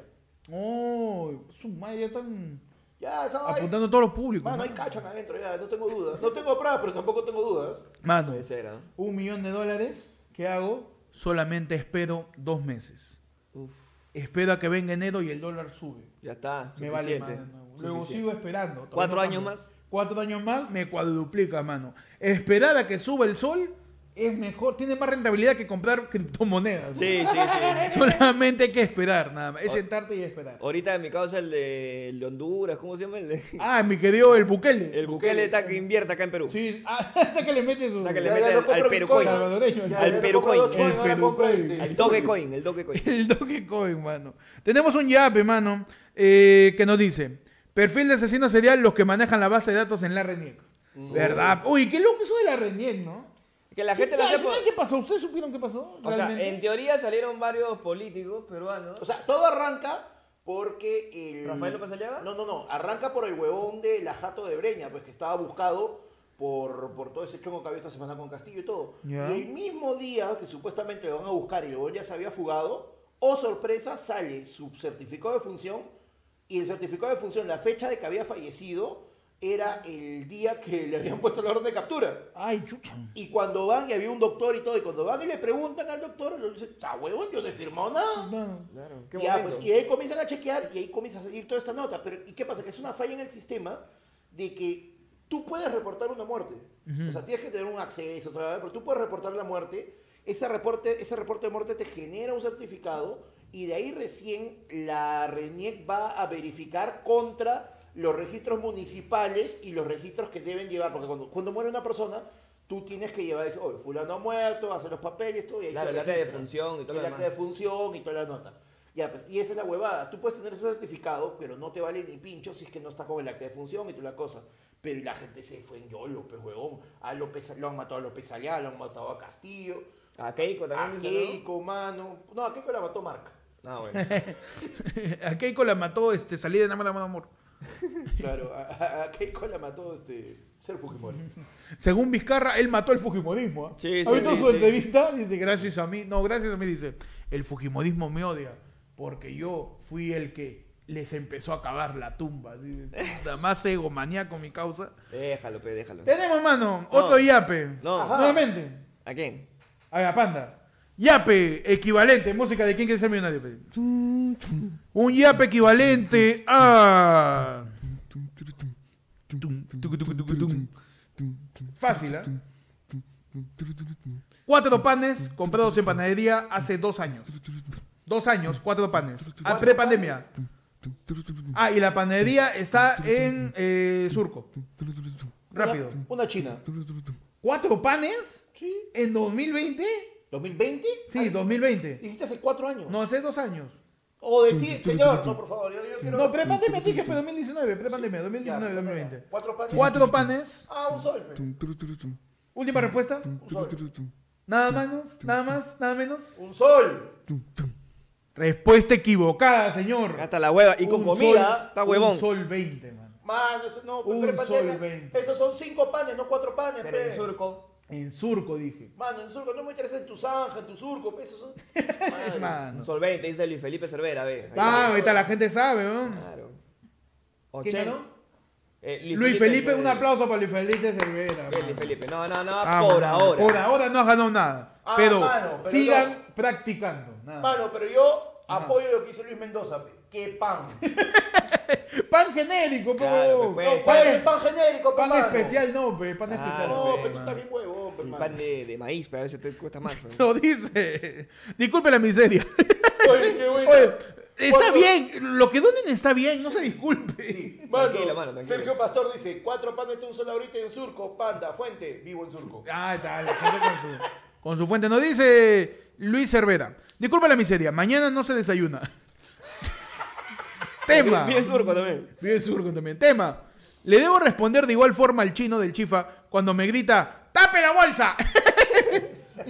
Speaker 1: Oh, su madre, ya están
Speaker 2: Ya, esa vaina-
Speaker 1: apuntando a todos los públicos.
Speaker 2: Mano, hay
Speaker 1: mano.
Speaker 2: cachan adentro, ya, no tengo dudas. No tengo pruebas, pero tampoco tengo dudas.
Speaker 1: Mano,
Speaker 4: Puede ser, ¿ah?
Speaker 1: un millón de dólares, ¿qué hago? Solamente espero dos meses.
Speaker 4: Uf,
Speaker 1: Espero a que venga enero y el dólar sube.
Speaker 4: ya está.
Speaker 1: Me vale
Speaker 4: suficiente.
Speaker 1: mano. Luego
Speaker 4: Suficiente.
Speaker 1: sigo esperando. Todavía
Speaker 4: ¿Cuatro
Speaker 1: no
Speaker 4: años
Speaker 1: cambia.
Speaker 4: más?
Speaker 1: Cuatro años más me cuadruplica, mano. Esperar a que suba el sol es mejor, tiene más rentabilidad que comprar criptomonedas.
Speaker 4: Sí, sí, sí.
Speaker 1: Solamente hay que esperar, nada más. Es
Speaker 4: O-
Speaker 1: sentarte y esperar.
Speaker 4: Ahorita en mi causa el de, el de Honduras, ¿cómo se llama? El, de-
Speaker 1: Ah, mi querido el Bukele.
Speaker 4: el Bukele está que invierte acá en Perú.
Speaker 1: Sí, (laughs) ah, hasta que le mete su.
Speaker 4: Está que le
Speaker 2: Ya,
Speaker 4: mete
Speaker 2: ya,
Speaker 4: al-
Speaker 2: no compro
Speaker 4: al Perucoin.
Speaker 2: Bitcoin.
Speaker 1: Salvadoreño.
Speaker 2: Ya,
Speaker 4: Al
Speaker 2: ya no
Speaker 4: Perucoin.
Speaker 2: compro Dogecoin,
Speaker 1: El
Speaker 2: ahora compro
Speaker 1: Perucoin.
Speaker 2: este.
Speaker 4: El Dogecoin, el Dogecoin.
Speaker 1: (laughs) El Dogecoin, mano. Tenemos un yape, mano, eh, que nos dice: Perfil de asesino serial los que manejan la base de datos en la RENIEC.
Speaker 4: Uh.
Speaker 1: ¿Verdad? Uy, qué loco eso de la RENIEC, ¿no?
Speaker 4: Que la gente
Speaker 1: ¿Qué,
Speaker 4: lo hace
Speaker 1: al
Speaker 4: por...
Speaker 1: final, ¿Qué pasó? ¿Ustedes supieron qué pasó?
Speaker 4: O sea,
Speaker 1: realmente?
Speaker 4: en teoría salieron varios políticos peruanos.
Speaker 2: O sea, todo arranca porque el...
Speaker 4: ¿Rafael López Aliaga?
Speaker 2: No, no, no. Arranca por el huevón de la Jato de Breña, pues que estaba buscado por, por todo ese chongo que había esta semana con Castillo y todo.
Speaker 1: Ya.
Speaker 2: Y el mismo día que supuestamente lo van a buscar y el huevón ya se había fugado, oh sorpresa, sale su certificado de función y el certificado de función, la fecha de que había fallecido, era el día que le habían puesto la orden de captura.
Speaker 1: Ay, chucha.
Speaker 2: Y cuando van, y había un doctor y todo, y cuando van y le preguntan al doctor, le dicen, está huevón, yo no he firmado nada.
Speaker 1: Mano.
Speaker 4: Claro, qué
Speaker 2: Ya,
Speaker 4: bonito.
Speaker 2: pues, y ahí comienzan a chequear y ahí comienza a salir toda esta nota. Pero, ¿y qué pasa? Que es una falla en el sistema de que tú puedes reportar una muerte. O sea, tienes que tener un acceso, toda la vaina, pero tú puedes reportar la muerte. Ese reporte, ese reporte de muerte te genera un certificado y de ahí recién la RENIEC va a verificar contra los registros municipales y los registros que deben llevar. Porque cuando, cuando muere una persona, tú tienes que llevar, dice, oye, fulano ha muerto, hacer los papeles, todo. Y ahí
Speaker 4: Claro,
Speaker 2: se
Speaker 4: el acta de
Speaker 2: registra.
Speaker 4: defunción y todo lo
Speaker 2: El
Speaker 4: demás.
Speaker 2: acta de función y toda la nota. Ya, pues, y esa es la huevada. Tú puedes tener ese certificado, pero no te vale ni pincho si es que no está con el acta de función y toda la cosa. Pero y la gente se fue en YOLO, pues, huevón. A López, lo han matado a López Allá, lo han matado a Castillo,
Speaker 4: A Keiko
Speaker 2: a
Speaker 4: también dice, ¿no?
Speaker 2: Keiko, mano. No, a Keiko la mató Marca.
Speaker 4: Ah, bueno.
Speaker 1: pues, (laughs) A Keiko la mató este, salida de Amor, Amor, Amor.
Speaker 2: Claro, a- a, a Keiko la mató este, Ser Fujimori.
Speaker 1: Según Vizcarra, él mató el Fujimorismo. ¿ah?
Speaker 4: Sí, sí,
Speaker 1: ¿Ha visto
Speaker 4: sí,
Speaker 1: su
Speaker 4: sí.
Speaker 1: entrevista? Dice, gracias a mí. No, gracias a mí, dice. El Fujimorismo me odia porque yo fui el que les empezó a cavar la tumba.
Speaker 4: (laughs)
Speaker 1: Nada más egomaníaco mi causa.
Speaker 4: Déjalo, pe, déjalo.
Speaker 1: Tenemos, mano, otro yape.
Speaker 4: No.
Speaker 2: Ajá.
Speaker 1: Nuevamente.
Speaker 4: ¿A quién?
Speaker 1: A la panda. Yape equivalente. Música de quién quiere ser millonario. pe. Un yape equivalente a. Fácil, ¿ah? Cuatro panes comprados en panadería hace dos años. Dos años, cuatro panes. Ah, Pre-pandemia. Ah, y la panadería está en eh, Surco. Rápido.
Speaker 2: Una, una china.
Speaker 1: ¿Cuatro panes?
Speaker 2: Sí.
Speaker 1: ¿En 2020?
Speaker 2: ¿2020?
Speaker 1: Sí, 2020.
Speaker 2: Dijiste hace cuatro años.
Speaker 1: No, hace dos años.
Speaker 2: O decir, señor, no, por favor, yo, yo quiero...
Speaker 1: No, pre-pandemia, dije, fue 2019, pre-pandemia, 2019,
Speaker 2: Ya,
Speaker 1: 2020.
Speaker 2: Cuatro panes.
Speaker 1: Cuatro panes.
Speaker 2: Ah, un sol. pe.
Speaker 1: Última respuesta. Nada más, nada más, nada menos.
Speaker 2: Un sol.
Speaker 1: Respuesta equivocada, señor.
Speaker 4: Hasta la hueva. Y con
Speaker 1: Un
Speaker 4: comida,
Speaker 1: sol-
Speaker 4: está huevón.
Speaker 1: Un sol 20, man.
Speaker 2: Mano, eso no,
Speaker 1: Un
Speaker 2: pero
Speaker 1: sol veinte.
Speaker 2: Esos son cinco panes, no cuatro panes,
Speaker 4: Pero en
Speaker 2: pe.
Speaker 4: surco.
Speaker 1: En surco, dije.
Speaker 2: Mano, en surco, no me interesa en tu zanja, en tu surco, pe.
Speaker 1: (laughs)
Speaker 2: Esos son. Madre.
Speaker 1: Mano.
Speaker 4: Solvente, dice Luis Felipe Cervera, ve. Ahí
Speaker 1: Ah,
Speaker 4: está.
Speaker 1: ahorita la gente sabe, ¿no?
Speaker 4: Claro.
Speaker 1: ¿Quién
Speaker 4: Ochen-
Speaker 1: ganó?
Speaker 4: Eh, Ah, Luis,
Speaker 1: Luis Felipe, un
Speaker 4: Cervera.
Speaker 1: aplauso para Luis Felipe Cervera.
Speaker 4: Ve,
Speaker 1: man.
Speaker 4: Luis Felipe. No, no, no,
Speaker 1: Ah,
Speaker 4: por
Speaker 1: man,
Speaker 4: ahora.
Speaker 1: Por ahora no ha ganado nada.
Speaker 2: Ah,
Speaker 1: pero,
Speaker 2: mano, pero
Speaker 1: sigan practicando. nada.
Speaker 2: Mano, pero yo apoyo lo que hizo Luis Mendoza, pe. Qué pan.
Speaker 1: Pan genérico,
Speaker 4: Claro,
Speaker 1: po.
Speaker 4: pues,
Speaker 2: No,
Speaker 4: Pues,
Speaker 2: ¿cuál es
Speaker 1: eh.
Speaker 2: el pan genérico,
Speaker 1: Pan
Speaker 2: mano?
Speaker 1: especial, no, pe, pan
Speaker 4: Claro, pues,
Speaker 1: especial.
Speaker 2: No,
Speaker 1: pe,
Speaker 2: pero tú
Speaker 1: man.
Speaker 2: estás bien huevón, pe,
Speaker 4: El
Speaker 2: mano.
Speaker 4: pan de, de maíz, pero a veces te
Speaker 1: (laughs)
Speaker 4: cuesta más. pero-
Speaker 1: Lo dice. Disculpe la miseria.
Speaker 2: Oye, qué bueno.
Speaker 1: Oye, está
Speaker 2: Cuatro-
Speaker 1: bien. Lo que donen está bien. No se disculpe.
Speaker 2: Sí, mano,
Speaker 4: Tranquilo, mano, tranquilo.
Speaker 2: Sergio Pastor dice, cuatro panes de un sol ahorita y un surco, panda, fuente, vivo en surco.
Speaker 1: Ah, está, la gente con su, con su fuente. Nos dice Luis Cervera. Disculpa la miseria, mañana no se desayuna. Tema. ah.
Speaker 4: Mira el surco también.
Speaker 1: Vive el surco también. Tema. Le debo responder de igual forma al chino del chifa cuando me grita, ¡tape la bolsa!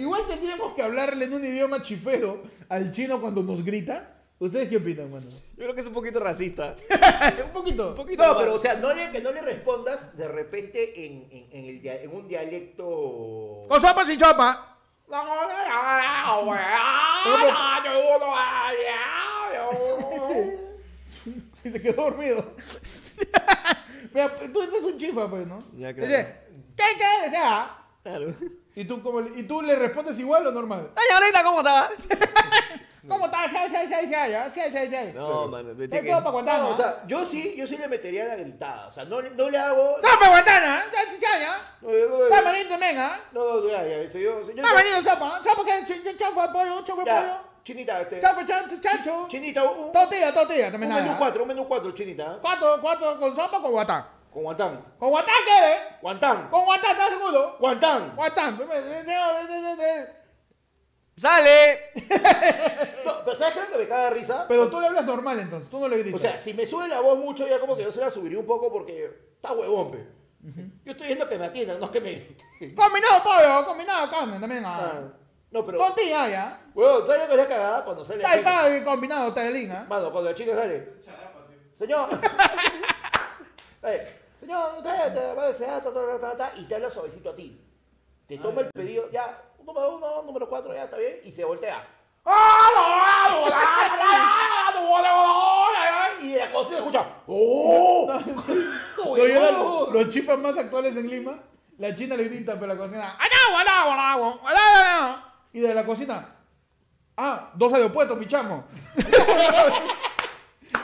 Speaker 1: (laughs) igual tendríamos que hablarle en un idioma chifero al chino cuando nos grita. ¿Ustedes qué opinan, mano?
Speaker 4: Yo creo que es un poquito racista.
Speaker 1: (laughs) un poquito.
Speaker 4: Un poquito
Speaker 2: No,
Speaker 4: más.
Speaker 2: pero o sea, no le, que no le respondas de repente en, en, en el, dia- en un dialecto.
Speaker 1: Con sopa sin sopa. (laughs) Y se quedó dormido. (laughs) Mira, tú eres un chifa, pues, ¿no?
Speaker 4: Ya, claro.
Speaker 1: Dice, ¿qué qué desea?
Speaker 4: Claro.
Speaker 1: ¿Y tú, cómo le- ¿Y tú le respondes igual o normal?
Speaker 4: Ay, ahorita, ¿cómo está?
Speaker 1: ¿Cómo estás? Sí, sí, sí, sí, ya. sí, sí, sí.
Speaker 4: Mm. No, mano. te
Speaker 1: Es
Speaker 4: tiene
Speaker 1: todo para
Speaker 4: que-
Speaker 1: Guantánamo. ¿ah?
Speaker 2: No, o sea, yo sí, yo sí le metería la gritada. O sea, no, le- no le hago.
Speaker 1: ¡Sopa guantana! ¡Ya, sí, ya, ya!
Speaker 2: No, yo-
Speaker 1: ¡Está valiente, venga!
Speaker 2: no, no, ya, ya, eso yo. yo-
Speaker 1: ¡Está valiente sopa! ¿ah? ¡Sopa que ch- ch- chofa de pollo, chofa de pollo!
Speaker 2: Ya, chinita, este.
Speaker 1: ¡Chofa chan- chancho!
Speaker 2: Chinita, un, un-
Speaker 1: ¡Tortilla, tortilla!
Speaker 2: un
Speaker 1: También
Speaker 2: menú
Speaker 1: nada.
Speaker 2: 4, un menú 4, chinita. ¿eh?
Speaker 1: Cuatro, cuatro con sopa con guatán.
Speaker 2: Con guantán.
Speaker 1: ¿Con guatán qué? eh?
Speaker 2: Guantán.
Speaker 1: ¿Con guatán estás seguro?
Speaker 2: Guantán.
Speaker 1: Guatán.
Speaker 4: ¡Sale!
Speaker 2: No, pero ¿sabes qué es lo que me caga de risa?
Speaker 1: Pero tú le hablas normal entonces, tú no le
Speaker 2: O
Speaker 1: gritas.
Speaker 2: sea, si me sube la voz mucho, ya como que yo se la subiría un poco porque está huevón, pe. Yo estoy viendo que me atiendan, no que me.
Speaker 1: combinado pollo, combinado carne también
Speaker 2: Ah,
Speaker 1: nada.
Speaker 2: (laughs) No, pero.
Speaker 1: Tortilla ya.
Speaker 2: Huevón, ¿sabes lo que es la cagada cuando sale la
Speaker 1: Está,
Speaker 2: chica?
Speaker 1: está combinado telín, ¿ah?
Speaker 2: Mano, cuando la chica sale. Señor. (laughs) Eh, Señor, usted te va a desear, ta, ta, ta, ta, ta, y te habla suavecito a ti. Te toma el pedido, ya, número uno, número cuatro, ya está bien, y se voltea. Y de la cocina escucha. ¡Oh!
Speaker 1: No, y ahora los chifas más actuales en Lima, la china le grita por la cocina, "Ah, "Alagua, alagua, alagua, alagua, alagua". ah, Y de la cocina, ah, dos aeropuertos, pichamo. (laughs)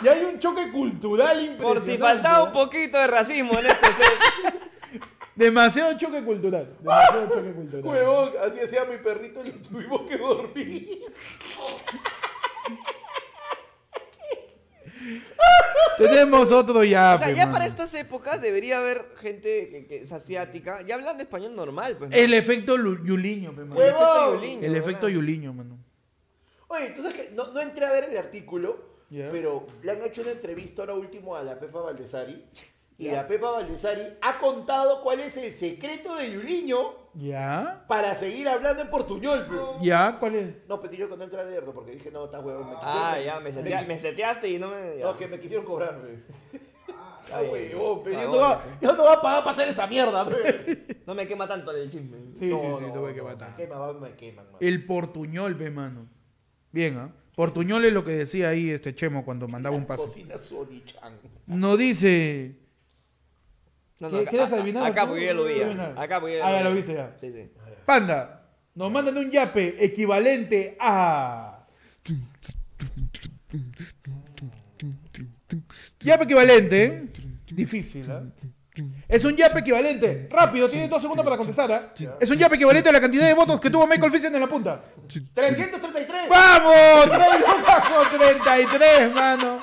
Speaker 1: y hay un choque cultural impresionante.
Speaker 4: Por si faltaba un poquito de racismo en este
Speaker 1: (laughs)
Speaker 4: set.
Speaker 1: Demasiado choque
Speaker 4: (laughs)
Speaker 1: cultural. Demasiado choque cultural.
Speaker 2: Huevón, así hacía mi perrito y lo tuvimos que dormir.
Speaker 1: Tenemos otro ya.
Speaker 4: O sea,
Speaker 1: pe,
Speaker 4: ya
Speaker 1: mano.
Speaker 4: para estas épocas debería haber gente que, que es asiática, ya hablando español normal, pues.
Speaker 1: El efecto Lu- Yuliño, pe, mano.
Speaker 4: El efecto
Speaker 2: ¡Huevón!
Speaker 4: Yolín,
Speaker 1: El
Speaker 4: ¿no?
Speaker 1: efecto Yuliño, mano.
Speaker 2: Oye, entonces que no, no entré a ver el artículo,
Speaker 1: Ya.
Speaker 2: pero le han hecho una entrevista ahora último a la Pepa Valdesari. Y la Pepa Valdesari ha contado cuál es el secreto de Yuliño
Speaker 1: ¿Ya?
Speaker 2: para seguir hablando en portuñol. pe.
Speaker 1: ¿Ya? ¿Cuál es?
Speaker 2: No, pero yo que no entré a leerlo porque dije, no, estás huevón. me quisieron-
Speaker 4: Ah, ya, me, setea- me seteaste y no me. ya.
Speaker 2: No, que me quisieron cobrar, pe. Ah,
Speaker 4: Ay,
Speaker 2: huevón, pe,
Speaker 4: ah,
Speaker 2: yo, no va, yo no va a pagar para hacer esa mierda, pe.
Speaker 4: No me quema tanto el chisme.
Speaker 1: Sí,
Speaker 2: no,
Speaker 1: sí, sí,
Speaker 2: no,
Speaker 1: lo voy a
Speaker 2: no,
Speaker 1: quemar.
Speaker 2: Me queman, me queman, man.
Speaker 1: El portuñol, ve, mano. Bien, ¿ah? Portuñol es lo que decía ahí este Chemo cuando mandaba un pase.
Speaker 2: Cocina su onichan.
Speaker 1: No dice.
Speaker 4: No, no,
Speaker 1: ¿Qué-
Speaker 4: acá,
Speaker 1: quieres
Speaker 4: a-
Speaker 1: adivinar?
Speaker 4: acá
Speaker 1: ¿Tú?
Speaker 4: porque yo ya lo vi.
Speaker 1: Adivinar.
Speaker 4: ya. Acá porque yo
Speaker 1: Ah, ya
Speaker 4: vi.
Speaker 1: lo viste ya.
Speaker 4: Sí, sí.
Speaker 1: Panda, nos mandan un yape equivalente a. Yape equivalente. ¿eh? Difícil, ¿ah? Es un yape equivalente. Rápido, tiene dos segundos para contestar. ¿ah? Es un yape equivalente a la cantidad de votos que tuvo Michael Vincent en la punta.
Speaker 2: 333.
Speaker 1: ¡Vamos! Tres lucas con 33, mano.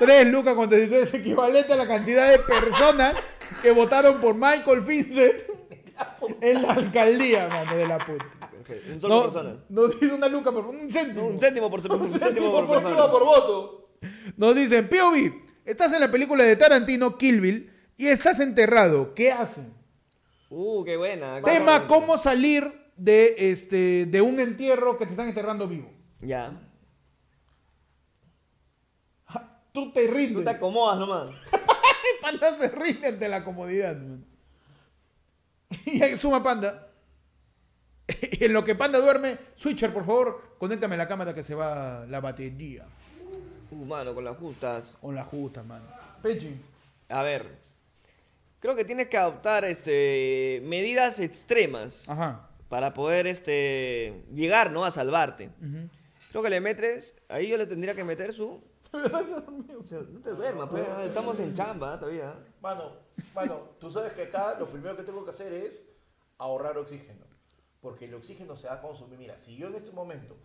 Speaker 1: Tres lucas con 33 equivalente a la cantidad de personas que votaron por Michael Vincent en la alcaldía, mano, de la puta.
Speaker 4: Perfecto. Un solo
Speaker 1: No,
Speaker 4: persona.
Speaker 1: no dice una luca, pero un céntimo.
Speaker 4: Un céntimo por, un céntimo por,
Speaker 2: por
Speaker 4: persona.
Speaker 2: último por voto.
Speaker 1: Nos dicen, POV, estás en la película de Tarantino, Kill Bill, y estás enterrado. ¿Qué hacen?
Speaker 4: Uh, qué buena.
Speaker 1: Tema, ¿cómo salir de, este, de un entierro que te están enterrando vivo?
Speaker 4: Ya.
Speaker 1: Tú te rindes.
Speaker 4: Tú te acomodas nomás.
Speaker 1: Panda se rinde ante la comodidad, man. Y ahí suma Panda. (laughs) Y en lo que Panda duerme, Switcher, por favor, conéctame la cámara que se va la batería.
Speaker 4: Uh, mano, con las justas.
Speaker 1: Con la justa, mano. Pechi.
Speaker 4: A ver. Creo que tienes que adoptar este, medidas extremas
Speaker 1: Ajá.
Speaker 4: para poder este, llegar ¿no? a salvarte.
Speaker 1: Ujú.
Speaker 4: Creo que le metes, ahí yo le tendría que meter su... O sea, no te duermas, pues, ah, estamos en chamba ah, todavía.
Speaker 2: Mano, mano, tú sabes que acá lo primero que tengo que hacer es ahorrar oxígeno. Porque el oxígeno se va a consumir. Mira, si yo en este momento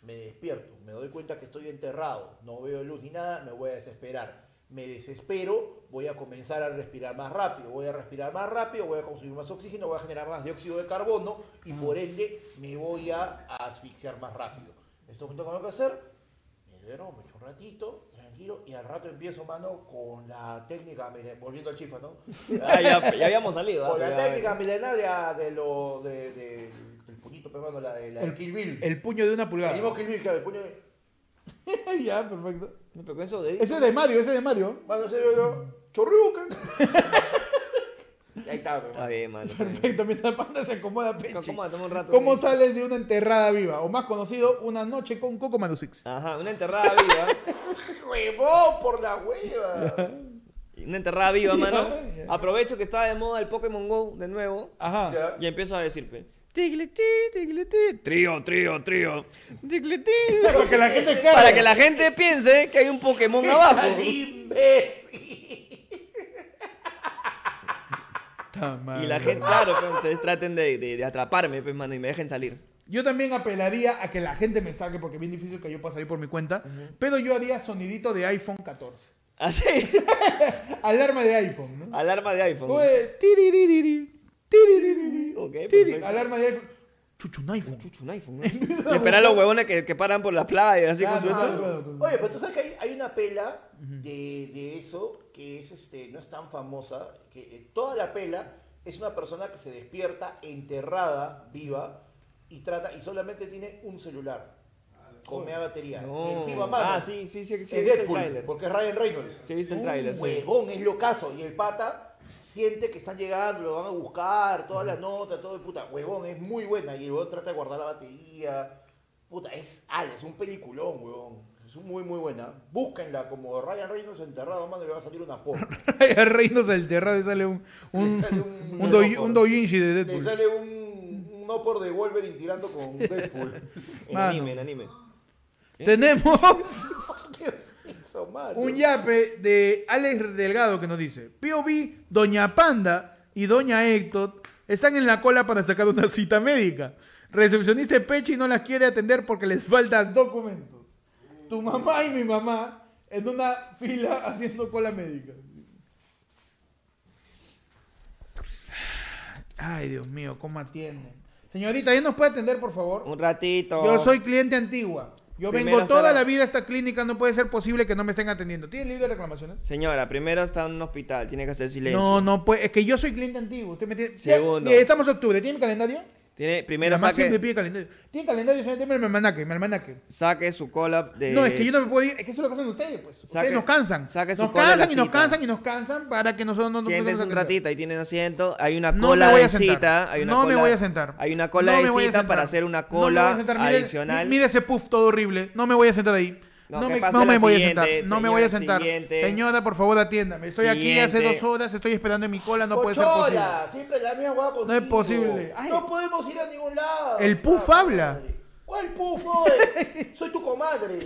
Speaker 2: me despierto, me doy cuenta que estoy enterrado, no veo luz ni nada, me voy a desesperar. Me desespero, voy a comenzar a respirar más rápido, voy a respirar más rápido, voy a consumir más oxígeno, voy a generar más dióxido de carbono y por ende me voy a asfixiar más rápido. En este momento, ¿qué tengo que hacer? Me duermo, me echo un ratito, tranquilo. tranquilo y al rato empiezo, mano, con la técnica, mire, volviendo al chifa, (laughs) ¿no?
Speaker 4: Ah, ya, ya habíamos salido. ah,
Speaker 2: Con la
Speaker 4: pero ya-
Speaker 2: técnica milenaria de lo de, de el puñito peruano, la de la de Kill Bill. El,
Speaker 1: El puño de una pulgada.
Speaker 2: mismo Kill Bill, claro, el puño de-
Speaker 1: ya, perfecto.
Speaker 4: No, pero con eso de...
Speaker 1: Ese es de Mario, ese es de Mario. (laughs)
Speaker 2: Mano, en serio, yo, (laughs) chorruca. Y ahí está, pues,
Speaker 4: Está
Speaker 2: mano.
Speaker 4: bien, mano. está (laughs) bien.
Speaker 1: Perfecto, mientras Panda se acomoda Pechi.
Speaker 4: ¿Cómo toma un rato?
Speaker 1: ¿Cómo
Speaker 4: ahí?
Speaker 1: sales de una enterrada viva? O más conocido, una noche con Coco Manu Six.
Speaker 4: Ajá, una enterrada viva.
Speaker 2: ¡Huevón por la (laughs) hueva!
Speaker 4: Una enterrada viva, mano.
Speaker 1: ya.
Speaker 4: Aprovecho que está de moda el Pokémon GO de nuevo.
Speaker 1: Ajá.
Speaker 2: Ya.
Speaker 4: Y empiezo a decir, pe, tigletí, tigletí, trío, trío, trío, tigletí.
Speaker 1: Para que la gente caiga.
Speaker 4: Para que la gente piense que hay un Pokémon abajo.
Speaker 2: ¡Al imbécil!
Speaker 1: Puta madre.
Speaker 4: Y la gente, claro, pe, ustedes traten de, de- de atraparme, pues, mano, y me dejen salir.
Speaker 1: Yo también apelaría a que la gente me saque porque es bien difícil que yo pueda salir por mi cuenta. Pero yo haría sonidito de iPhone 14.
Speaker 4: Así, (laughs)
Speaker 1: Alarma de iPhone, ¿no?
Speaker 4: alarma de iPhone.
Speaker 1: Como de tiriririri, tiriririri,
Speaker 4: Ok,
Speaker 1: tiri-
Speaker 4: perfecto.
Speaker 1: Alarma de iPhone. Chuchu, un iPhone.
Speaker 4: Chucho, un iPhone. ¿no?
Speaker 1: (laughs)
Speaker 4: Y esperar a los huevones que, que paran por las playas, así
Speaker 1: Claro,
Speaker 4: con su
Speaker 1: claro,
Speaker 4: esto.
Speaker 1: claro, claro.
Speaker 2: Oye, pero tú sabes que hay, hay una pela de, de eso que es este no es tan famosa, que eh, toda la pela es una persona que se despierta enterrada, viva, y trata, y solamente tiene un celular con media batería.
Speaker 4: Ah, No.
Speaker 2: Y encima mano,
Speaker 4: Ah, sí, sí, sí, sí, he
Speaker 2: es
Speaker 4: visto el
Speaker 2: Deadpool,
Speaker 4: tráiler.
Speaker 2: porque es Ryan Reynolds.
Speaker 4: Sí, viste el tráiler, sí.
Speaker 2: Huevón, es lo caso. Y el pata siente que están llegando, lo van a buscar, todas las notas, todo de puta. Huevón, es muy buena. Y el huevón trata de guardar la batería. Puta, es al, es un peliculón, huevón. Es muy, muy buena. Búsquenla como Ryan Reynolds enterrado, mano, le va a salir una
Speaker 4: (laughs)
Speaker 2: porra.
Speaker 1: Al reírnos del terrado y sale un. Un,
Speaker 2: Le sale
Speaker 1: un,
Speaker 2: un-
Speaker 1: doy- un doujinshi de
Speaker 2: Le
Speaker 1: Deadpool.
Speaker 2: sale un, un opor de Wolverine tirando con un Deadpool.
Speaker 4: (laughs) En
Speaker 1: Mano.
Speaker 4: anime, en anime.
Speaker 1: Tenemos
Speaker 2: ¿Qué es eso, mano?
Speaker 1: un yape de Alex Delgado que nos dice: POV, Doña Panda y Doña Héctor están en la cola para sacar una cita médica. Recepcionista de Pechi no las quiere atender porque les faltan documentos. Tu mamá y mi mamá en una fila (laughs) haciendo cola médica. Ay, Dios mío, ¿cómo atienden? Señorita, ¿ya nos puede atender, por favor?
Speaker 4: Un ratito.
Speaker 1: Yo soy cliente antigua. Yo
Speaker 4: Primero
Speaker 1: vengo
Speaker 4: está
Speaker 1: toda
Speaker 4: la-
Speaker 1: la vida a esta clínica, no puede ser posible que no me estén atendiendo. ¿Tiene libre de reclamaciones?
Speaker 4: Señora, primero está en un hospital, tiene que hacer silencio.
Speaker 1: No, no, pues es que yo soy cliente antiguo. Usted me tiene... Ya,
Speaker 4: Segundo.
Speaker 1: mire, estamos en octubre, ¿tiene mi calendario? Mi
Speaker 4: Tiene, primero
Speaker 1: mamá siempre
Speaker 4: saque,
Speaker 1: pide calendario. ¿Tiene calendario? Señor, Deme mi almanaque, mi almanaque.
Speaker 4: saque su cola de...
Speaker 1: No, es que yo no me puedo ir. Es que eso es lo que hacen ustedes, pues. ustedes
Speaker 4: Saque-
Speaker 1: nos cansan.
Speaker 4: saque su
Speaker 1: nos
Speaker 4: cola de la
Speaker 1: cansan y nos
Speaker 4: cita.
Speaker 1: cansan y nos cansan para que nosotros no nos
Speaker 4: Siéntense un ratito, ahí tienen asiento, hay una
Speaker 1: No
Speaker 4: cola
Speaker 1: me voy a
Speaker 4: de
Speaker 1: sentar.
Speaker 4: cita, hay una
Speaker 1: no me
Speaker 4: cola-
Speaker 1: voy a sentar.
Speaker 4: Hay una cola
Speaker 1: No me
Speaker 4: de
Speaker 1: voy a
Speaker 4: cita
Speaker 1: sentar.
Speaker 4: para hacer una
Speaker 1: No me voy a
Speaker 4: cola
Speaker 1: sentar. Mire-
Speaker 4: adicional.
Speaker 1: Mire ese puff todo horrible. No me voy a sentar ahí.
Speaker 4: No,
Speaker 1: No,
Speaker 4: que
Speaker 1: me,
Speaker 4: pase
Speaker 1: no me
Speaker 4: la
Speaker 1: voy a
Speaker 4: siguiente,
Speaker 1: sentar. No me voy a
Speaker 4: señora,
Speaker 1: sentar.
Speaker 4: siguiente.
Speaker 1: Señora, por favor, atiéndame. Estoy aquí hace
Speaker 4: Siguiente.
Speaker 1: dos horas, estoy esperando en mi cola, no puede ser
Speaker 2: Pochola,
Speaker 1: posible.
Speaker 2: siempre la misma hueá contigo.
Speaker 1: No es posible. Ay.
Speaker 2: No podemos ir a ningún lado.
Speaker 1: El Puff
Speaker 2: Ah,
Speaker 1: habla.
Speaker 2: madre. ¿Cuál Puff,
Speaker 1: (laughs)
Speaker 2: oye? Soy tu comadre.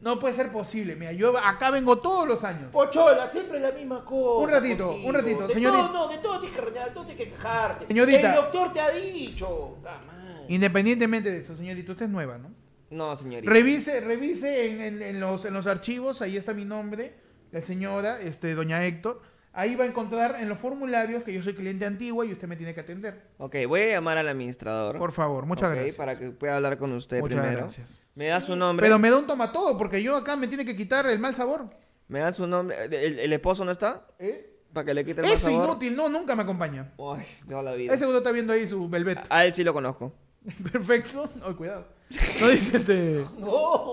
Speaker 1: No puede ser posible. Mira, yo acá vengo todos los años.
Speaker 2: Pochola, siempre la misma cosa.
Speaker 1: Un ratito, un ratito,
Speaker 2: De
Speaker 1: señorita.
Speaker 2: todo, no, de todo tienes que reñar, entonces que quejarte.
Speaker 1: Señorita.
Speaker 2: El doctor te ha dicho. Ah, madre.
Speaker 1: Independientemente de eso, señorita, usted es nueva, ¿no?
Speaker 4: No, señorita.
Speaker 1: Revise, revise en, en- en los, en los archivos, ahí está mi nombre, la señora, este, doña Héctor. Ahí va a encontrar en los formularios que yo soy cliente antigua y usted me tiene que atender.
Speaker 4: Ok, voy a llamar al administrador.
Speaker 1: Por favor, muchas
Speaker 4: Ok,
Speaker 1: gracias.
Speaker 4: Para que pueda hablar con usted
Speaker 1: Muchas
Speaker 4: primero.
Speaker 1: gracias.
Speaker 4: Me da su nombre.
Speaker 1: Pero me da un toma todo porque yo acá me tiene que quitar el mal sabor.
Speaker 4: Me da su nombre. ¿El, el esposo no está?
Speaker 1: ¿Eh?
Speaker 4: Para que le quite el mal
Speaker 1: Es
Speaker 4: sabor.
Speaker 1: inútil, no, nunca me acompaña.
Speaker 4: Ay, toda la vida.
Speaker 1: Ese seguro está viendo ahí su velvet.
Speaker 4: A él sí lo conozco.
Speaker 1: (laughs) Perfecto. Ay, cuidado. No dice este-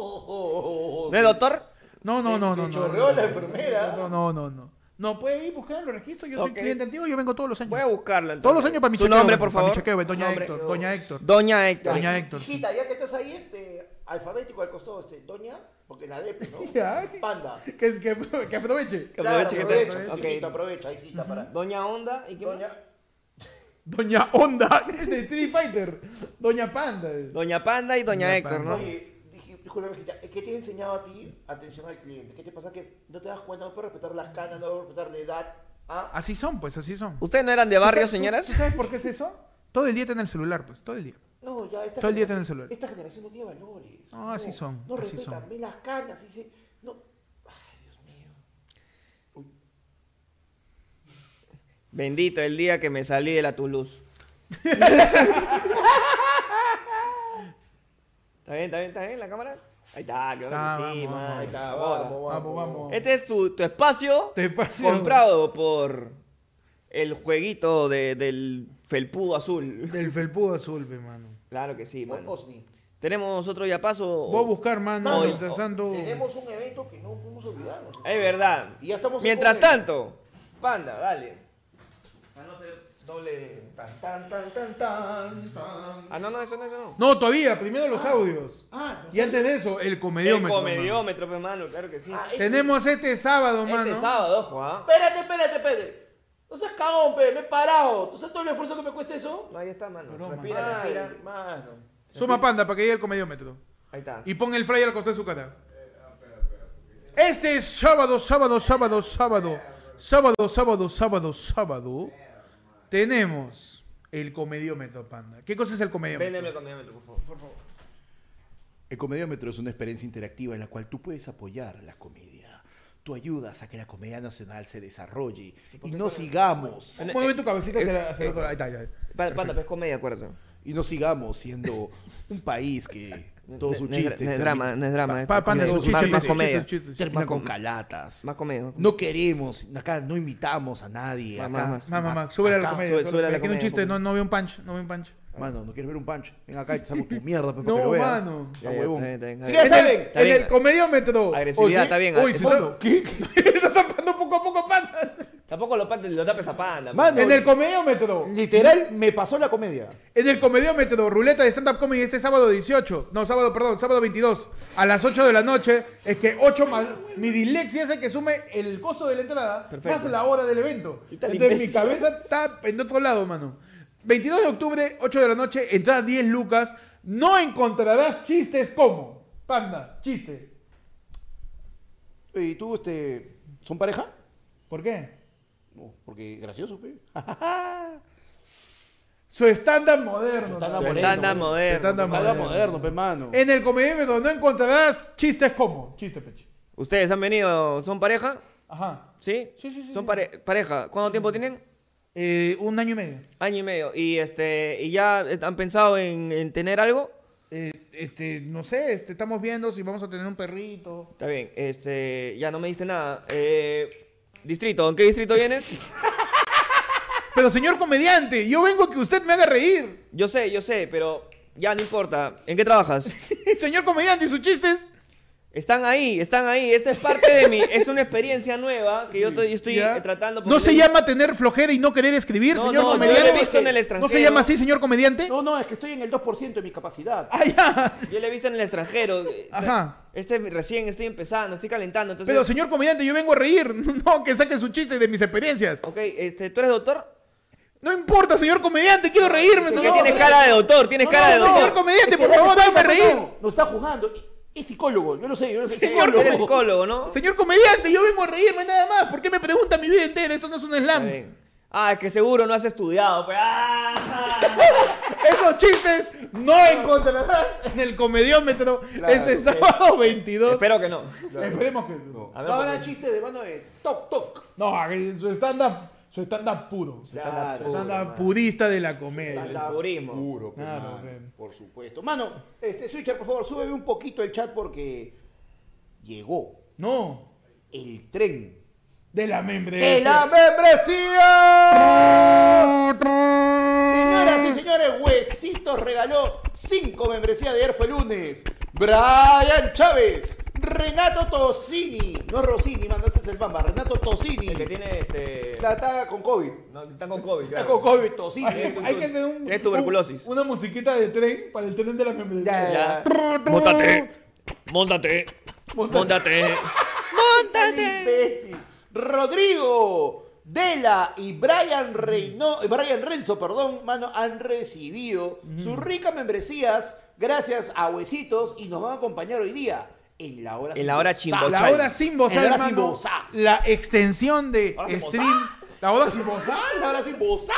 Speaker 2: No.
Speaker 4: ¿No es doctor?
Speaker 1: No, no,
Speaker 2: Se-
Speaker 1: no,
Speaker 2: se
Speaker 1: no. no,
Speaker 2: chorreó
Speaker 1: no,
Speaker 2: la
Speaker 1: no,
Speaker 2: enfermera.
Speaker 1: No, no, no, no. No, puede ir buscar en los registros. Yo
Speaker 4: Ok.
Speaker 1: soy cliente antiguo, yo vengo todos los años.
Speaker 4: Voy a buscarlo entonces.
Speaker 1: Todos los años para mi
Speaker 4: Su
Speaker 1: chequeo,
Speaker 4: nombre,
Speaker 1: bueno,
Speaker 4: por
Speaker 1: para mi
Speaker 4: favor.
Speaker 1: chequeo, doña
Speaker 4: Nombre.
Speaker 5: oh.
Speaker 1: Héctor, doña Héctor.
Speaker 4: Doña Héctor.
Speaker 1: Doña Héctor, sí.
Speaker 2: Hijita, ya que estás ahí, este, alfabético al costado, este, doña, porque la depe,
Speaker 1: (laughs)
Speaker 2: ¿no?
Speaker 1: Ya.
Speaker 2: Panda.
Speaker 1: Que, que- (laughs) que aproveche.
Speaker 4: Que
Speaker 2: Claro,
Speaker 4: aproveche que te-
Speaker 2: aprovecha,
Speaker 4: Ok.
Speaker 2: hijita, aprovecha, hijita, para.
Speaker 4: Doña Onda y qué
Speaker 2: Doña,
Speaker 4: más?
Speaker 1: Doña Onda, (laughs) de Street Fighter. Doña Panda.
Speaker 4: Doña Panda y Doña,
Speaker 1: Doña
Speaker 4: Héctor,
Speaker 1: Panda.
Speaker 4: ¿no?
Speaker 2: Oye, dije, disculpa, hijita, ¿qué te he enseñado a ti? Atención al cliente. ¿Qué te pasa que no te das cuenta? No puedes respetar las canas, no puedes respetar la edad. ¿ah?
Speaker 1: Así son, pues, así son.
Speaker 4: ¿Ustedes no eran de barrio,
Speaker 1: ¿Tú sabes- tú-
Speaker 4: señoras?
Speaker 1: ¿tú ¿Sabes por qué es eso? Todo el día está en el celular, pues, todo el día.
Speaker 2: No, ya esta
Speaker 1: Todo el día está en
Speaker 2: generación-
Speaker 1: el celular.
Speaker 2: Esta generación no tiene valores.
Speaker 1: No, así son,
Speaker 2: No
Speaker 1: así
Speaker 2: respetan,
Speaker 1: son.
Speaker 2: ve las canas, y se... No. Ay, Dios mío.
Speaker 4: Bendito el día que me salí de
Speaker 1: (laughs)
Speaker 4: la Toulouse. está bien, está bien, está bien la cámara. Ahí está, claro
Speaker 1: Ah,
Speaker 4: que sí,
Speaker 1: vamos,
Speaker 4: man.
Speaker 1: vamos.
Speaker 5: Ahí está,
Speaker 4: Joda.
Speaker 5: vamos,
Speaker 1: Vamos,
Speaker 5: vamos.
Speaker 1: vamos.
Speaker 4: Este es tu, tu espacio
Speaker 1: Tu espacio.
Speaker 4: comprado por el jueguito de- del felpudo azul.
Speaker 1: Del felpudo azul, pe, mano.
Speaker 4: Claro que sí,
Speaker 5: Buen
Speaker 4: mano.
Speaker 5: Osni.
Speaker 4: Tenemos otro ya paso.
Speaker 1: Voy a buscar, mano,
Speaker 4: Hoy.
Speaker 1: mientras
Speaker 2: Uh.
Speaker 1: tanto.
Speaker 5: Tenemos un evento que no podemos olvidarnos.
Speaker 4: Es verdad.
Speaker 5: Y ya estamos en
Speaker 4: Mientras
Speaker 5: Copenhague.
Speaker 4: tanto, panda, dale. A no ser doble.
Speaker 5: Tan, tan, tan, tan, tan.
Speaker 4: Ah, no, no, eso no, eso no.
Speaker 1: No, todavía, primero los audios.
Speaker 5: Ah, no
Speaker 1: Y antes de eso, el
Speaker 4: El
Speaker 1: comediómetro. mano.
Speaker 4: comediómetro, pe, mano, claro que sí.
Speaker 5: Ah, ese-
Speaker 1: Tenemos este sábado, mano.
Speaker 4: Este sábado, ojo, ¿ah?
Speaker 5: Espérate, espérate, espérate. No seas cagón, pe, me he parado. ¿Tú sabes todo el esfuerzo que me cuesta eso?
Speaker 4: No, ahí está, mano.
Speaker 1: Broma.
Speaker 4: Respira,
Speaker 5: Ay,
Speaker 4: respira.
Speaker 5: mano.
Speaker 1: Suma panda para que llegue el comediómetro.
Speaker 4: Ahí está.
Speaker 1: Y pon el fray al costado de su cara. Este es sábado, sábado, sábado, sábado. Sábado, sábado, sábado, sábado. Tenemos el comediómetro, panda. ¿Qué cosa es el
Speaker 4: Véndeme el
Speaker 1: comediómetro?
Speaker 4: comediómetro, por favor. Por favor.
Speaker 2: El Comediómetro es una experiencia interactiva en la cual tú puedes apoyar la comedia. Tú ayudas a que la comedia nacional se desarrolle y no sigamos
Speaker 1: Mueve tu cabecita hacia, la- hacia
Speaker 4: Eh,
Speaker 1: el otro lado. Ahí está, ahí está.
Speaker 4: Pa- Panda, pues comedia, acuérdate.
Speaker 2: y no sigamos siendo (laughs) un país que todos sus
Speaker 4: No es-
Speaker 2: chistes
Speaker 4: No es
Speaker 2: termi-
Speaker 4: drama, no es drama. es
Speaker 1: Pa- panda,
Speaker 4: comedia.
Speaker 2: su chiste,
Speaker 4: Más-
Speaker 2: su
Speaker 4: Más
Speaker 2: chiste,
Speaker 4: comedia.
Speaker 1: su chiste, su
Speaker 2: termina
Speaker 4: Más
Speaker 2: con
Speaker 4: com-
Speaker 2: calatas.
Speaker 4: Más comedia.
Speaker 2: No queremos, acá no invitamos a nadie.
Speaker 4: Más,
Speaker 2: acá-
Speaker 4: más,
Speaker 1: Mamá, mamá, súbele a la
Speaker 2: acá-
Speaker 1: comedia.
Speaker 4: sube-
Speaker 1: súbele.
Speaker 4: súbele a la
Speaker 1: Aquí no hay un
Speaker 4: comedia,
Speaker 1: chiste,
Speaker 4: por
Speaker 1: no, no veo un punch, no veo un punch.
Speaker 2: Mano, no quieres ver un pancho. Ven acá y te
Speaker 4: (laughs)
Speaker 2: saco tu mierda, pe, para
Speaker 1: No,
Speaker 2: que lo veas.
Speaker 1: mano.
Speaker 2: Ah,
Speaker 4: Ya, ya,
Speaker 2: huevón.
Speaker 4: está bien, está bien,
Speaker 1: Sí,
Speaker 4: está
Speaker 1: ya
Speaker 4: bien.
Speaker 1: saben,
Speaker 4: Está
Speaker 1: en
Speaker 4: bien.
Speaker 1: el comediómetro.
Speaker 4: Agresividad,
Speaker 1: Oye,
Speaker 4: está bien,
Speaker 1: Uy,
Speaker 4: es
Speaker 1: se
Speaker 4: fondo. (laughs)
Speaker 1: está,
Speaker 2: (laughs)
Speaker 1: está tapando poco a poco panda.
Speaker 4: Tampoco lo, parte- lo tapes a panda.
Speaker 2: Mano,
Speaker 4: pues.
Speaker 1: En el comediómetro.
Speaker 2: Literal, me pasó la comedia.
Speaker 1: En el comediómetro, ruleta de stand-up comedy este sábado 18. No, sábado, perdón, sábado 22. A las 8 de la noche. Es que 8 más. Mi dislexia hace que sume el costo de la entrada
Speaker 4: Perfecto.
Speaker 1: más la hora del evento.
Speaker 4: Y tal
Speaker 1: Entonces mi
Speaker 4: imbécil.
Speaker 1: cabeza está en otro lado, mano. 22 de octubre, 8 de la noche, entrada 10 lucas. No encontrarás chistes como. Panda, chiste.
Speaker 2: ¿Y tú, este, son pareja?
Speaker 1: ¿Por qué?
Speaker 2: No, porque gracioso, pe.
Speaker 1: Su estándar moderno.
Speaker 2: Stand-up
Speaker 1: ¿no?
Speaker 4: Su
Speaker 2: moderno,
Speaker 4: estándar
Speaker 2: su
Speaker 4: moderno.
Speaker 1: estándar
Speaker 4: papá.
Speaker 2: Nada moderno, pe, mano.
Speaker 1: En el comediómetro no encontrarás chistes como. Chiste, peche.
Speaker 4: Ustedes han venido, ¿son pareja?
Speaker 1: Ajá.
Speaker 4: ¿Sí?
Speaker 1: Sí, sí, sí,
Speaker 4: Son
Speaker 1: sí.
Speaker 4: pare- pareja. ¿Cuánto tiempo tienen?
Speaker 1: Eh, un año y medio.
Speaker 4: Año y medio. ¿Y este y ya eh, han pensado en, en tener algo?
Speaker 1: Eh, este, no sé, este, estamos viendo si vamos a tener un perrito.
Speaker 4: Está bien. Este, ya no me diste nada. Eh, distrito, ¿en qué distrito vienes?
Speaker 1: Pero señor comediante, yo vengo a que usted me haga reír.
Speaker 4: Yo sé, yo sé, pero ya no importa. ¿En qué
Speaker 1: (laughs)
Speaker 4: trabajas?
Speaker 1: (laughs) señor comediante, ¿y sus chistes?
Speaker 4: Están ahí, están ahí. Esta es parte de mí. Es una experiencia nueva que yo, to- yo estoy
Speaker 1: ¿Ya?
Speaker 4: eh, tratando.
Speaker 1: ¿No se
Speaker 4: ponerle-
Speaker 1: llama tener flojera y no querer escribir,
Speaker 4: No,
Speaker 1: señor
Speaker 4: no, yo lo he
Speaker 1: comediante?
Speaker 4: visto en el
Speaker 1: ¿No se
Speaker 4: extranjero.
Speaker 1: llama así, señor comediante?
Speaker 2: No, no, es que estoy en el 2% de mi capacidad.
Speaker 1: Ah, ya.
Speaker 4: Yo la he visto en el extranjero. eh,
Speaker 1: Ajá.
Speaker 4: Este recién estoy empezando, estoy calentando. Entonces,
Speaker 1: Pero señor comediante, yo vengo a reír. (laughs) No, que saque su chiste de mis experiencias.
Speaker 4: Ok, este, ¿tú eres doctor?
Speaker 1: No importa, señor comediante, quiero reírme,
Speaker 4: Porque
Speaker 1: señor.
Speaker 4: tienes cara de doctor, tienes
Speaker 2: No,
Speaker 4: cara de
Speaker 2: no,
Speaker 4: doctor.
Speaker 1: señor comediante,
Speaker 2: Es que
Speaker 1: por favor,
Speaker 2: date
Speaker 1: déjame
Speaker 2: cuenta,
Speaker 1: reír.
Speaker 2: no, Nos está jugando. Es psicólogo, yo lo sé, yo lo sé.
Speaker 4: Señor, tú eres psicólogo, ¿no?
Speaker 1: Señor comediante, yo vengo a reírme nada más. ¿Por qué me pregunta mi vida entera? Esto no es un
Speaker 4: Está
Speaker 1: slam.
Speaker 4: bien. Ah, es que seguro no has estudiado. Pues. ¡Ah!
Speaker 1: Esos chistes no encontrarás en el comediómetro este sábado 22.
Speaker 4: Espero que no.
Speaker 1: Esperemos que.
Speaker 4: A
Speaker 1: No,
Speaker 4: ver,
Speaker 5: No
Speaker 4: porque-
Speaker 5: habrá chistes de mano de toc, toc.
Speaker 1: a que su stand-up su stand-up puro. Su
Speaker 2: Claro,
Speaker 1: stand-up purista de la comedia.
Speaker 5: Stand-up
Speaker 4: purismo.
Speaker 2: Puro,
Speaker 4: pues,
Speaker 2: pe,
Speaker 1: Claro,
Speaker 2: mano,
Speaker 1: pe.
Speaker 2: por supuesto. Mano, este Switcher, por favor, súbeme un poquito el chat porque llegó
Speaker 1: No,
Speaker 2: el tren
Speaker 1: de la
Speaker 2: de la
Speaker 1: membresía.
Speaker 2: membresía. Señoras y señores, Huesitos regaló cinco membresías de ayer fue lunes. Brian Chávez, Renato Tosini, no Rossini, mano, este es el bamba, Renato Tosini.
Speaker 4: El que tiene este.
Speaker 2: Está, está con COVID.
Speaker 4: No, está con COVID.
Speaker 2: Está con
Speaker 4: claro.
Speaker 2: COVID, Tosini.
Speaker 1: Hay, hay que hacer un.
Speaker 4: Tienes tuberculosis.
Speaker 1: un- una musiquita de tren para el tren de la membresía.
Speaker 4: Ya.
Speaker 1: Mótate.
Speaker 4: Móntate. Móntate.
Speaker 2: El imbécil. Rodrigo Dela y Brian Reino, eh, Brian Renzo, perdón, mano, han recibido sus ricas membresías gracias a Huesitos y nos van a acompañar hoy día en la hora
Speaker 4: En la hora
Speaker 2: sin-
Speaker 4: chimbo-
Speaker 1: La
Speaker 4: Chai.
Speaker 1: hora sin bozal,
Speaker 2: El hora sin
Speaker 1: hermano.
Speaker 2: bozal.
Speaker 1: La extensión de
Speaker 4: Ahora sin
Speaker 1: stream. La hora sin bozal.
Speaker 2: Ah, La hora sin bozá.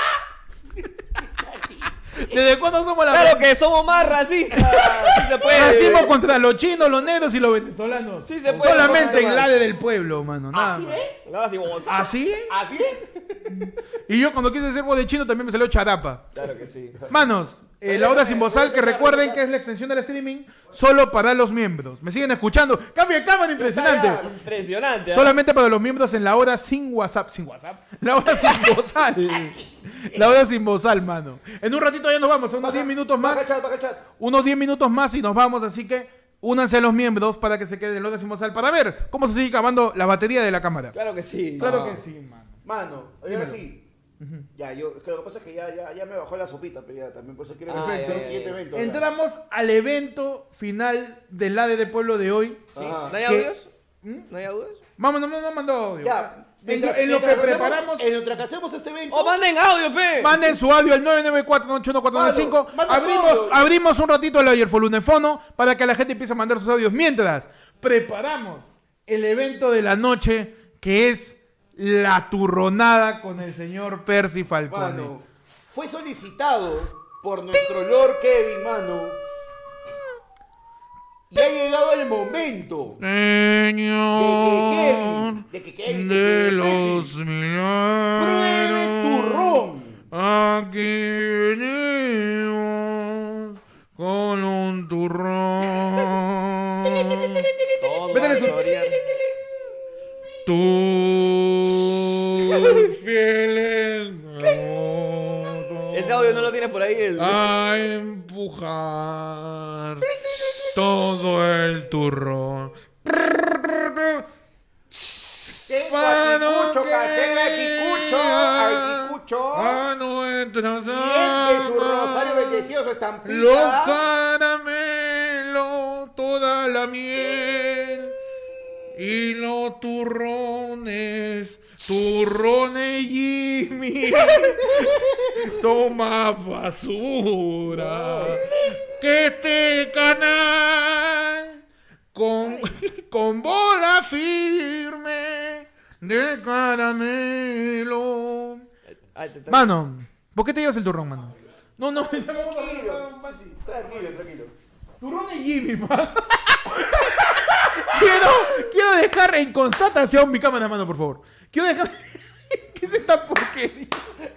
Speaker 1: ¿Desde cuándo somos la
Speaker 4: Claro que somos más racistas. Ah, Sí se puede.
Speaker 1: Nacimos contra los chinos, los negros y los venezolanos.
Speaker 4: Sí se puede,
Speaker 1: Solamente
Speaker 4: no, no,
Speaker 1: en
Speaker 4: no.
Speaker 1: la del pueblo, mano. Nada
Speaker 2: ¿Así
Speaker 1: más.
Speaker 2: es?
Speaker 4: La hora sin bozal.
Speaker 1: ¿Así?
Speaker 2: ¿Así es?
Speaker 1: Y yo cuando quise hacer voz de chino también me salió charapa.
Speaker 4: Claro que sí.
Speaker 1: Manos, Eh, la hora sin bozal, que recuerden que es la extensión del streaming solo para los miembros. ¿Me siguen escuchando? ¡Cambio de cámara! ¡Impresionante!
Speaker 4: Impresionante. ¿ah?
Speaker 1: Solamente para los miembros en la hora sin WhatsApp. Sin WhatsApp. La hora sin
Speaker 4: (laughs)
Speaker 1: bozal. La hora sin bozal, mano. En un ratito ya nos vamos. Unos 10 minutos más.
Speaker 2: Baja chat, baja chat.
Speaker 1: Unos 10 minutos más y nos vamos. Así que únanse a los miembros para que se queden en la hora sin bozal para ver cómo se sigue acabando la batería de la cámara. Ah.
Speaker 4: Claro que sí. Ah.
Speaker 1: Claro que sí, mano.
Speaker 2: Mano, oye, ahora sí. Ya, yo, que lo que pasa es que ya, ya, ya me bajó la sopita, pero ya también por eso quiero
Speaker 4: Ah,
Speaker 2: ir al
Speaker 4: ya, ya,
Speaker 2: siguiente
Speaker 4: ya.
Speaker 2: evento. ahora.
Speaker 1: Entramos al evento final del ADE de Pueblo de hoy.
Speaker 4: Sí.
Speaker 2: Ajá.
Speaker 4: ¿No hay
Speaker 1: ¿Qué?
Speaker 4: audios? ¿Mm? ¿No hay audios?
Speaker 1: Vamos, no, no, no mandó audio.
Speaker 2: Ya,
Speaker 1: En-
Speaker 2: mientras-
Speaker 1: en, lo que
Speaker 2: mientras hacemos-
Speaker 1: preparamos,
Speaker 2: En lo que hacemos este evento.
Speaker 4: ¡Oh, manden audio, pe!
Speaker 1: manden su audio al 994-981-495.
Speaker 2: Mano, manda
Speaker 1: Abrimos,
Speaker 2: audio.
Speaker 1: abrimos un ratito el ayer Folunefono para que la gente empiece a mandar sus audios. Mientras preparamos el evento de la noche que es la turronada con el señor Percy Falcone.
Speaker 2: Mano, fue solicitado por nuestro Lord Kevin, mano. Y ha llegado el momento de que
Speaker 1: Señor
Speaker 2: Kevin, de que Kevin, de
Speaker 1: de
Speaker 2: que
Speaker 1: los
Speaker 2: Pechi, pruebe
Speaker 1: milagros.
Speaker 2: turrón.
Speaker 1: Aquí venimos con un turrón.
Speaker 2: (laughs)
Speaker 4: Todo
Speaker 1: Métele su-
Speaker 4: Gloria.
Speaker 1: Tus fieles brazos
Speaker 4: Ese audio no lo tienes por ahí. El...
Speaker 1: a empujar todo el turrón.
Speaker 2: Tengo a Kikucho, casé a Kikucho, a Kikucho.
Speaker 1: A nuestras
Speaker 2: Siempre su rosario
Speaker 1: almas.
Speaker 2: bendecido, su estampita.
Speaker 1: Los caramelos, toda la miel y los turrones, turrones (laughs) Jimmy, son más basura que este canal con, con bola firme de caramelo.
Speaker 4: Ay, te- te-
Speaker 1: Mano, ¿por qué te llevas el turrón, mano? No, no,
Speaker 2: Tranquilo, tranquilo, tranquilo.
Speaker 1: Turrón y Jimmy, man. (laughs) quiero, quiero dejar en constatación mi cámara, mano, por favor. Quiero dejar. (laughs) ¿Qué es esta porquería?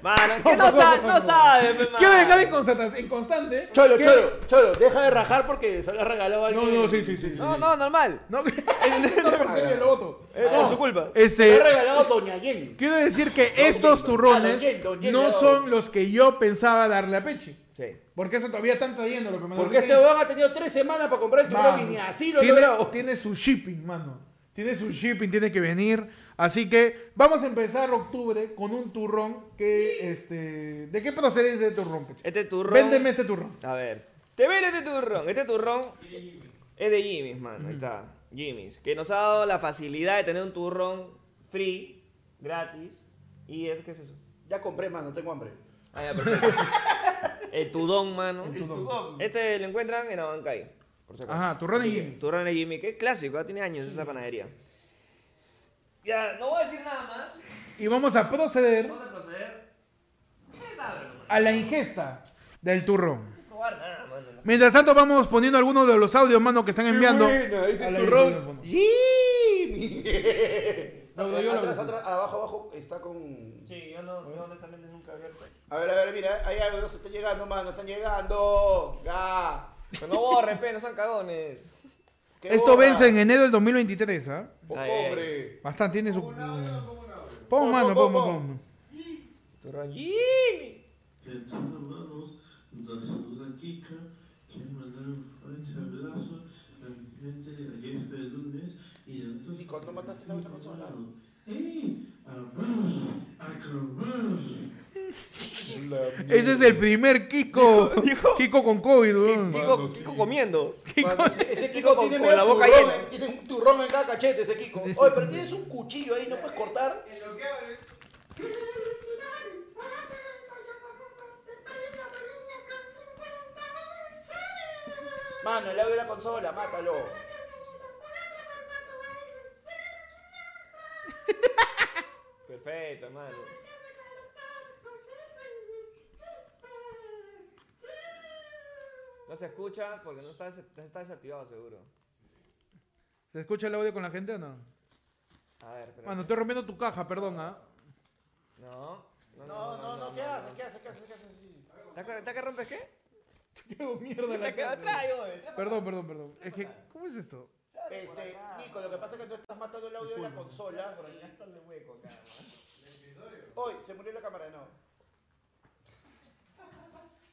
Speaker 4: Mano, que no, sa- no sabes, pe,
Speaker 1: Quiero
Speaker 4: mano.
Speaker 1: dejar en constatación. En constante.
Speaker 2: Cholo,
Speaker 1: que-
Speaker 2: cholo, cholo, deja de rajar porque se lo ha regalado a
Speaker 1: No,
Speaker 2: alguien.
Speaker 1: no, sí, sí, sí. sí.
Speaker 4: No, no, normal.
Speaker 1: No,
Speaker 4: (laughs)
Speaker 1: esta porquería lo voto.
Speaker 4: Es por su culpa.
Speaker 2: Se lo ha
Speaker 1: Este.
Speaker 2: regalado Doña Yen.
Speaker 1: Quiero decir
Speaker 4: Ah,
Speaker 1: que estos turrones
Speaker 2: Ah, don Yen, don
Speaker 1: no
Speaker 2: Yen,
Speaker 1: son los que yo pensaba darle a Pechi.
Speaker 4: Sí.
Speaker 1: Porque eso todavía están trayendo lo que me
Speaker 2: Porque este weón ha tenido tres semanas para comprar el turrón y ni así lo ha
Speaker 1: tiene,
Speaker 2: logrado.
Speaker 1: tiene su shipping, mano. Tiene su shipping, tiene que venir. Así que vamos a empezar octubre con un turrón que, este... ¿De qué procedencia es este turrón, Pecho?
Speaker 4: Este turrón.
Speaker 1: Véndeme este turrón.
Speaker 4: A ver. Te vende este turrón. Este turrón es de Jimmy's, mano. Ahí está. Jimmy's. Que nos ha dado la facilidad de tener un turrón free, gratis. ¿Y es, qué es eso?
Speaker 2: Ya compré, mano, tengo hambre.
Speaker 4: Ah, ya, perfecto. El tudón, mano.
Speaker 2: Tudón.
Speaker 4: Este lo encuentran en Abancay. Por si acaso.
Speaker 1: Ajá, turrón y Jimmy.
Speaker 4: Turrón de Jimmy, que es clásico, ya tiene años esa panadería. Ya, no voy a decir nada más.
Speaker 1: Y vamos a proceder
Speaker 4: Vamos a proceder. Ustedes saben, no
Speaker 1: a la ingesta del turrón.
Speaker 4: voy a probar nada, mano.
Speaker 1: Mientras tanto vamos poniendo algunos de los audios, mano, que están enviando.
Speaker 2: Buena, ese
Speaker 1: A la
Speaker 2: turrón.
Speaker 1: Jimmy.
Speaker 2: (laughs) Jimmy.
Speaker 1: no, yo lo
Speaker 2: eh, atrás,
Speaker 1: abrazo.
Speaker 2: atrás, abajo, abajo está con.
Speaker 4: Sí, yo no, yo honestamente nunca he abierto.
Speaker 2: A ver, a ver, mira, ahí algo se está llegando, mano, están llegando. Ya.
Speaker 4: Pero no borren, pe, no sean cagones.
Speaker 2: Qué Oh,
Speaker 1: Esto
Speaker 2: boda.
Speaker 1: vence en enero del 2023, ¿ah?
Speaker 2: Po-
Speaker 4: Ay, ay,
Speaker 2: Pobre.
Speaker 1: Bastante, tiene su...
Speaker 2: Pon,
Speaker 1: Pon, mano,
Speaker 2: pon,
Speaker 1: pon,
Speaker 2: pon.
Speaker 1: pon.
Speaker 4: Turrón Jimmy.
Speaker 6: Entre hermanos, da saluda Kika, quien mandar un fuerte abrazo a mi gente de ayer fue lunes y a todos.
Speaker 2: Nico, ¿no mataste la otra persona?
Speaker 6: ¡Eh! ¡Amamos! ¡Acabamos!
Speaker 1: Ese es el primer Kiko.
Speaker 4: dijo-
Speaker 1: Kiko con COVID, weón.
Speaker 4: Kiko, Kiko comiendo.
Speaker 2: Mano, ese, ese Kiko
Speaker 4: Kiko con-
Speaker 2: tiene
Speaker 4: con
Speaker 2: medio
Speaker 4: la boca
Speaker 2: turrón,
Speaker 4: llena.
Speaker 2: eh, Tiene un turrón en cada cachete ese Kiko. Oye, pero tienes un cuchillo ahí, ¿no puedes cortar? Mano, el audio de la consola, mátalo.
Speaker 4: Perfecto, hermano. No se escucha porque no está, des- está desactivado seguro.
Speaker 1: ¿Se escucha el audio con la gente o no?
Speaker 4: A ver, espera.
Speaker 1: Mano, estoy rompiendo tu caja, perdón, ¿ah?
Speaker 4: No.
Speaker 2: No, no, no, ¿qué haces? ¿Qué haces? ¿Qué haces? ¿Qué haces?
Speaker 4: ¿Te acuerdas- te acuerdas que rompes qué?
Speaker 1: Yo, mierda la
Speaker 4: Me quedo
Speaker 1: cara.
Speaker 4: atrás, yo, eh.
Speaker 1: Perdón, perdón, perdón. Es que, ¿cómo es esto?
Speaker 2: Este, Nico, lo que pasa es que tú estás matando el audio de la consola. y-
Speaker 4: Está el hueco acá, man.
Speaker 2: Hoy, se murió la cámara, no.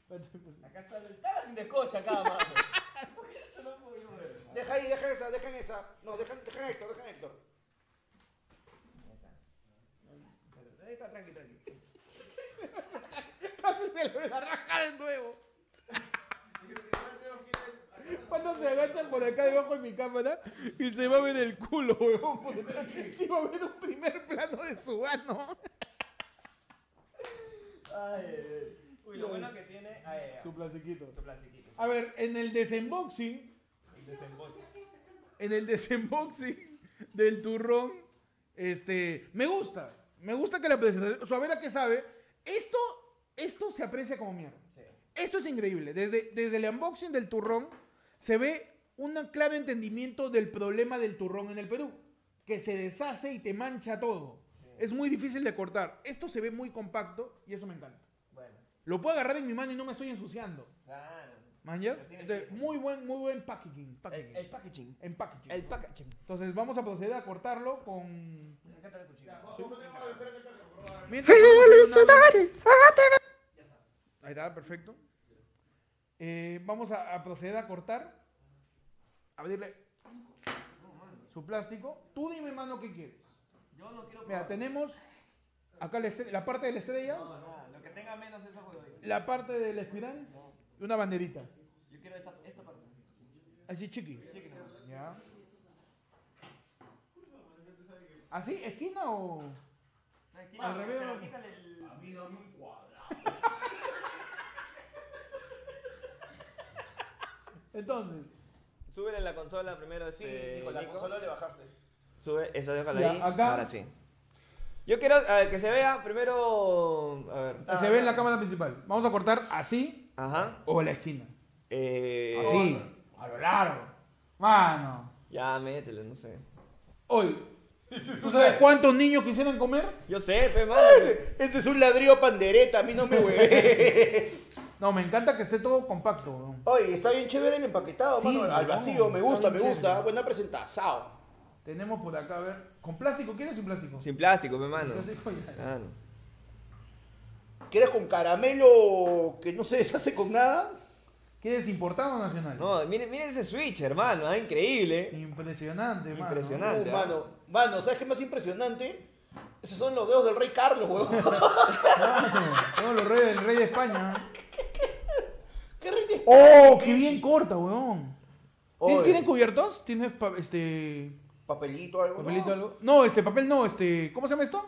Speaker 4: (laughs) Acá está el. Está sin descocha
Speaker 2: (laughs)
Speaker 4: acá, mano.
Speaker 2: Deja ahí, deja esa, dejan esa. No, dejan, dejan a Héctor, dejan a Héctor.
Speaker 4: Ahí está, tranqui, tranqui.
Speaker 2: Casi se le la raja de nuevo.
Speaker 1: Cuando se agachan por acá debajo de mi cámara y se va a ver el culo, huevón. por detrás. Sí va a ver un primer plano de su ano.
Speaker 4: Uy, lo bueno que tiene. Ah, ya, ya.
Speaker 1: Su plastiquito.
Speaker 4: Su plastiquito.
Speaker 1: A ver, en el desenboxing,
Speaker 4: El desembolso.
Speaker 1: en el desenboxing del turrón, este, me gusta. Me gusta que la presentación, o sea, a ver a qué sabe. Esto, esto se aprecia como mierda.
Speaker 4: Sí.
Speaker 1: Esto es increíble. Desde, desde el unboxing del turrón se ve un claro entendimiento del problema del turrón en el Perú, que se deshace y te mancha todo. Es muy difícil de cortar. Esto se ve muy compacto y eso me encanta.
Speaker 4: Bueno,
Speaker 1: Lo puedo agarrar en mi mano y no me estoy ensuciando.
Speaker 4: claro.
Speaker 1: ¿Manjas?
Speaker 4: Así me
Speaker 1: Entonces,
Speaker 4: empieza.
Speaker 1: muy buen, muy buen packaging.
Speaker 4: El,
Speaker 1: packaging.
Speaker 4: el packaging.
Speaker 1: en packaging.
Speaker 4: El packaging.
Speaker 1: Entonces vamos a proceder a cortarlo con...
Speaker 4: Acá está el cuchillo.
Speaker 1: Mientras vamos a hacer una- Ahí está, perfecto. Eh, vamos a, a proceder a cortar. Abrirle su plástico. Tú dime, mano, qué quieres.
Speaker 4: Yo no quiero.
Speaker 1: Mira, tenemos acá la, estre- la parte de la estrella,
Speaker 4: Ah, lo que tenga menos esa jodida.
Speaker 1: la parte de la espiral y una banderita.
Speaker 4: Yo quiero esta, esta parte.
Speaker 1: Así chiqui.
Speaker 4: Chiqui nomás.
Speaker 1: Ya. ¿Así? ¿Esquina o...?
Speaker 4: Tranquilo,
Speaker 1: Al revés,
Speaker 4: pero
Speaker 1: ¿no?
Speaker 4: quítale el.
Speaker 1: Entonces,
Speaker 4: Súbele la consola primero.
Speaker 2: Sí,
Speaker 4: este,
Speaker 2: Nico, la
Speaker 4: Nico.
Speaker 2: consola le bajaste.
Speaker 4: Sube, esa déjala
Speaker 1: Ya,
Speaker 4: ahí.
Speaker 1: acá.
Speaker 4: Ahora sí. Yo quiero a ver, que se vea primero. A ver.
Speaker 1: se ve en la cámara principal. Vamos a cortar así
Speaker 4: Ajá.
Speaker 1: o la esquina.
Speaker 4: Eh,
Speaker 1: Así, a lo largo. Mano.
Speaker 4: Ya, métele, no sé.
Speaker 1: Hoy, ¿tú sabes cuántos niños quisieran comer?
Speaker 4: Yo sé, pe, mano.
Speaker 2: Este es un ladrillo pandereta, a mí no me hueve.
Speaker 1: No, me encanta que esté todo compacto. weón.
Speaker 2: (laughs) Oye, está bien chévere el empaquetado,
Speaker 1: Sí,
Speaker 2: mano. Al
Speaker 1: no,
Speaker 2: vacío, me
Speaker 1: está
Speaker 2: gusta, me
Speaker 1: bien
Speaker 2: gusta.
Speaker 1: chévere.
Speaker 2: Buena presentación.
Speaker 1: Tenemos por acá, a ver. ¿Con plástico? ¿Quieres sin plástico?
Speaker 4: Sin plástico, pe, mano.
Speaker 1: Plástico, ya.
Speaker 4: Ah, no.
Speaker 2: ¿Quieres con caramelo que no se deshace con nada?
Speaker 1: ¿Quieres importado o nacional?
Speaker 4: No, miren, miren ese switch, hermano. Ah, increíble.
Speaker 1: Impresionante, mano.
Speaker 4: Impresionante. Grande,
Speaker 2: Uh,
Speaker 4: ¿ah?
Speaker 2: mano, mano, ¿sabes qué más impresionante? Esos son los dedos del rey Carlos, (laughs) weón.
Speaker 1: Mano, Todos los reyes del rey de España.
Speaker 2: ¿Qué rey de-
Speaker 1: ¡Oh, qué bien corta, weón! ¿Tien-
Speaker 2: Oye.
Speaker 1: ¿Tienen cubiertos? ¿Tienes pa- este
Speaker 2: ¿Papelito algo?
Speaker 1: papelito
Speaker 2: No.
Speaker 1: algo? No, este papel no, este, ¿cómo se llama esto?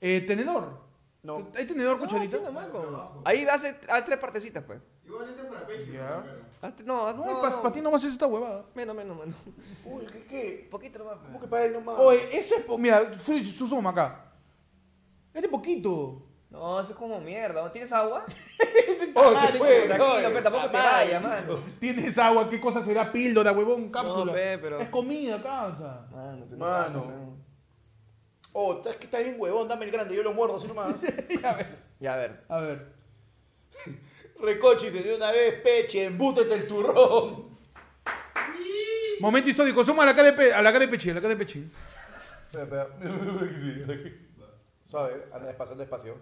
Speaker 1: Eh, tenedor.
Speaker 2: No.
Speaker 1: ¿Hay tenedor,
Speaker 4: No,
Speaker 1: cucharita?
Speaker 4: sí, nomás con- Ahí hace haz tres partecitas, pues.
Speaker 1: Ya.
Speaker 4: Haz- No, haz-
Speaker 1: No,
Speaker 4: no,
Speaker 1: para
Speaker 4: no.
Speaker 1: ti nomás es esta huevada.
Speaker 4: Menos, menos, mano.
Speaker 2: Uy, ¿qué qué?
Speaker 4: Un poquito nomás, pe.
Speaker 2: ¿Cómo que para él nomás? pues.
Speaker 1: Oye, esto es, po- mira, su, su suma acá. Este poquito.
Speaker 4: No, eso es como mierda. ¿no? ¿Tienes agua?
Speaker 2: Oh, se fue.
Speaker 4: Tranquilo,
Speaker 2: oye.
Speaker 4: pe, tampoco te
Speaker 2: Ah,
Speaker 4: vayas, mano.
Speaker 1: Tienes agua, qué cosa será píldora, huevón, cápsula.
Speaker 4: pe, pero-
Speaker 1: Es comida, casa.
Speaker 4: Mano, pe, no
Speaker 2: Mano.
Speaker 4: pasa, pe.
Speaker 2: Oh, estás que está bien huevón, dame el grande, yo lo muerdo así (laughs) nomás.
Speaker 4: Ya, a ver.
Speaker 1: A ver.
Speaker 2: Recochise de una vez, peche, embútete el turrón.
Speaker 1: Momento histórico, suma a la KDP, a la KDPC, a la KDPC.
Speaker 2: Espera, espera. (laughs) Sí, Suave, anda despacio, anda despacio.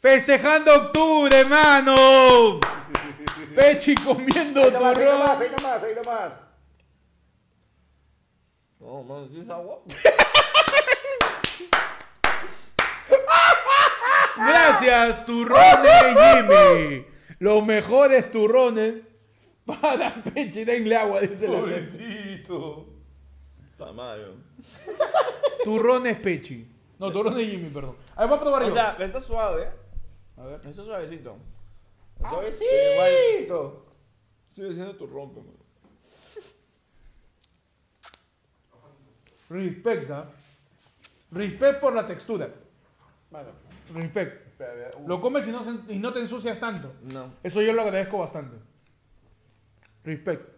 Speaker 1: Festejando octubre, mano. Pechi comiendo
Speaker 2: Ahí nomás, ahí nomás,
Speaker 1: turrón.
Speaker 2: ahí nomás, ahí nomás.
Speaker 4: No, mano, ¿tienes (laughs) agua?
Speaker 1: Gracias, turrones Jimmy. Los mejores turrones para Pechi. Denle agua, dice la gente.
Speaker 2: Pobrecito.
Speaker 4: Está mal, yo.
Speaker 1: Turrones Pechi. No, turrones Jimmy, perdón. A ver, voy a probar yo.
Speaker 4: O sea, pero está suave, ¿eh?
Speaker 1: a ver.
Speaker 4: Está suavecito.
Speaker 2: Suavecito.
Speaker 4: Sigue siendo tu rompe, mano.
Speaker 1: Respecta. Respect por la textura.
Speaker 2: Mano,
Speaker 1: Respect.
Speaker 2: espera, espera, uh.
Speaker 1: Lo comes y no, se- y no te ensucias tanto.
Speaker 4: No.
Speaker 1: Eso yo lo agradezco bastante. Respect.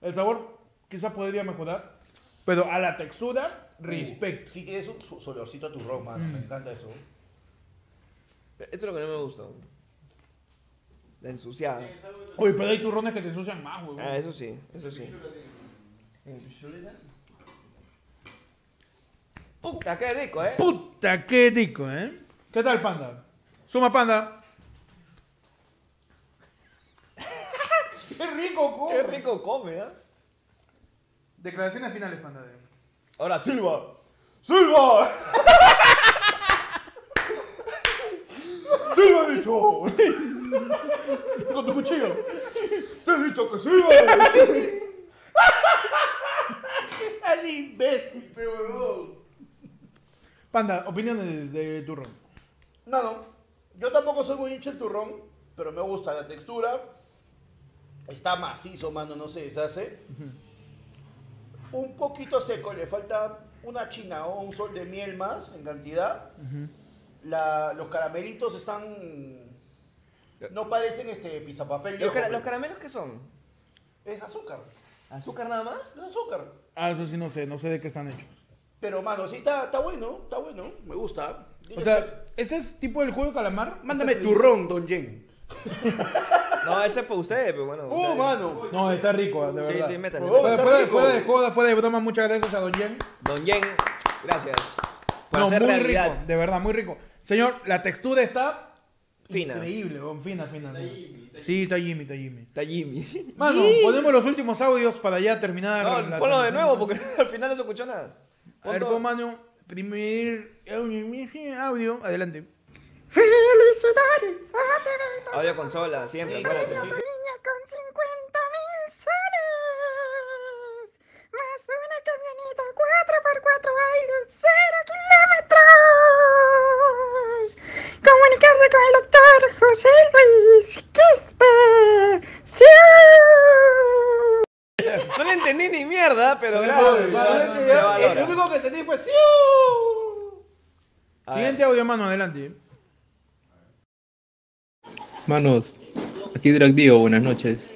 Speaker 1: El sabor quizás podría mejorar, Pero a la textura, respecto.
Speaker 2: Sí tiene su, su, su olorcito a turrón, mano.
Speaker 4: Mm.
Speaker 2: Me encanta eso.
Speaker 4: Esto es lo que no me gusta. weón. La ensuciada. Uh.
Speaker 1: Oye, pero hay turrones que te ensucian más, weón.
Speaker 4: Ah, eso sí, eso sí. Puta, qué rico, eh.
Speaker 3: Puta, qué rico, ¿eh?
Speaker 1: ¿Qué tal, panda? Suma, panda. ¡Qué rico, co!
Speaker 4: Qué rico come, ¿eh?
Speaker 1: Declaraciones finales, panda.
Speaker 4: Ahora Silva. ¡Silva!
Speaker 1: ¡Silva, dicho! Con tu cuchillo.
Speaker 4: (laughs) ¡Te he dicho que Silva!
Speaker 2: ¡Al imbécil, pe huevón!
Speaker 1: Panda, opiniones de turrón.
Speaker 2: No, no. Yo tampoco soy muy hincha el turrón, pero me gusta la textura. Está macizo, mano, no se deshace. Un poquito seco, le falta una china o un sol de miel más en cantidad. La- los caramelitos están. No parecen este pizapapel.
Speaker 4: ¿Los,
Speaker 2: viejo,
Speaker 4: cara-
Speaker 2: pero
Speaker 4: los caramelos qué son?
Speaker 2: es azúcar.
Speaker 4: ¿Azúcar nada más? (laughs)
Speaker 2: Es azúcar.
Speaker 1: Ah, eso sí no sé, no sé de qué están hechos.
Speaker 2: Pero, mano, sí está, está bueno, está bueno. Me gusta.
Speaker 1: O sea, ¿este es tipo del juego de calamar?
Speaker 2: mándame turrón, don Jen.
Speaker 4: No, ese es para ustedes, pero bueno.
Speaker 2: ¡Oh,
Speaker 4: ustedes-
Speaker 2: mano!
Speaker 1: No, está rico, de
Speaker 4: Sí,
Speaker 1: verdad.
Speaker 4: sí, métale.
Speaker 2: Oh,
Speaker 1: Fuera,
Speaker 2: está
Speaker 1: fuera de-
Speaker 2: rico.
Speaker 1: fuera de joda, fuera de broma, muchas gracias a Don Jen.
Speaker 4: Don Jen, gracias. Por
Speaker 1: No, muy
Speaker 4: hacer realidad
Speaker 1: rico, de verdad, muy rico. Señor, la textura está
Speaker 4: Fina.
Speaker 1: increíble, weón, fina, fina. weón. Sí, está Jimmy, está Jimmy.
Speaker 4: Está Jimmy.
Speaker 1: Mano, ponemos los últimos audios para ya terminar.
Speaker 4: (laughs) No,
Speaker 1: la
Speaker 4: ponlo de
Speaker 1: transmisión.
Speaker 4: nuevo porque (laughs) al final no se escuchó nada.
Speaker 1: A ver,
Speaker 4: Pon todo.
Speaker 1: pon, mano, primer audio, adelante.
Speaker 7: ¡Felicidades! ¡Ah, te
Speaker 4: Audio consola, siempre. acuérdate.
Speaker 7: una niña con 50 mil soles! Más una camioneta 4x4 y los 0 kilómetros! Comunicarse con el doctor José Luis Quispe. ¡Sí!
Speaker 4: No le entendí ni mierda, pero
Speaker 1: madre,
Speaker 4: gracias.
Speaker 1: madre,
Speaker 4: Se
Speaker 1: madre.
Speaker 4: valora.
Speaker 2: El único que entendí fue ¡Siu!
Speaker 4: A ver.
Speaker 1: Siguiente audio, mano, adelante.
Speaker 8: Manos, aquí Dragdio, buenas noches.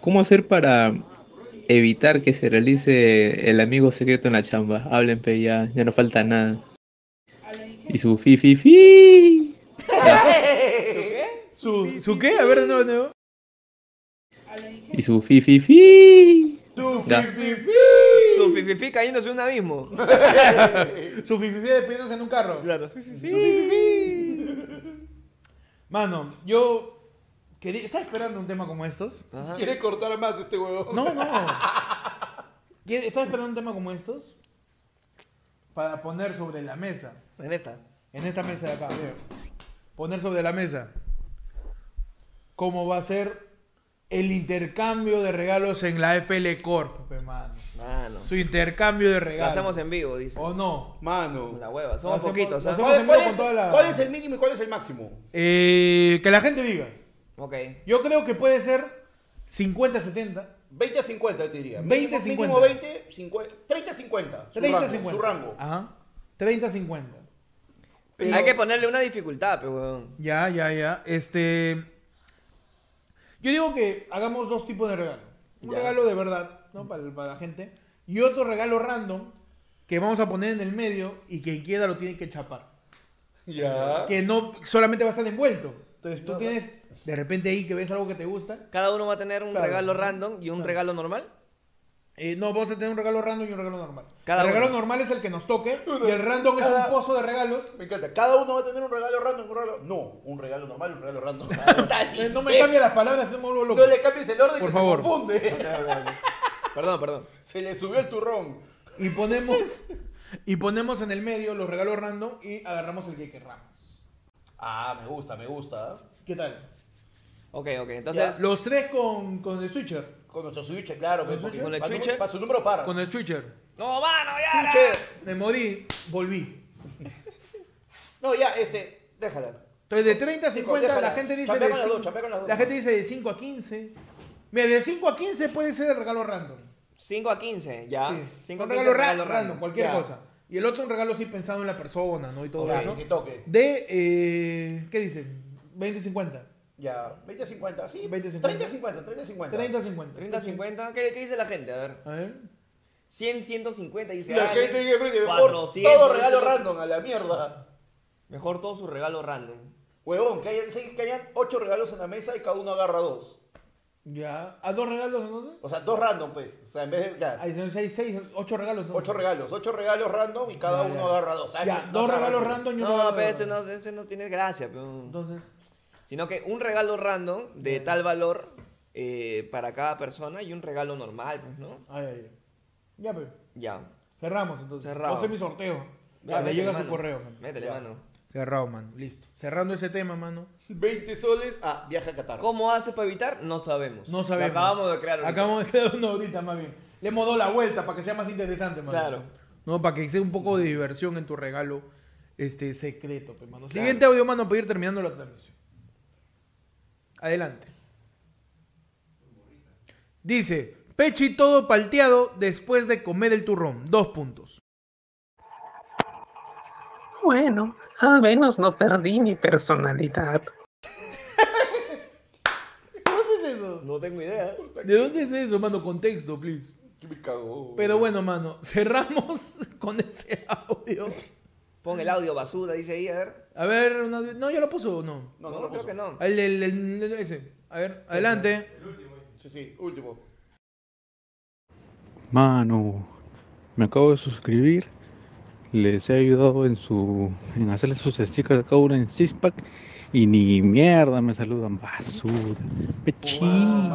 Speaker 8: ¿Cómo hacer para evitar que se realice el amigo secreto en la chamba? Hablen, pe, ya, ya no falta nada. Y su fi, fi, fi.
Speaker 1: ¿Su, ¿Su qué? A ver, de nuevo, de nuevo.
Speaker 8: Y su fi, fi, fi. Ya.
Speaker 4: Su fififi cayéndose en un abismo.
Speaker 1: Su fififi despidiéndose en un carro.
Speaker 4: Claro.
Speaker 1: Mano, yo quería, estaba esperando un tema como estos.
Speaker 4: Ajá.
Speaker 2: Quiere cortar más este huevón.
Speaker 1: No, no. Que- Estaba esperando un tema como estos para poner sobre la mesa,
Speaker 4: En esta.
Speaker 1: en esta mesa de acá. Poner sobre la mesa cómo va a ser el intercambio de regalos en la FL Corp, pe, mano.
Speaker 4: Mano.
Speaker 1: Su intercambio de
Speaker 4: Lo hacemos
Speaker 1: regalos.
Speaker 4: en vivo, dice.
Speaker 1: ¿O no?
Speaker 2: Mano.
Speaker 4: La hueva. Somos
Speaker 1: Lo hacemos-
Speaker 4: poquitos,
Speaker 1: lo
Speaker 4: ¿ah?
Speaker 1: hacemos-
Speaker 2: ¿Cuál,
Speaker 1: en
Speaker 2: cuál
Speaker 1: vivo
Speaker 2: es,
Speaker 1: con toda la-
Speaker 2: cuál es el mínimo y cuál es el máximo?
Speaker 1: Eh, que la gente diga.
Speaker 4: Ok.
Speaker 1: Yo creo que puede ser 50-70.
Speaker 2: 20 a 50, yo te diría.
Speaker 1: 20 a
Speaker 2: Mínimo- Mínimo
Speaker 1: 50.
Speaker 2: 20, 50, 30 a 50. Su
Speaker 1: 30-50.
Speaker 2: rango, Su rango.
Speaker 1: Ajá. 30-50.
Speaker 2: Pero-
Speaker 4: Hay que ponerle una dificultad, pero weón.
Speaker 1: Ya, ya, ya. Este. Yo digo que hagamos dos tipos de regalo. Un
Speaker 4: Ya.
Speaker 1: regalo de verdad, ¿no? Para, para la gente. Y otro regalo random que vamos a poner en el medio y quien quiera lo tiene que chapar.
Speaker 2: Ya.
Speaker 1: Que no solamente va a estar envuelto. Entonces tú tienes de repente ahí que ves algo que te gusta.
Speaker 4: Cada uno va a tener un
Speaker 1: Claro.
Speaker 4: regalo random y un
Speaker 1: Claro.
Speaker 4: regalo normal.
Speaker 1: Eh, no, vamos a tener un regalo random y un regalo normal.
Speaker 4: Cada
Speaker 1: el regalo
Speaker 4: uno.
Speaker 1: normal es el que nos toque y el random es
Speaker 2: Cada-
Speaker 1: un pozo de regalos.
Speaker 2: Me encanta. Cada uno va a tener un regalo random, un regalo. No, un regalo normal, y un regalo random. (laughs)
Speaker 1: Eh, No me cambies las palabras, no me vuelvo loco.
Speaker 2: No le cambies el orden
Speaker 1: Por
Speaker 2: que
Speaker 1: favor.
Speaker 2: se confunde.
Speaker 4: Perdón, perdón.
Speaker 2: (laughs) Se le subió el turrón.
Speaker 1: Y ponemos, y ponemos en el medio los regalos random y agarramos el que querramos.
Speaker 2: Ah, me gusta, me gusta.
Speaker 1: ¿Qué tal?
Speaker 4: Ok, ok. Entonces,
Speaker 1: Los tres con, con el switcher.
Speaker 2: Con nuestro switch, claro. pues, porque
Speaker 4: Con el
Speaker 2: pa' su-
Speaker 4: switcher.
Speaker 2: pa' su número para.
Speaker 1: Con el switcher.
Speaker 4: ¡No, mano, ya! la-
Speaker 1: Me morí, volví.
Speaker 2: No, ya, este, déjala.
Speaker 1: Entonces de 30 a
Speaker 2: Cinco,
Speaker 1: 50 la
Speaker 2: déjala.
Speaker 1: gente dice
Speaker 2: Chapea
Speaker 1: de
Speaker 2: con las dos,
Speaker 1: cin-
Speaker 2: chapea con las dos.
Speaker 1: La gente dice de 5 a 15. Mira, de 5 a 15 puede ser el regalo random.
Speaker 4: 5 a 15, ya.
Speaker 2: Ah,
Speaker 1: Sí.
Speaker 4: 5 a
Speaker 1: un
Speaker 4: 15,
Speaker 1: regalo, ra- random, cualquier
Speaker 2: Ya.
Speaker 1: cosa. Y el otro un regalo sí pensado en la persona, ¿no? Y todo
Speaker 2: Ok,
Speaker 1: eso.
Speaker 2: que toque.
Speaker 1: De, eh, ¿qué dicen? 20 50.
Speaker 2: Ya, 20 a 50, sí.
Speaker 1: 20 a 50.
Speaker 2: 30 a 50, 30 a 50.
Speaker 1: 30 50.
Speaker 4: 30 a 50. ¿Qué, qué dice la gente? A ver.
Speaker 1: A ver.
Speaker 4: 100, 150 y dice,
Speaker 2: La
Speaker 4: ah,
Speaker 2: gente dice, frente, mejor
Speaker 4: 400,
Speaker 2: todo regalo
Speaker 4: dice,
Speaker 2: random a la mierda.
Speaker 4: Mejor todo su regalo random.
Speaker 2: Huevón, que hayan, seis- que hayan ocho regalos en la mesa y cada uno agarra dos.
Speaker 1: Ya. ¿A dos regalos entonces?
Speaker 2: O sea, dos random, pues. O sea, en vez de. Ya,
Speaker 1: Ahí son seis, seis, ocho regalos. ¿no?
Speaker 2: ocho regalos. Ocho regalos random y cada
Speaker 1: Ya, ya.
Speaker 2: uno agarra dos. ¿Sabes
Speaker 1: Ya,
Speaker 2: qué? No
Speaker 1: dos
Speaker 2: se agarra
Speaker 1: regalos
Speaker 2: uno.
Speaker 1: random y un
Speaker 4: No,
Speaker 1: regalo.
Speaker 4: pero ese no, ese no tiene gracia. pero-
Speaker 1: Entonces,
Speaker 4: Sino que un regalo random de tal valor eh, para cada persona y un regalo normal, pues, ¿no?
Speaker 1: ay, ay, ay. Ya, pero.
Speaker 4: Ya.
Speaker 1: Cerramos entonces.
Speaker 4: Cerrado.
Speaker 1: Cerrado. mi sorteo. Ah,
Speaker 4: Ya,
Speaker 1: le
Speaker 4: métele
Speaker 1: llega su
Speaker 4: mano.
Speaker 1: correo. mano.
Speaker 4: Métele,
Speaker 1: Ya.
Speaker 4: mano.
Speaker 1: Cerrado, mano. Listo. Cerrando ese tema, mano.
Speaker 2: 20 soles. Ah, viaje a Qatar.
Speaker 4: ¿Cómo hace para evitar? No sabemos.
Speaker 1: No sabemos.
Speaker 4: Lo acabamos de crear. ahorita.
Speaker 1: Acabamos de crear una ahorita, más bien. Le hemos dado la vuelta para que sea más interesante, mano.
Speaker 4: Claro.
Speaker 1: No, para que sea un poco de diversión en tu regalo este secreto, pues, mano. Siguiente audio, mano, para ir terminando la transmisión. Adelante. Dice, Pechi todo palteado después de comer el turrón. Dos puntos.
Speaker 9: Bueno, al menos no perdí mi personalidad.
Speaker 4: No tengo idea.
Speaker 1: ¿De dónde es eso, mano? Contexto, please.
Speaker 2: Que me cagó.
Speaker 1: Pero bueno, mano, (laughs) cerramos con ese audio.
Speaker 4: Pon el audio basura, dice ahí, a ver.
Speaker 1: A ver, un audio- no, ya lo puso o no.
Speaker 2: No, no lo
Speaker 4: creo
Speaker 2: puso.
Speaker 4: que no.
Speaker 1: El, el- el- el- ese. A ver, adelante.
Speaker 2: Sí, sí, último.
Speaker 3: Mano, me acabo de suscribir. Les he ayudado en su en hacerle sus stickers a cada uno en Sixpack y ni mierda me saludan basura. Pechín.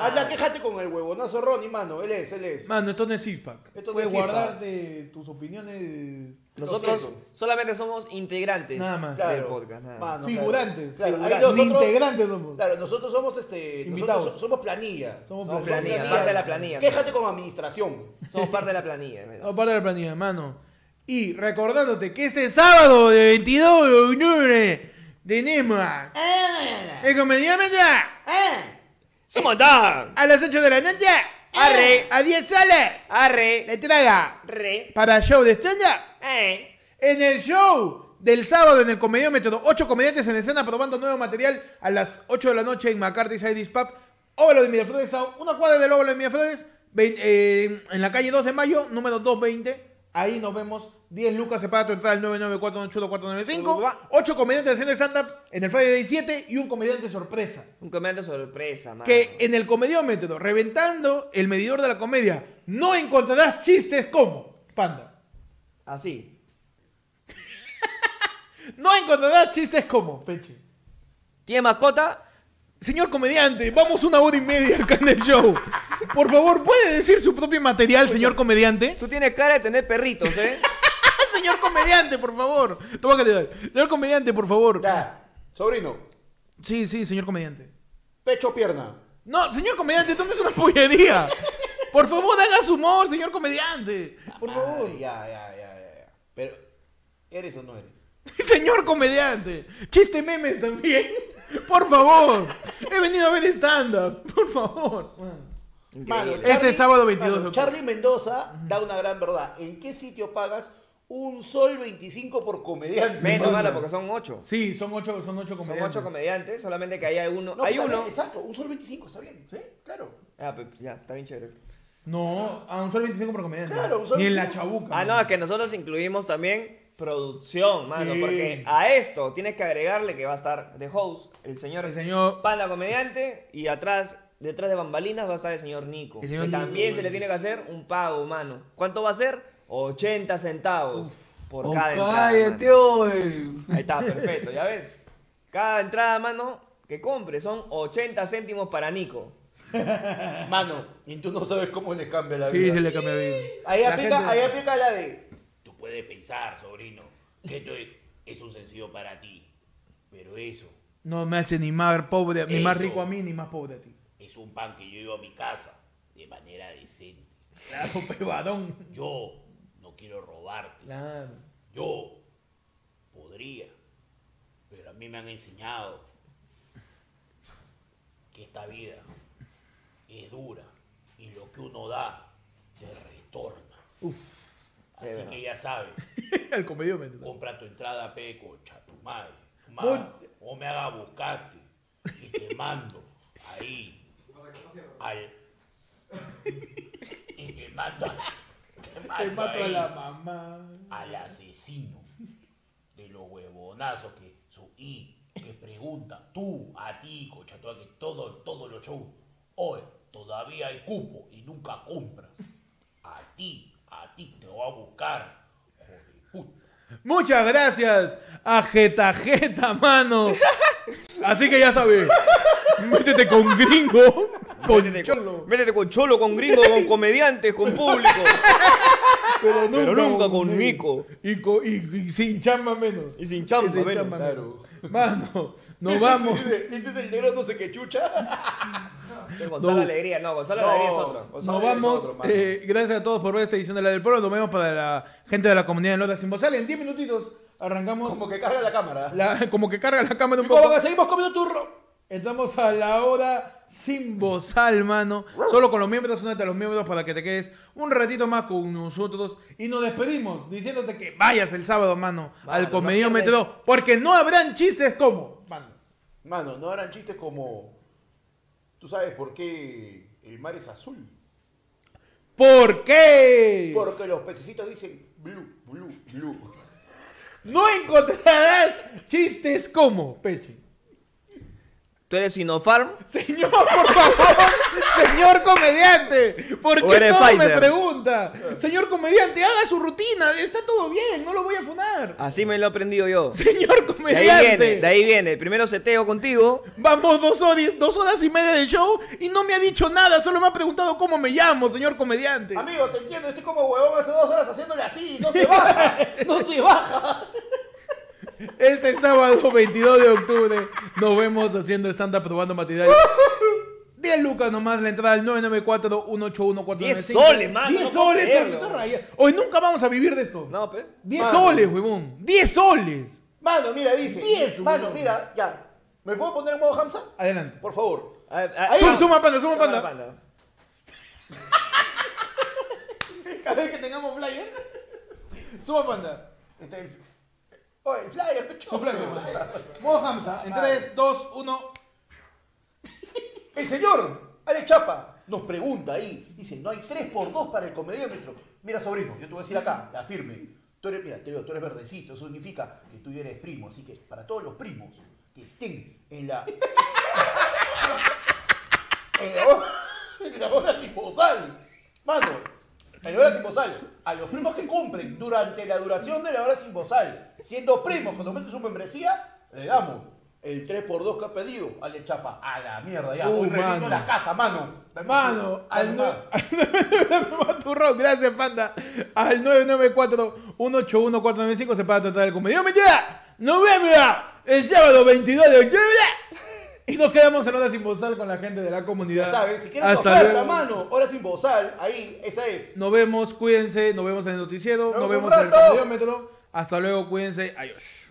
Speaker 2: Anda, quéjate con el huevonazo Ronnie, mano. Él es, él es.
Speaker 1: Mano, esto no es Sixpack.
Speaker 2: Esto no
Speaker 1: Puedes
Speaker 2: es Sixpack.
Speaker 1: guardarte tus opiniones.
Speaker 4: Nosotros
Speaker 2: siento.
Speaker 4: solamente somos integrantes
Speaker 1: Nada más.
Speaker 4: del
Speaker 2: Claro.
Speaker 4: podcast. nada más.
Speaker 2: Mano, claro.
Speaker 1: Figurantes.
Speaker 2: Ah, Claro, ahí
Speaker 1: Figurantes. Ni
Speaker 2: nosotros-
Speaker 1: integrantes somos.
Speaker 2: Claro, nosotros somos este.
Speaker 1: Invitados.
Speaker 2: Nosotros so- somos planilla.
Speaker 1: Somos,
Speaker 4: Somos
Speaker 1: plan-
Speaker 4: planilla, parte de la planilla.
Speaker 2: Quéjate con administración.
Speaker 4: Somos parte de la planilla. ¿no?
Speaker 1: Somos parte de la planilla, mano. Y recordándote que este sábado de 22 de octubre tenemos a- el comediante
Speaker 4: ¡Somos Dan!
Speaker 1: a las 8 de la noche.
Speaker 4: Arre.
Speaker 1: A 10 sale.
Speaker 4: ¡Arre!
Speaker 1: La entrada
Speaker 4: ¡Re!
Speaker 1: para show de estrella
Speaker 4: ¡Eh!
Speaker 1: En el show del sábado en el Comediómetro, ocho comediantes en escena probando nuevo material a las 8 de la noche en McCarthy's Iris Pub. Óvalo de Miraflores, a una cuadra del Óvalo de Miraflores, vein- eh, en la calle 2 de mayo, número 220. Ahí nos vemos. 10 lucas separa tu entrada al 994 8 comediantes haciendo stand-up en el Friday 7 y un comediante sorpresa.
Speaker 4: Un comentario sorpresa, mano.
Speaker 1: Que en el comediómetro, reventando el medidor de la comedia, no encontrarás chistes como Panda.
Speaker 4: Así.
Speaker 1: No encontrarás chistes como Peche.
Speaker 4: ¿Tiene mascota?
Speaker 1: Señor comediante, vamos una hora y media acá en el show. Por favor, ¿puede decir su propio material, señor comediante?
Speaker 4: Tú tienes cara de tener perritos,
Speaker 2: (laughs)
Speaker 4: ¿eh?
Speaker 1: ¡Ah, señor comediante, por favor! Toma que le doy. Señor comediante, por favor.
Speaker 2: Ya. Sobrino.
Speaker 1: Sí, sí, señor comediante.
Speaker 2: Pecho pierna.
Speaker 1: No, señor comediante, ¿dónde es una (laughs) pollería? Por favor, haga su humor, señor comediante. Por favor.
Speaker 2: Madre, ya, ya, ya, ya, ya. Pero, ¿eres o no eres?
Speaker 1: (laughs) Señor comediante. Chiste memes también. (laughs) Por favor. He venido a ver stand-up. Por favor.
Speaker 2: Mano,
Speaker 4: Increíble.
Speaker 1: Este es sábado 22 de
Speaker 2: mano,
Speaker 1: octubre.
Speaker 2: Charlie Mendoza da una gran verdad. ¿En qué sitio pagas un sol 25 por comediante?
Speaker 4: Menos,
Speaker 2: mano?
Speaker 4: mano, porque son ocho.
Speaker 1: Sí, son ocho, son ocho
Speaker 4: Son
Speaker 1: comediantes.
Speaker 4: ocho comediantes, solamente que hay alguno.
Speaker 2: No,
Speaker 4: hay
Speaker 2: está bien,
Speaker 4: uno.
Speaker 2: Exacto, un sol 25, está bien. Sí, claro.
Speaker 4: Ah, pues ya, está bien chévere.
Speaker 1: No, a un solo 25 por comediante.
Speaker 2: Claro, un solo
Speaker 1: Ni en la
Speaker 2: 25.
Speaker 1: chabuca.
Speaker 4: Ah,
Speaker 1: mano.
Speaker 4: no, es que nosotros incluimos también producción, mano,
Speaker 1: Sí.
Speaker 4: porque a esto tienes que agregarle que va a estar de host el señor,
Speaker 1: El señor-
Speaker 4: Panda Comediante y atrás, detrás de bambalinas va a estar el señor Nico.
Speaker 1: El señor
Speaker 4: que
Speaker 1: Nico,
Speaker 4: también se le tiene que hacer un pago, mano. ¿Cuánto va a ser? 80 centavos por cada entrada. mano. Ahí está, perfecto, ya ves. Cada entrada, mano, que compre son 80 céntimos para Nico.
Speaker 2: Mano, y tú no sabes cómo le cambia la
Speaker 1: Sí,
Speaker 2: vida.
Speaker 1: se le cambia bien.
Speaker 2: Ahí
Speaker 1: La
Speaker 2: aplica,
Speaker 1: gente-
Speaker 2: ahí aplica la de. Tú puedes pensar, sobrino, que esto es, es un sencillo para ti. Pero eso
Speaker 1: No me hace ni más pobre, ni más
Speaker 2: Eso.
Speaker 1: rico a mí, ni más pobre a ti.
Speaker 2: es un pan que yo llevo a mi casa de manera decente. (laughs)
Speaker 1: Claro, pues varón.
Speaker 2: Yo no quiero robarte.
Speaker 1: Claro.
Speaker 2: Yo podría, pero a mí me han enseñado que esta vida es dura y lo que uno da te retorna.
Speaker 4: Es
Speaker 2: Así
Speaker 4: verdad.
Speaker 2: que ya sabes,
Speaker 1: (laughs) El comediómetro.
Speaker 2: compra tu entrada Peco, cha tu madre, tu madre, o me haga buscarte y
Speaker 1: (laughs)
Speaker 2: te mando ahí al y te mando
Speaker 1: Te
Speaker 2: Al
Speaker 1: mato a
Speaker 2: ahí,
Speaker 1: la mamá.
Speaker 2: Al asesino de los huevonazos que su I que pregunta, tú, a ti, cochatoa, que todo, todos los shows, hoy todavía hay cupo y nunca compras. A ti, a ti te voy a buscar, joder puta.
Speaker 1: Muchas gracias a Jetajeta, mano. Así que ya sabes, métete con gringo, con cholo.
Speaker 4: Métete con cholo, con gringo, con comediantes, con público.
Speaker 1: Pero nunca,
Speaker 4: Pero nunca
Speaker 1: con
Speaker 4: con Nico.
Speaker 1: Y, co- y- y sin chamba menos.
Speaker 4: Y sin chamba,
Speaker 1: Sin
Speaker 4: menos.
Speaker 1: chamba menos. Mano, nos vamos.
Speaker 5: Este es el negro no sé qué chucha.
Speaker 4: Sí, Gonzalo
Speaker 1: No.
Speaker 4: Alegría, no, Gonzalo Alegría es otro.
Speaker 1: Nos vamos. Eh, gracias a todos por ver esta edición de La del Pueblo. Nos vemos para la gente de la comunidad de Lota Sin Bozal. En 10 minutitos arrancamos.
Speaker 5: Como que carga la cámara.
Speaker 1: la- como que carga la cámara un
Speaker 5: ¿Cómo
Speaker 1: poco.
Speaker 5: que seguimos comiendo turro?
Speaker 1: Estamos a la hora sin bozal, mano. Solo con los miembros, únete a los miembros para que te quedes un ratito más con nosotros. Y nos despedimos diciéndote que vayas el sábado, mano, al
Speaker 4: no
Speaker 1: comediómetro
Speaker 4: pierdas.
Speaker 1: 2. Porque no habrán chistes como. Mano.
Speaker 5: Mano, no harán chistes como. ¿Tú sabes por qué el mar es azul?
Speaker 1: ¿Por qué?
Speaker 5: Porque los pececitos dicen blue, blue, blue. (laughs)
Speaker 1: No encontrarás chistes como, Peche.
Speaker 4: ¿Tú eres Sinopharm?
Speaker 1: Señor, por favor, señor comediante, ¿por
Speaker 4: O
Speaker 1: qué
Speaker 4: eres
Speaker 1: todo me
Speaker 4: Pfizer.
Speaker 1: pregunta? Señor comediante, haga su rutina, está todo bien, no lo voy a funar.
Speaker 4: Así me lo he aprendido yo.
Speaker 1: Señor
Speaker 4: De ahí
Speaker 1: comediante,
Speaker 4: viene, de ahí viene. Primero seteo contigo.
Speaker 1: vamos dos horas, dos horas y media de show y no me ha dicho nada, solo me ha preguntado cómo me llamo, señor comediante.
Speaker 5: Amigo, te entiendo, estoy como huevón hace dos horas haciéndole así, no se
Speaker 2: (laughs)
Speaker 5: baja, no se baja.
Speaker 1: Este sábado 22 de octubre nos vemos haciendo stand-up probando material. 10 lucas nomás la entrada al 994 181
Speaker 4: 10 soles, mano,
Speaker 1: 10
Speaker 4: no puedo
Speaker 1: soles,
Speaker 4: creerlo.
Speaker 1: ahorita raya. Hoy nunca vamos a vivir de esto.
Speaker 4: No, pe.
Speaker 1: 10
Speaker 5: Mano.
Speaker 1: soles, huevón. 10 soles.
Speaker 5: Mano, mira, dice.
Speaker 1: Diez,
Speaker 5: Mano,
Speaker 1: huevón.
Speaker 5: mira, ya. ¿Me puedo poner en modo Hamza?
Speaker 1: Adelante.
Speaker 5: Por favor.
Speaker 4: A- a-
Speaker 5: Ahí
Speaker 1: Suma,
Speaker 5: va.
Speaker 1: suma panda, suma
Speaker 4: Toma la
Speaker 1: panda.
Speaker 4: panda.
Speaker 5: Cada vez que tengamos flyer,
Speaker 1: Suma panda.
Speaker 5: está el. Oye, el flyer, pecho.
Speaker 1: Su flaco, man. Modo Hamza. En 3, 2, 1.
Speaker 5: El señor Alex Chapa nos pregunta ahí, dice, no hay 3 por 2 para el comediómetro. Mira, sobrino, yo te voy a decir acá, la firme. Tú eres, mira, te veo, tú eres verdecito, eso significa que tú ya eres primo, así que para todos los primos que estén en la... en la hora, (laughs) en la hora sin bozal, mano, en la hora sin bozal, a los primos que compren durante la duración de la hora sin bozal, siendo primos, cuando metes su membresía, le damos el 3 por 2 que ha pedido Alex Chapa a la mierda, ya,
Speaker 1: Uh,
Speaker 5: hoy
Speaker 1: mano.
Speaker 5: reviendo la casa, mano.
Speaker 1: Mano, al
Speaker 5: Mano,
Speaker 1: nue- (laughs) Mamá Turrón, gracias, panda. Al 994-181-495 se paga tratar el comedio. ¡Mentira! ¡Nos vemos el sábado 22 de octubre! Y nos quedamos en Hora Sin Bozal con la gente de la comunidad.
Speaker 5: Ya saben, si quieren
Speaker 1: Hasta
Speaker 5: oferta,
Speaker 1: luego.
Speaker 5: mano, ahora sin bozal, ahí, esa es.
Speaker 1: Nos vemos, cuídense, nos vemos en el noticiero,
Speaker 5: Nos
Speaker 1: nos
Speaker 5: vemos
Speaker 1: vemos en
Speaker 5: un
Speaker 1: el
Speaker 5: rato.
Speaker 1: comediómetro. Hasta luego, cuídense, adiós.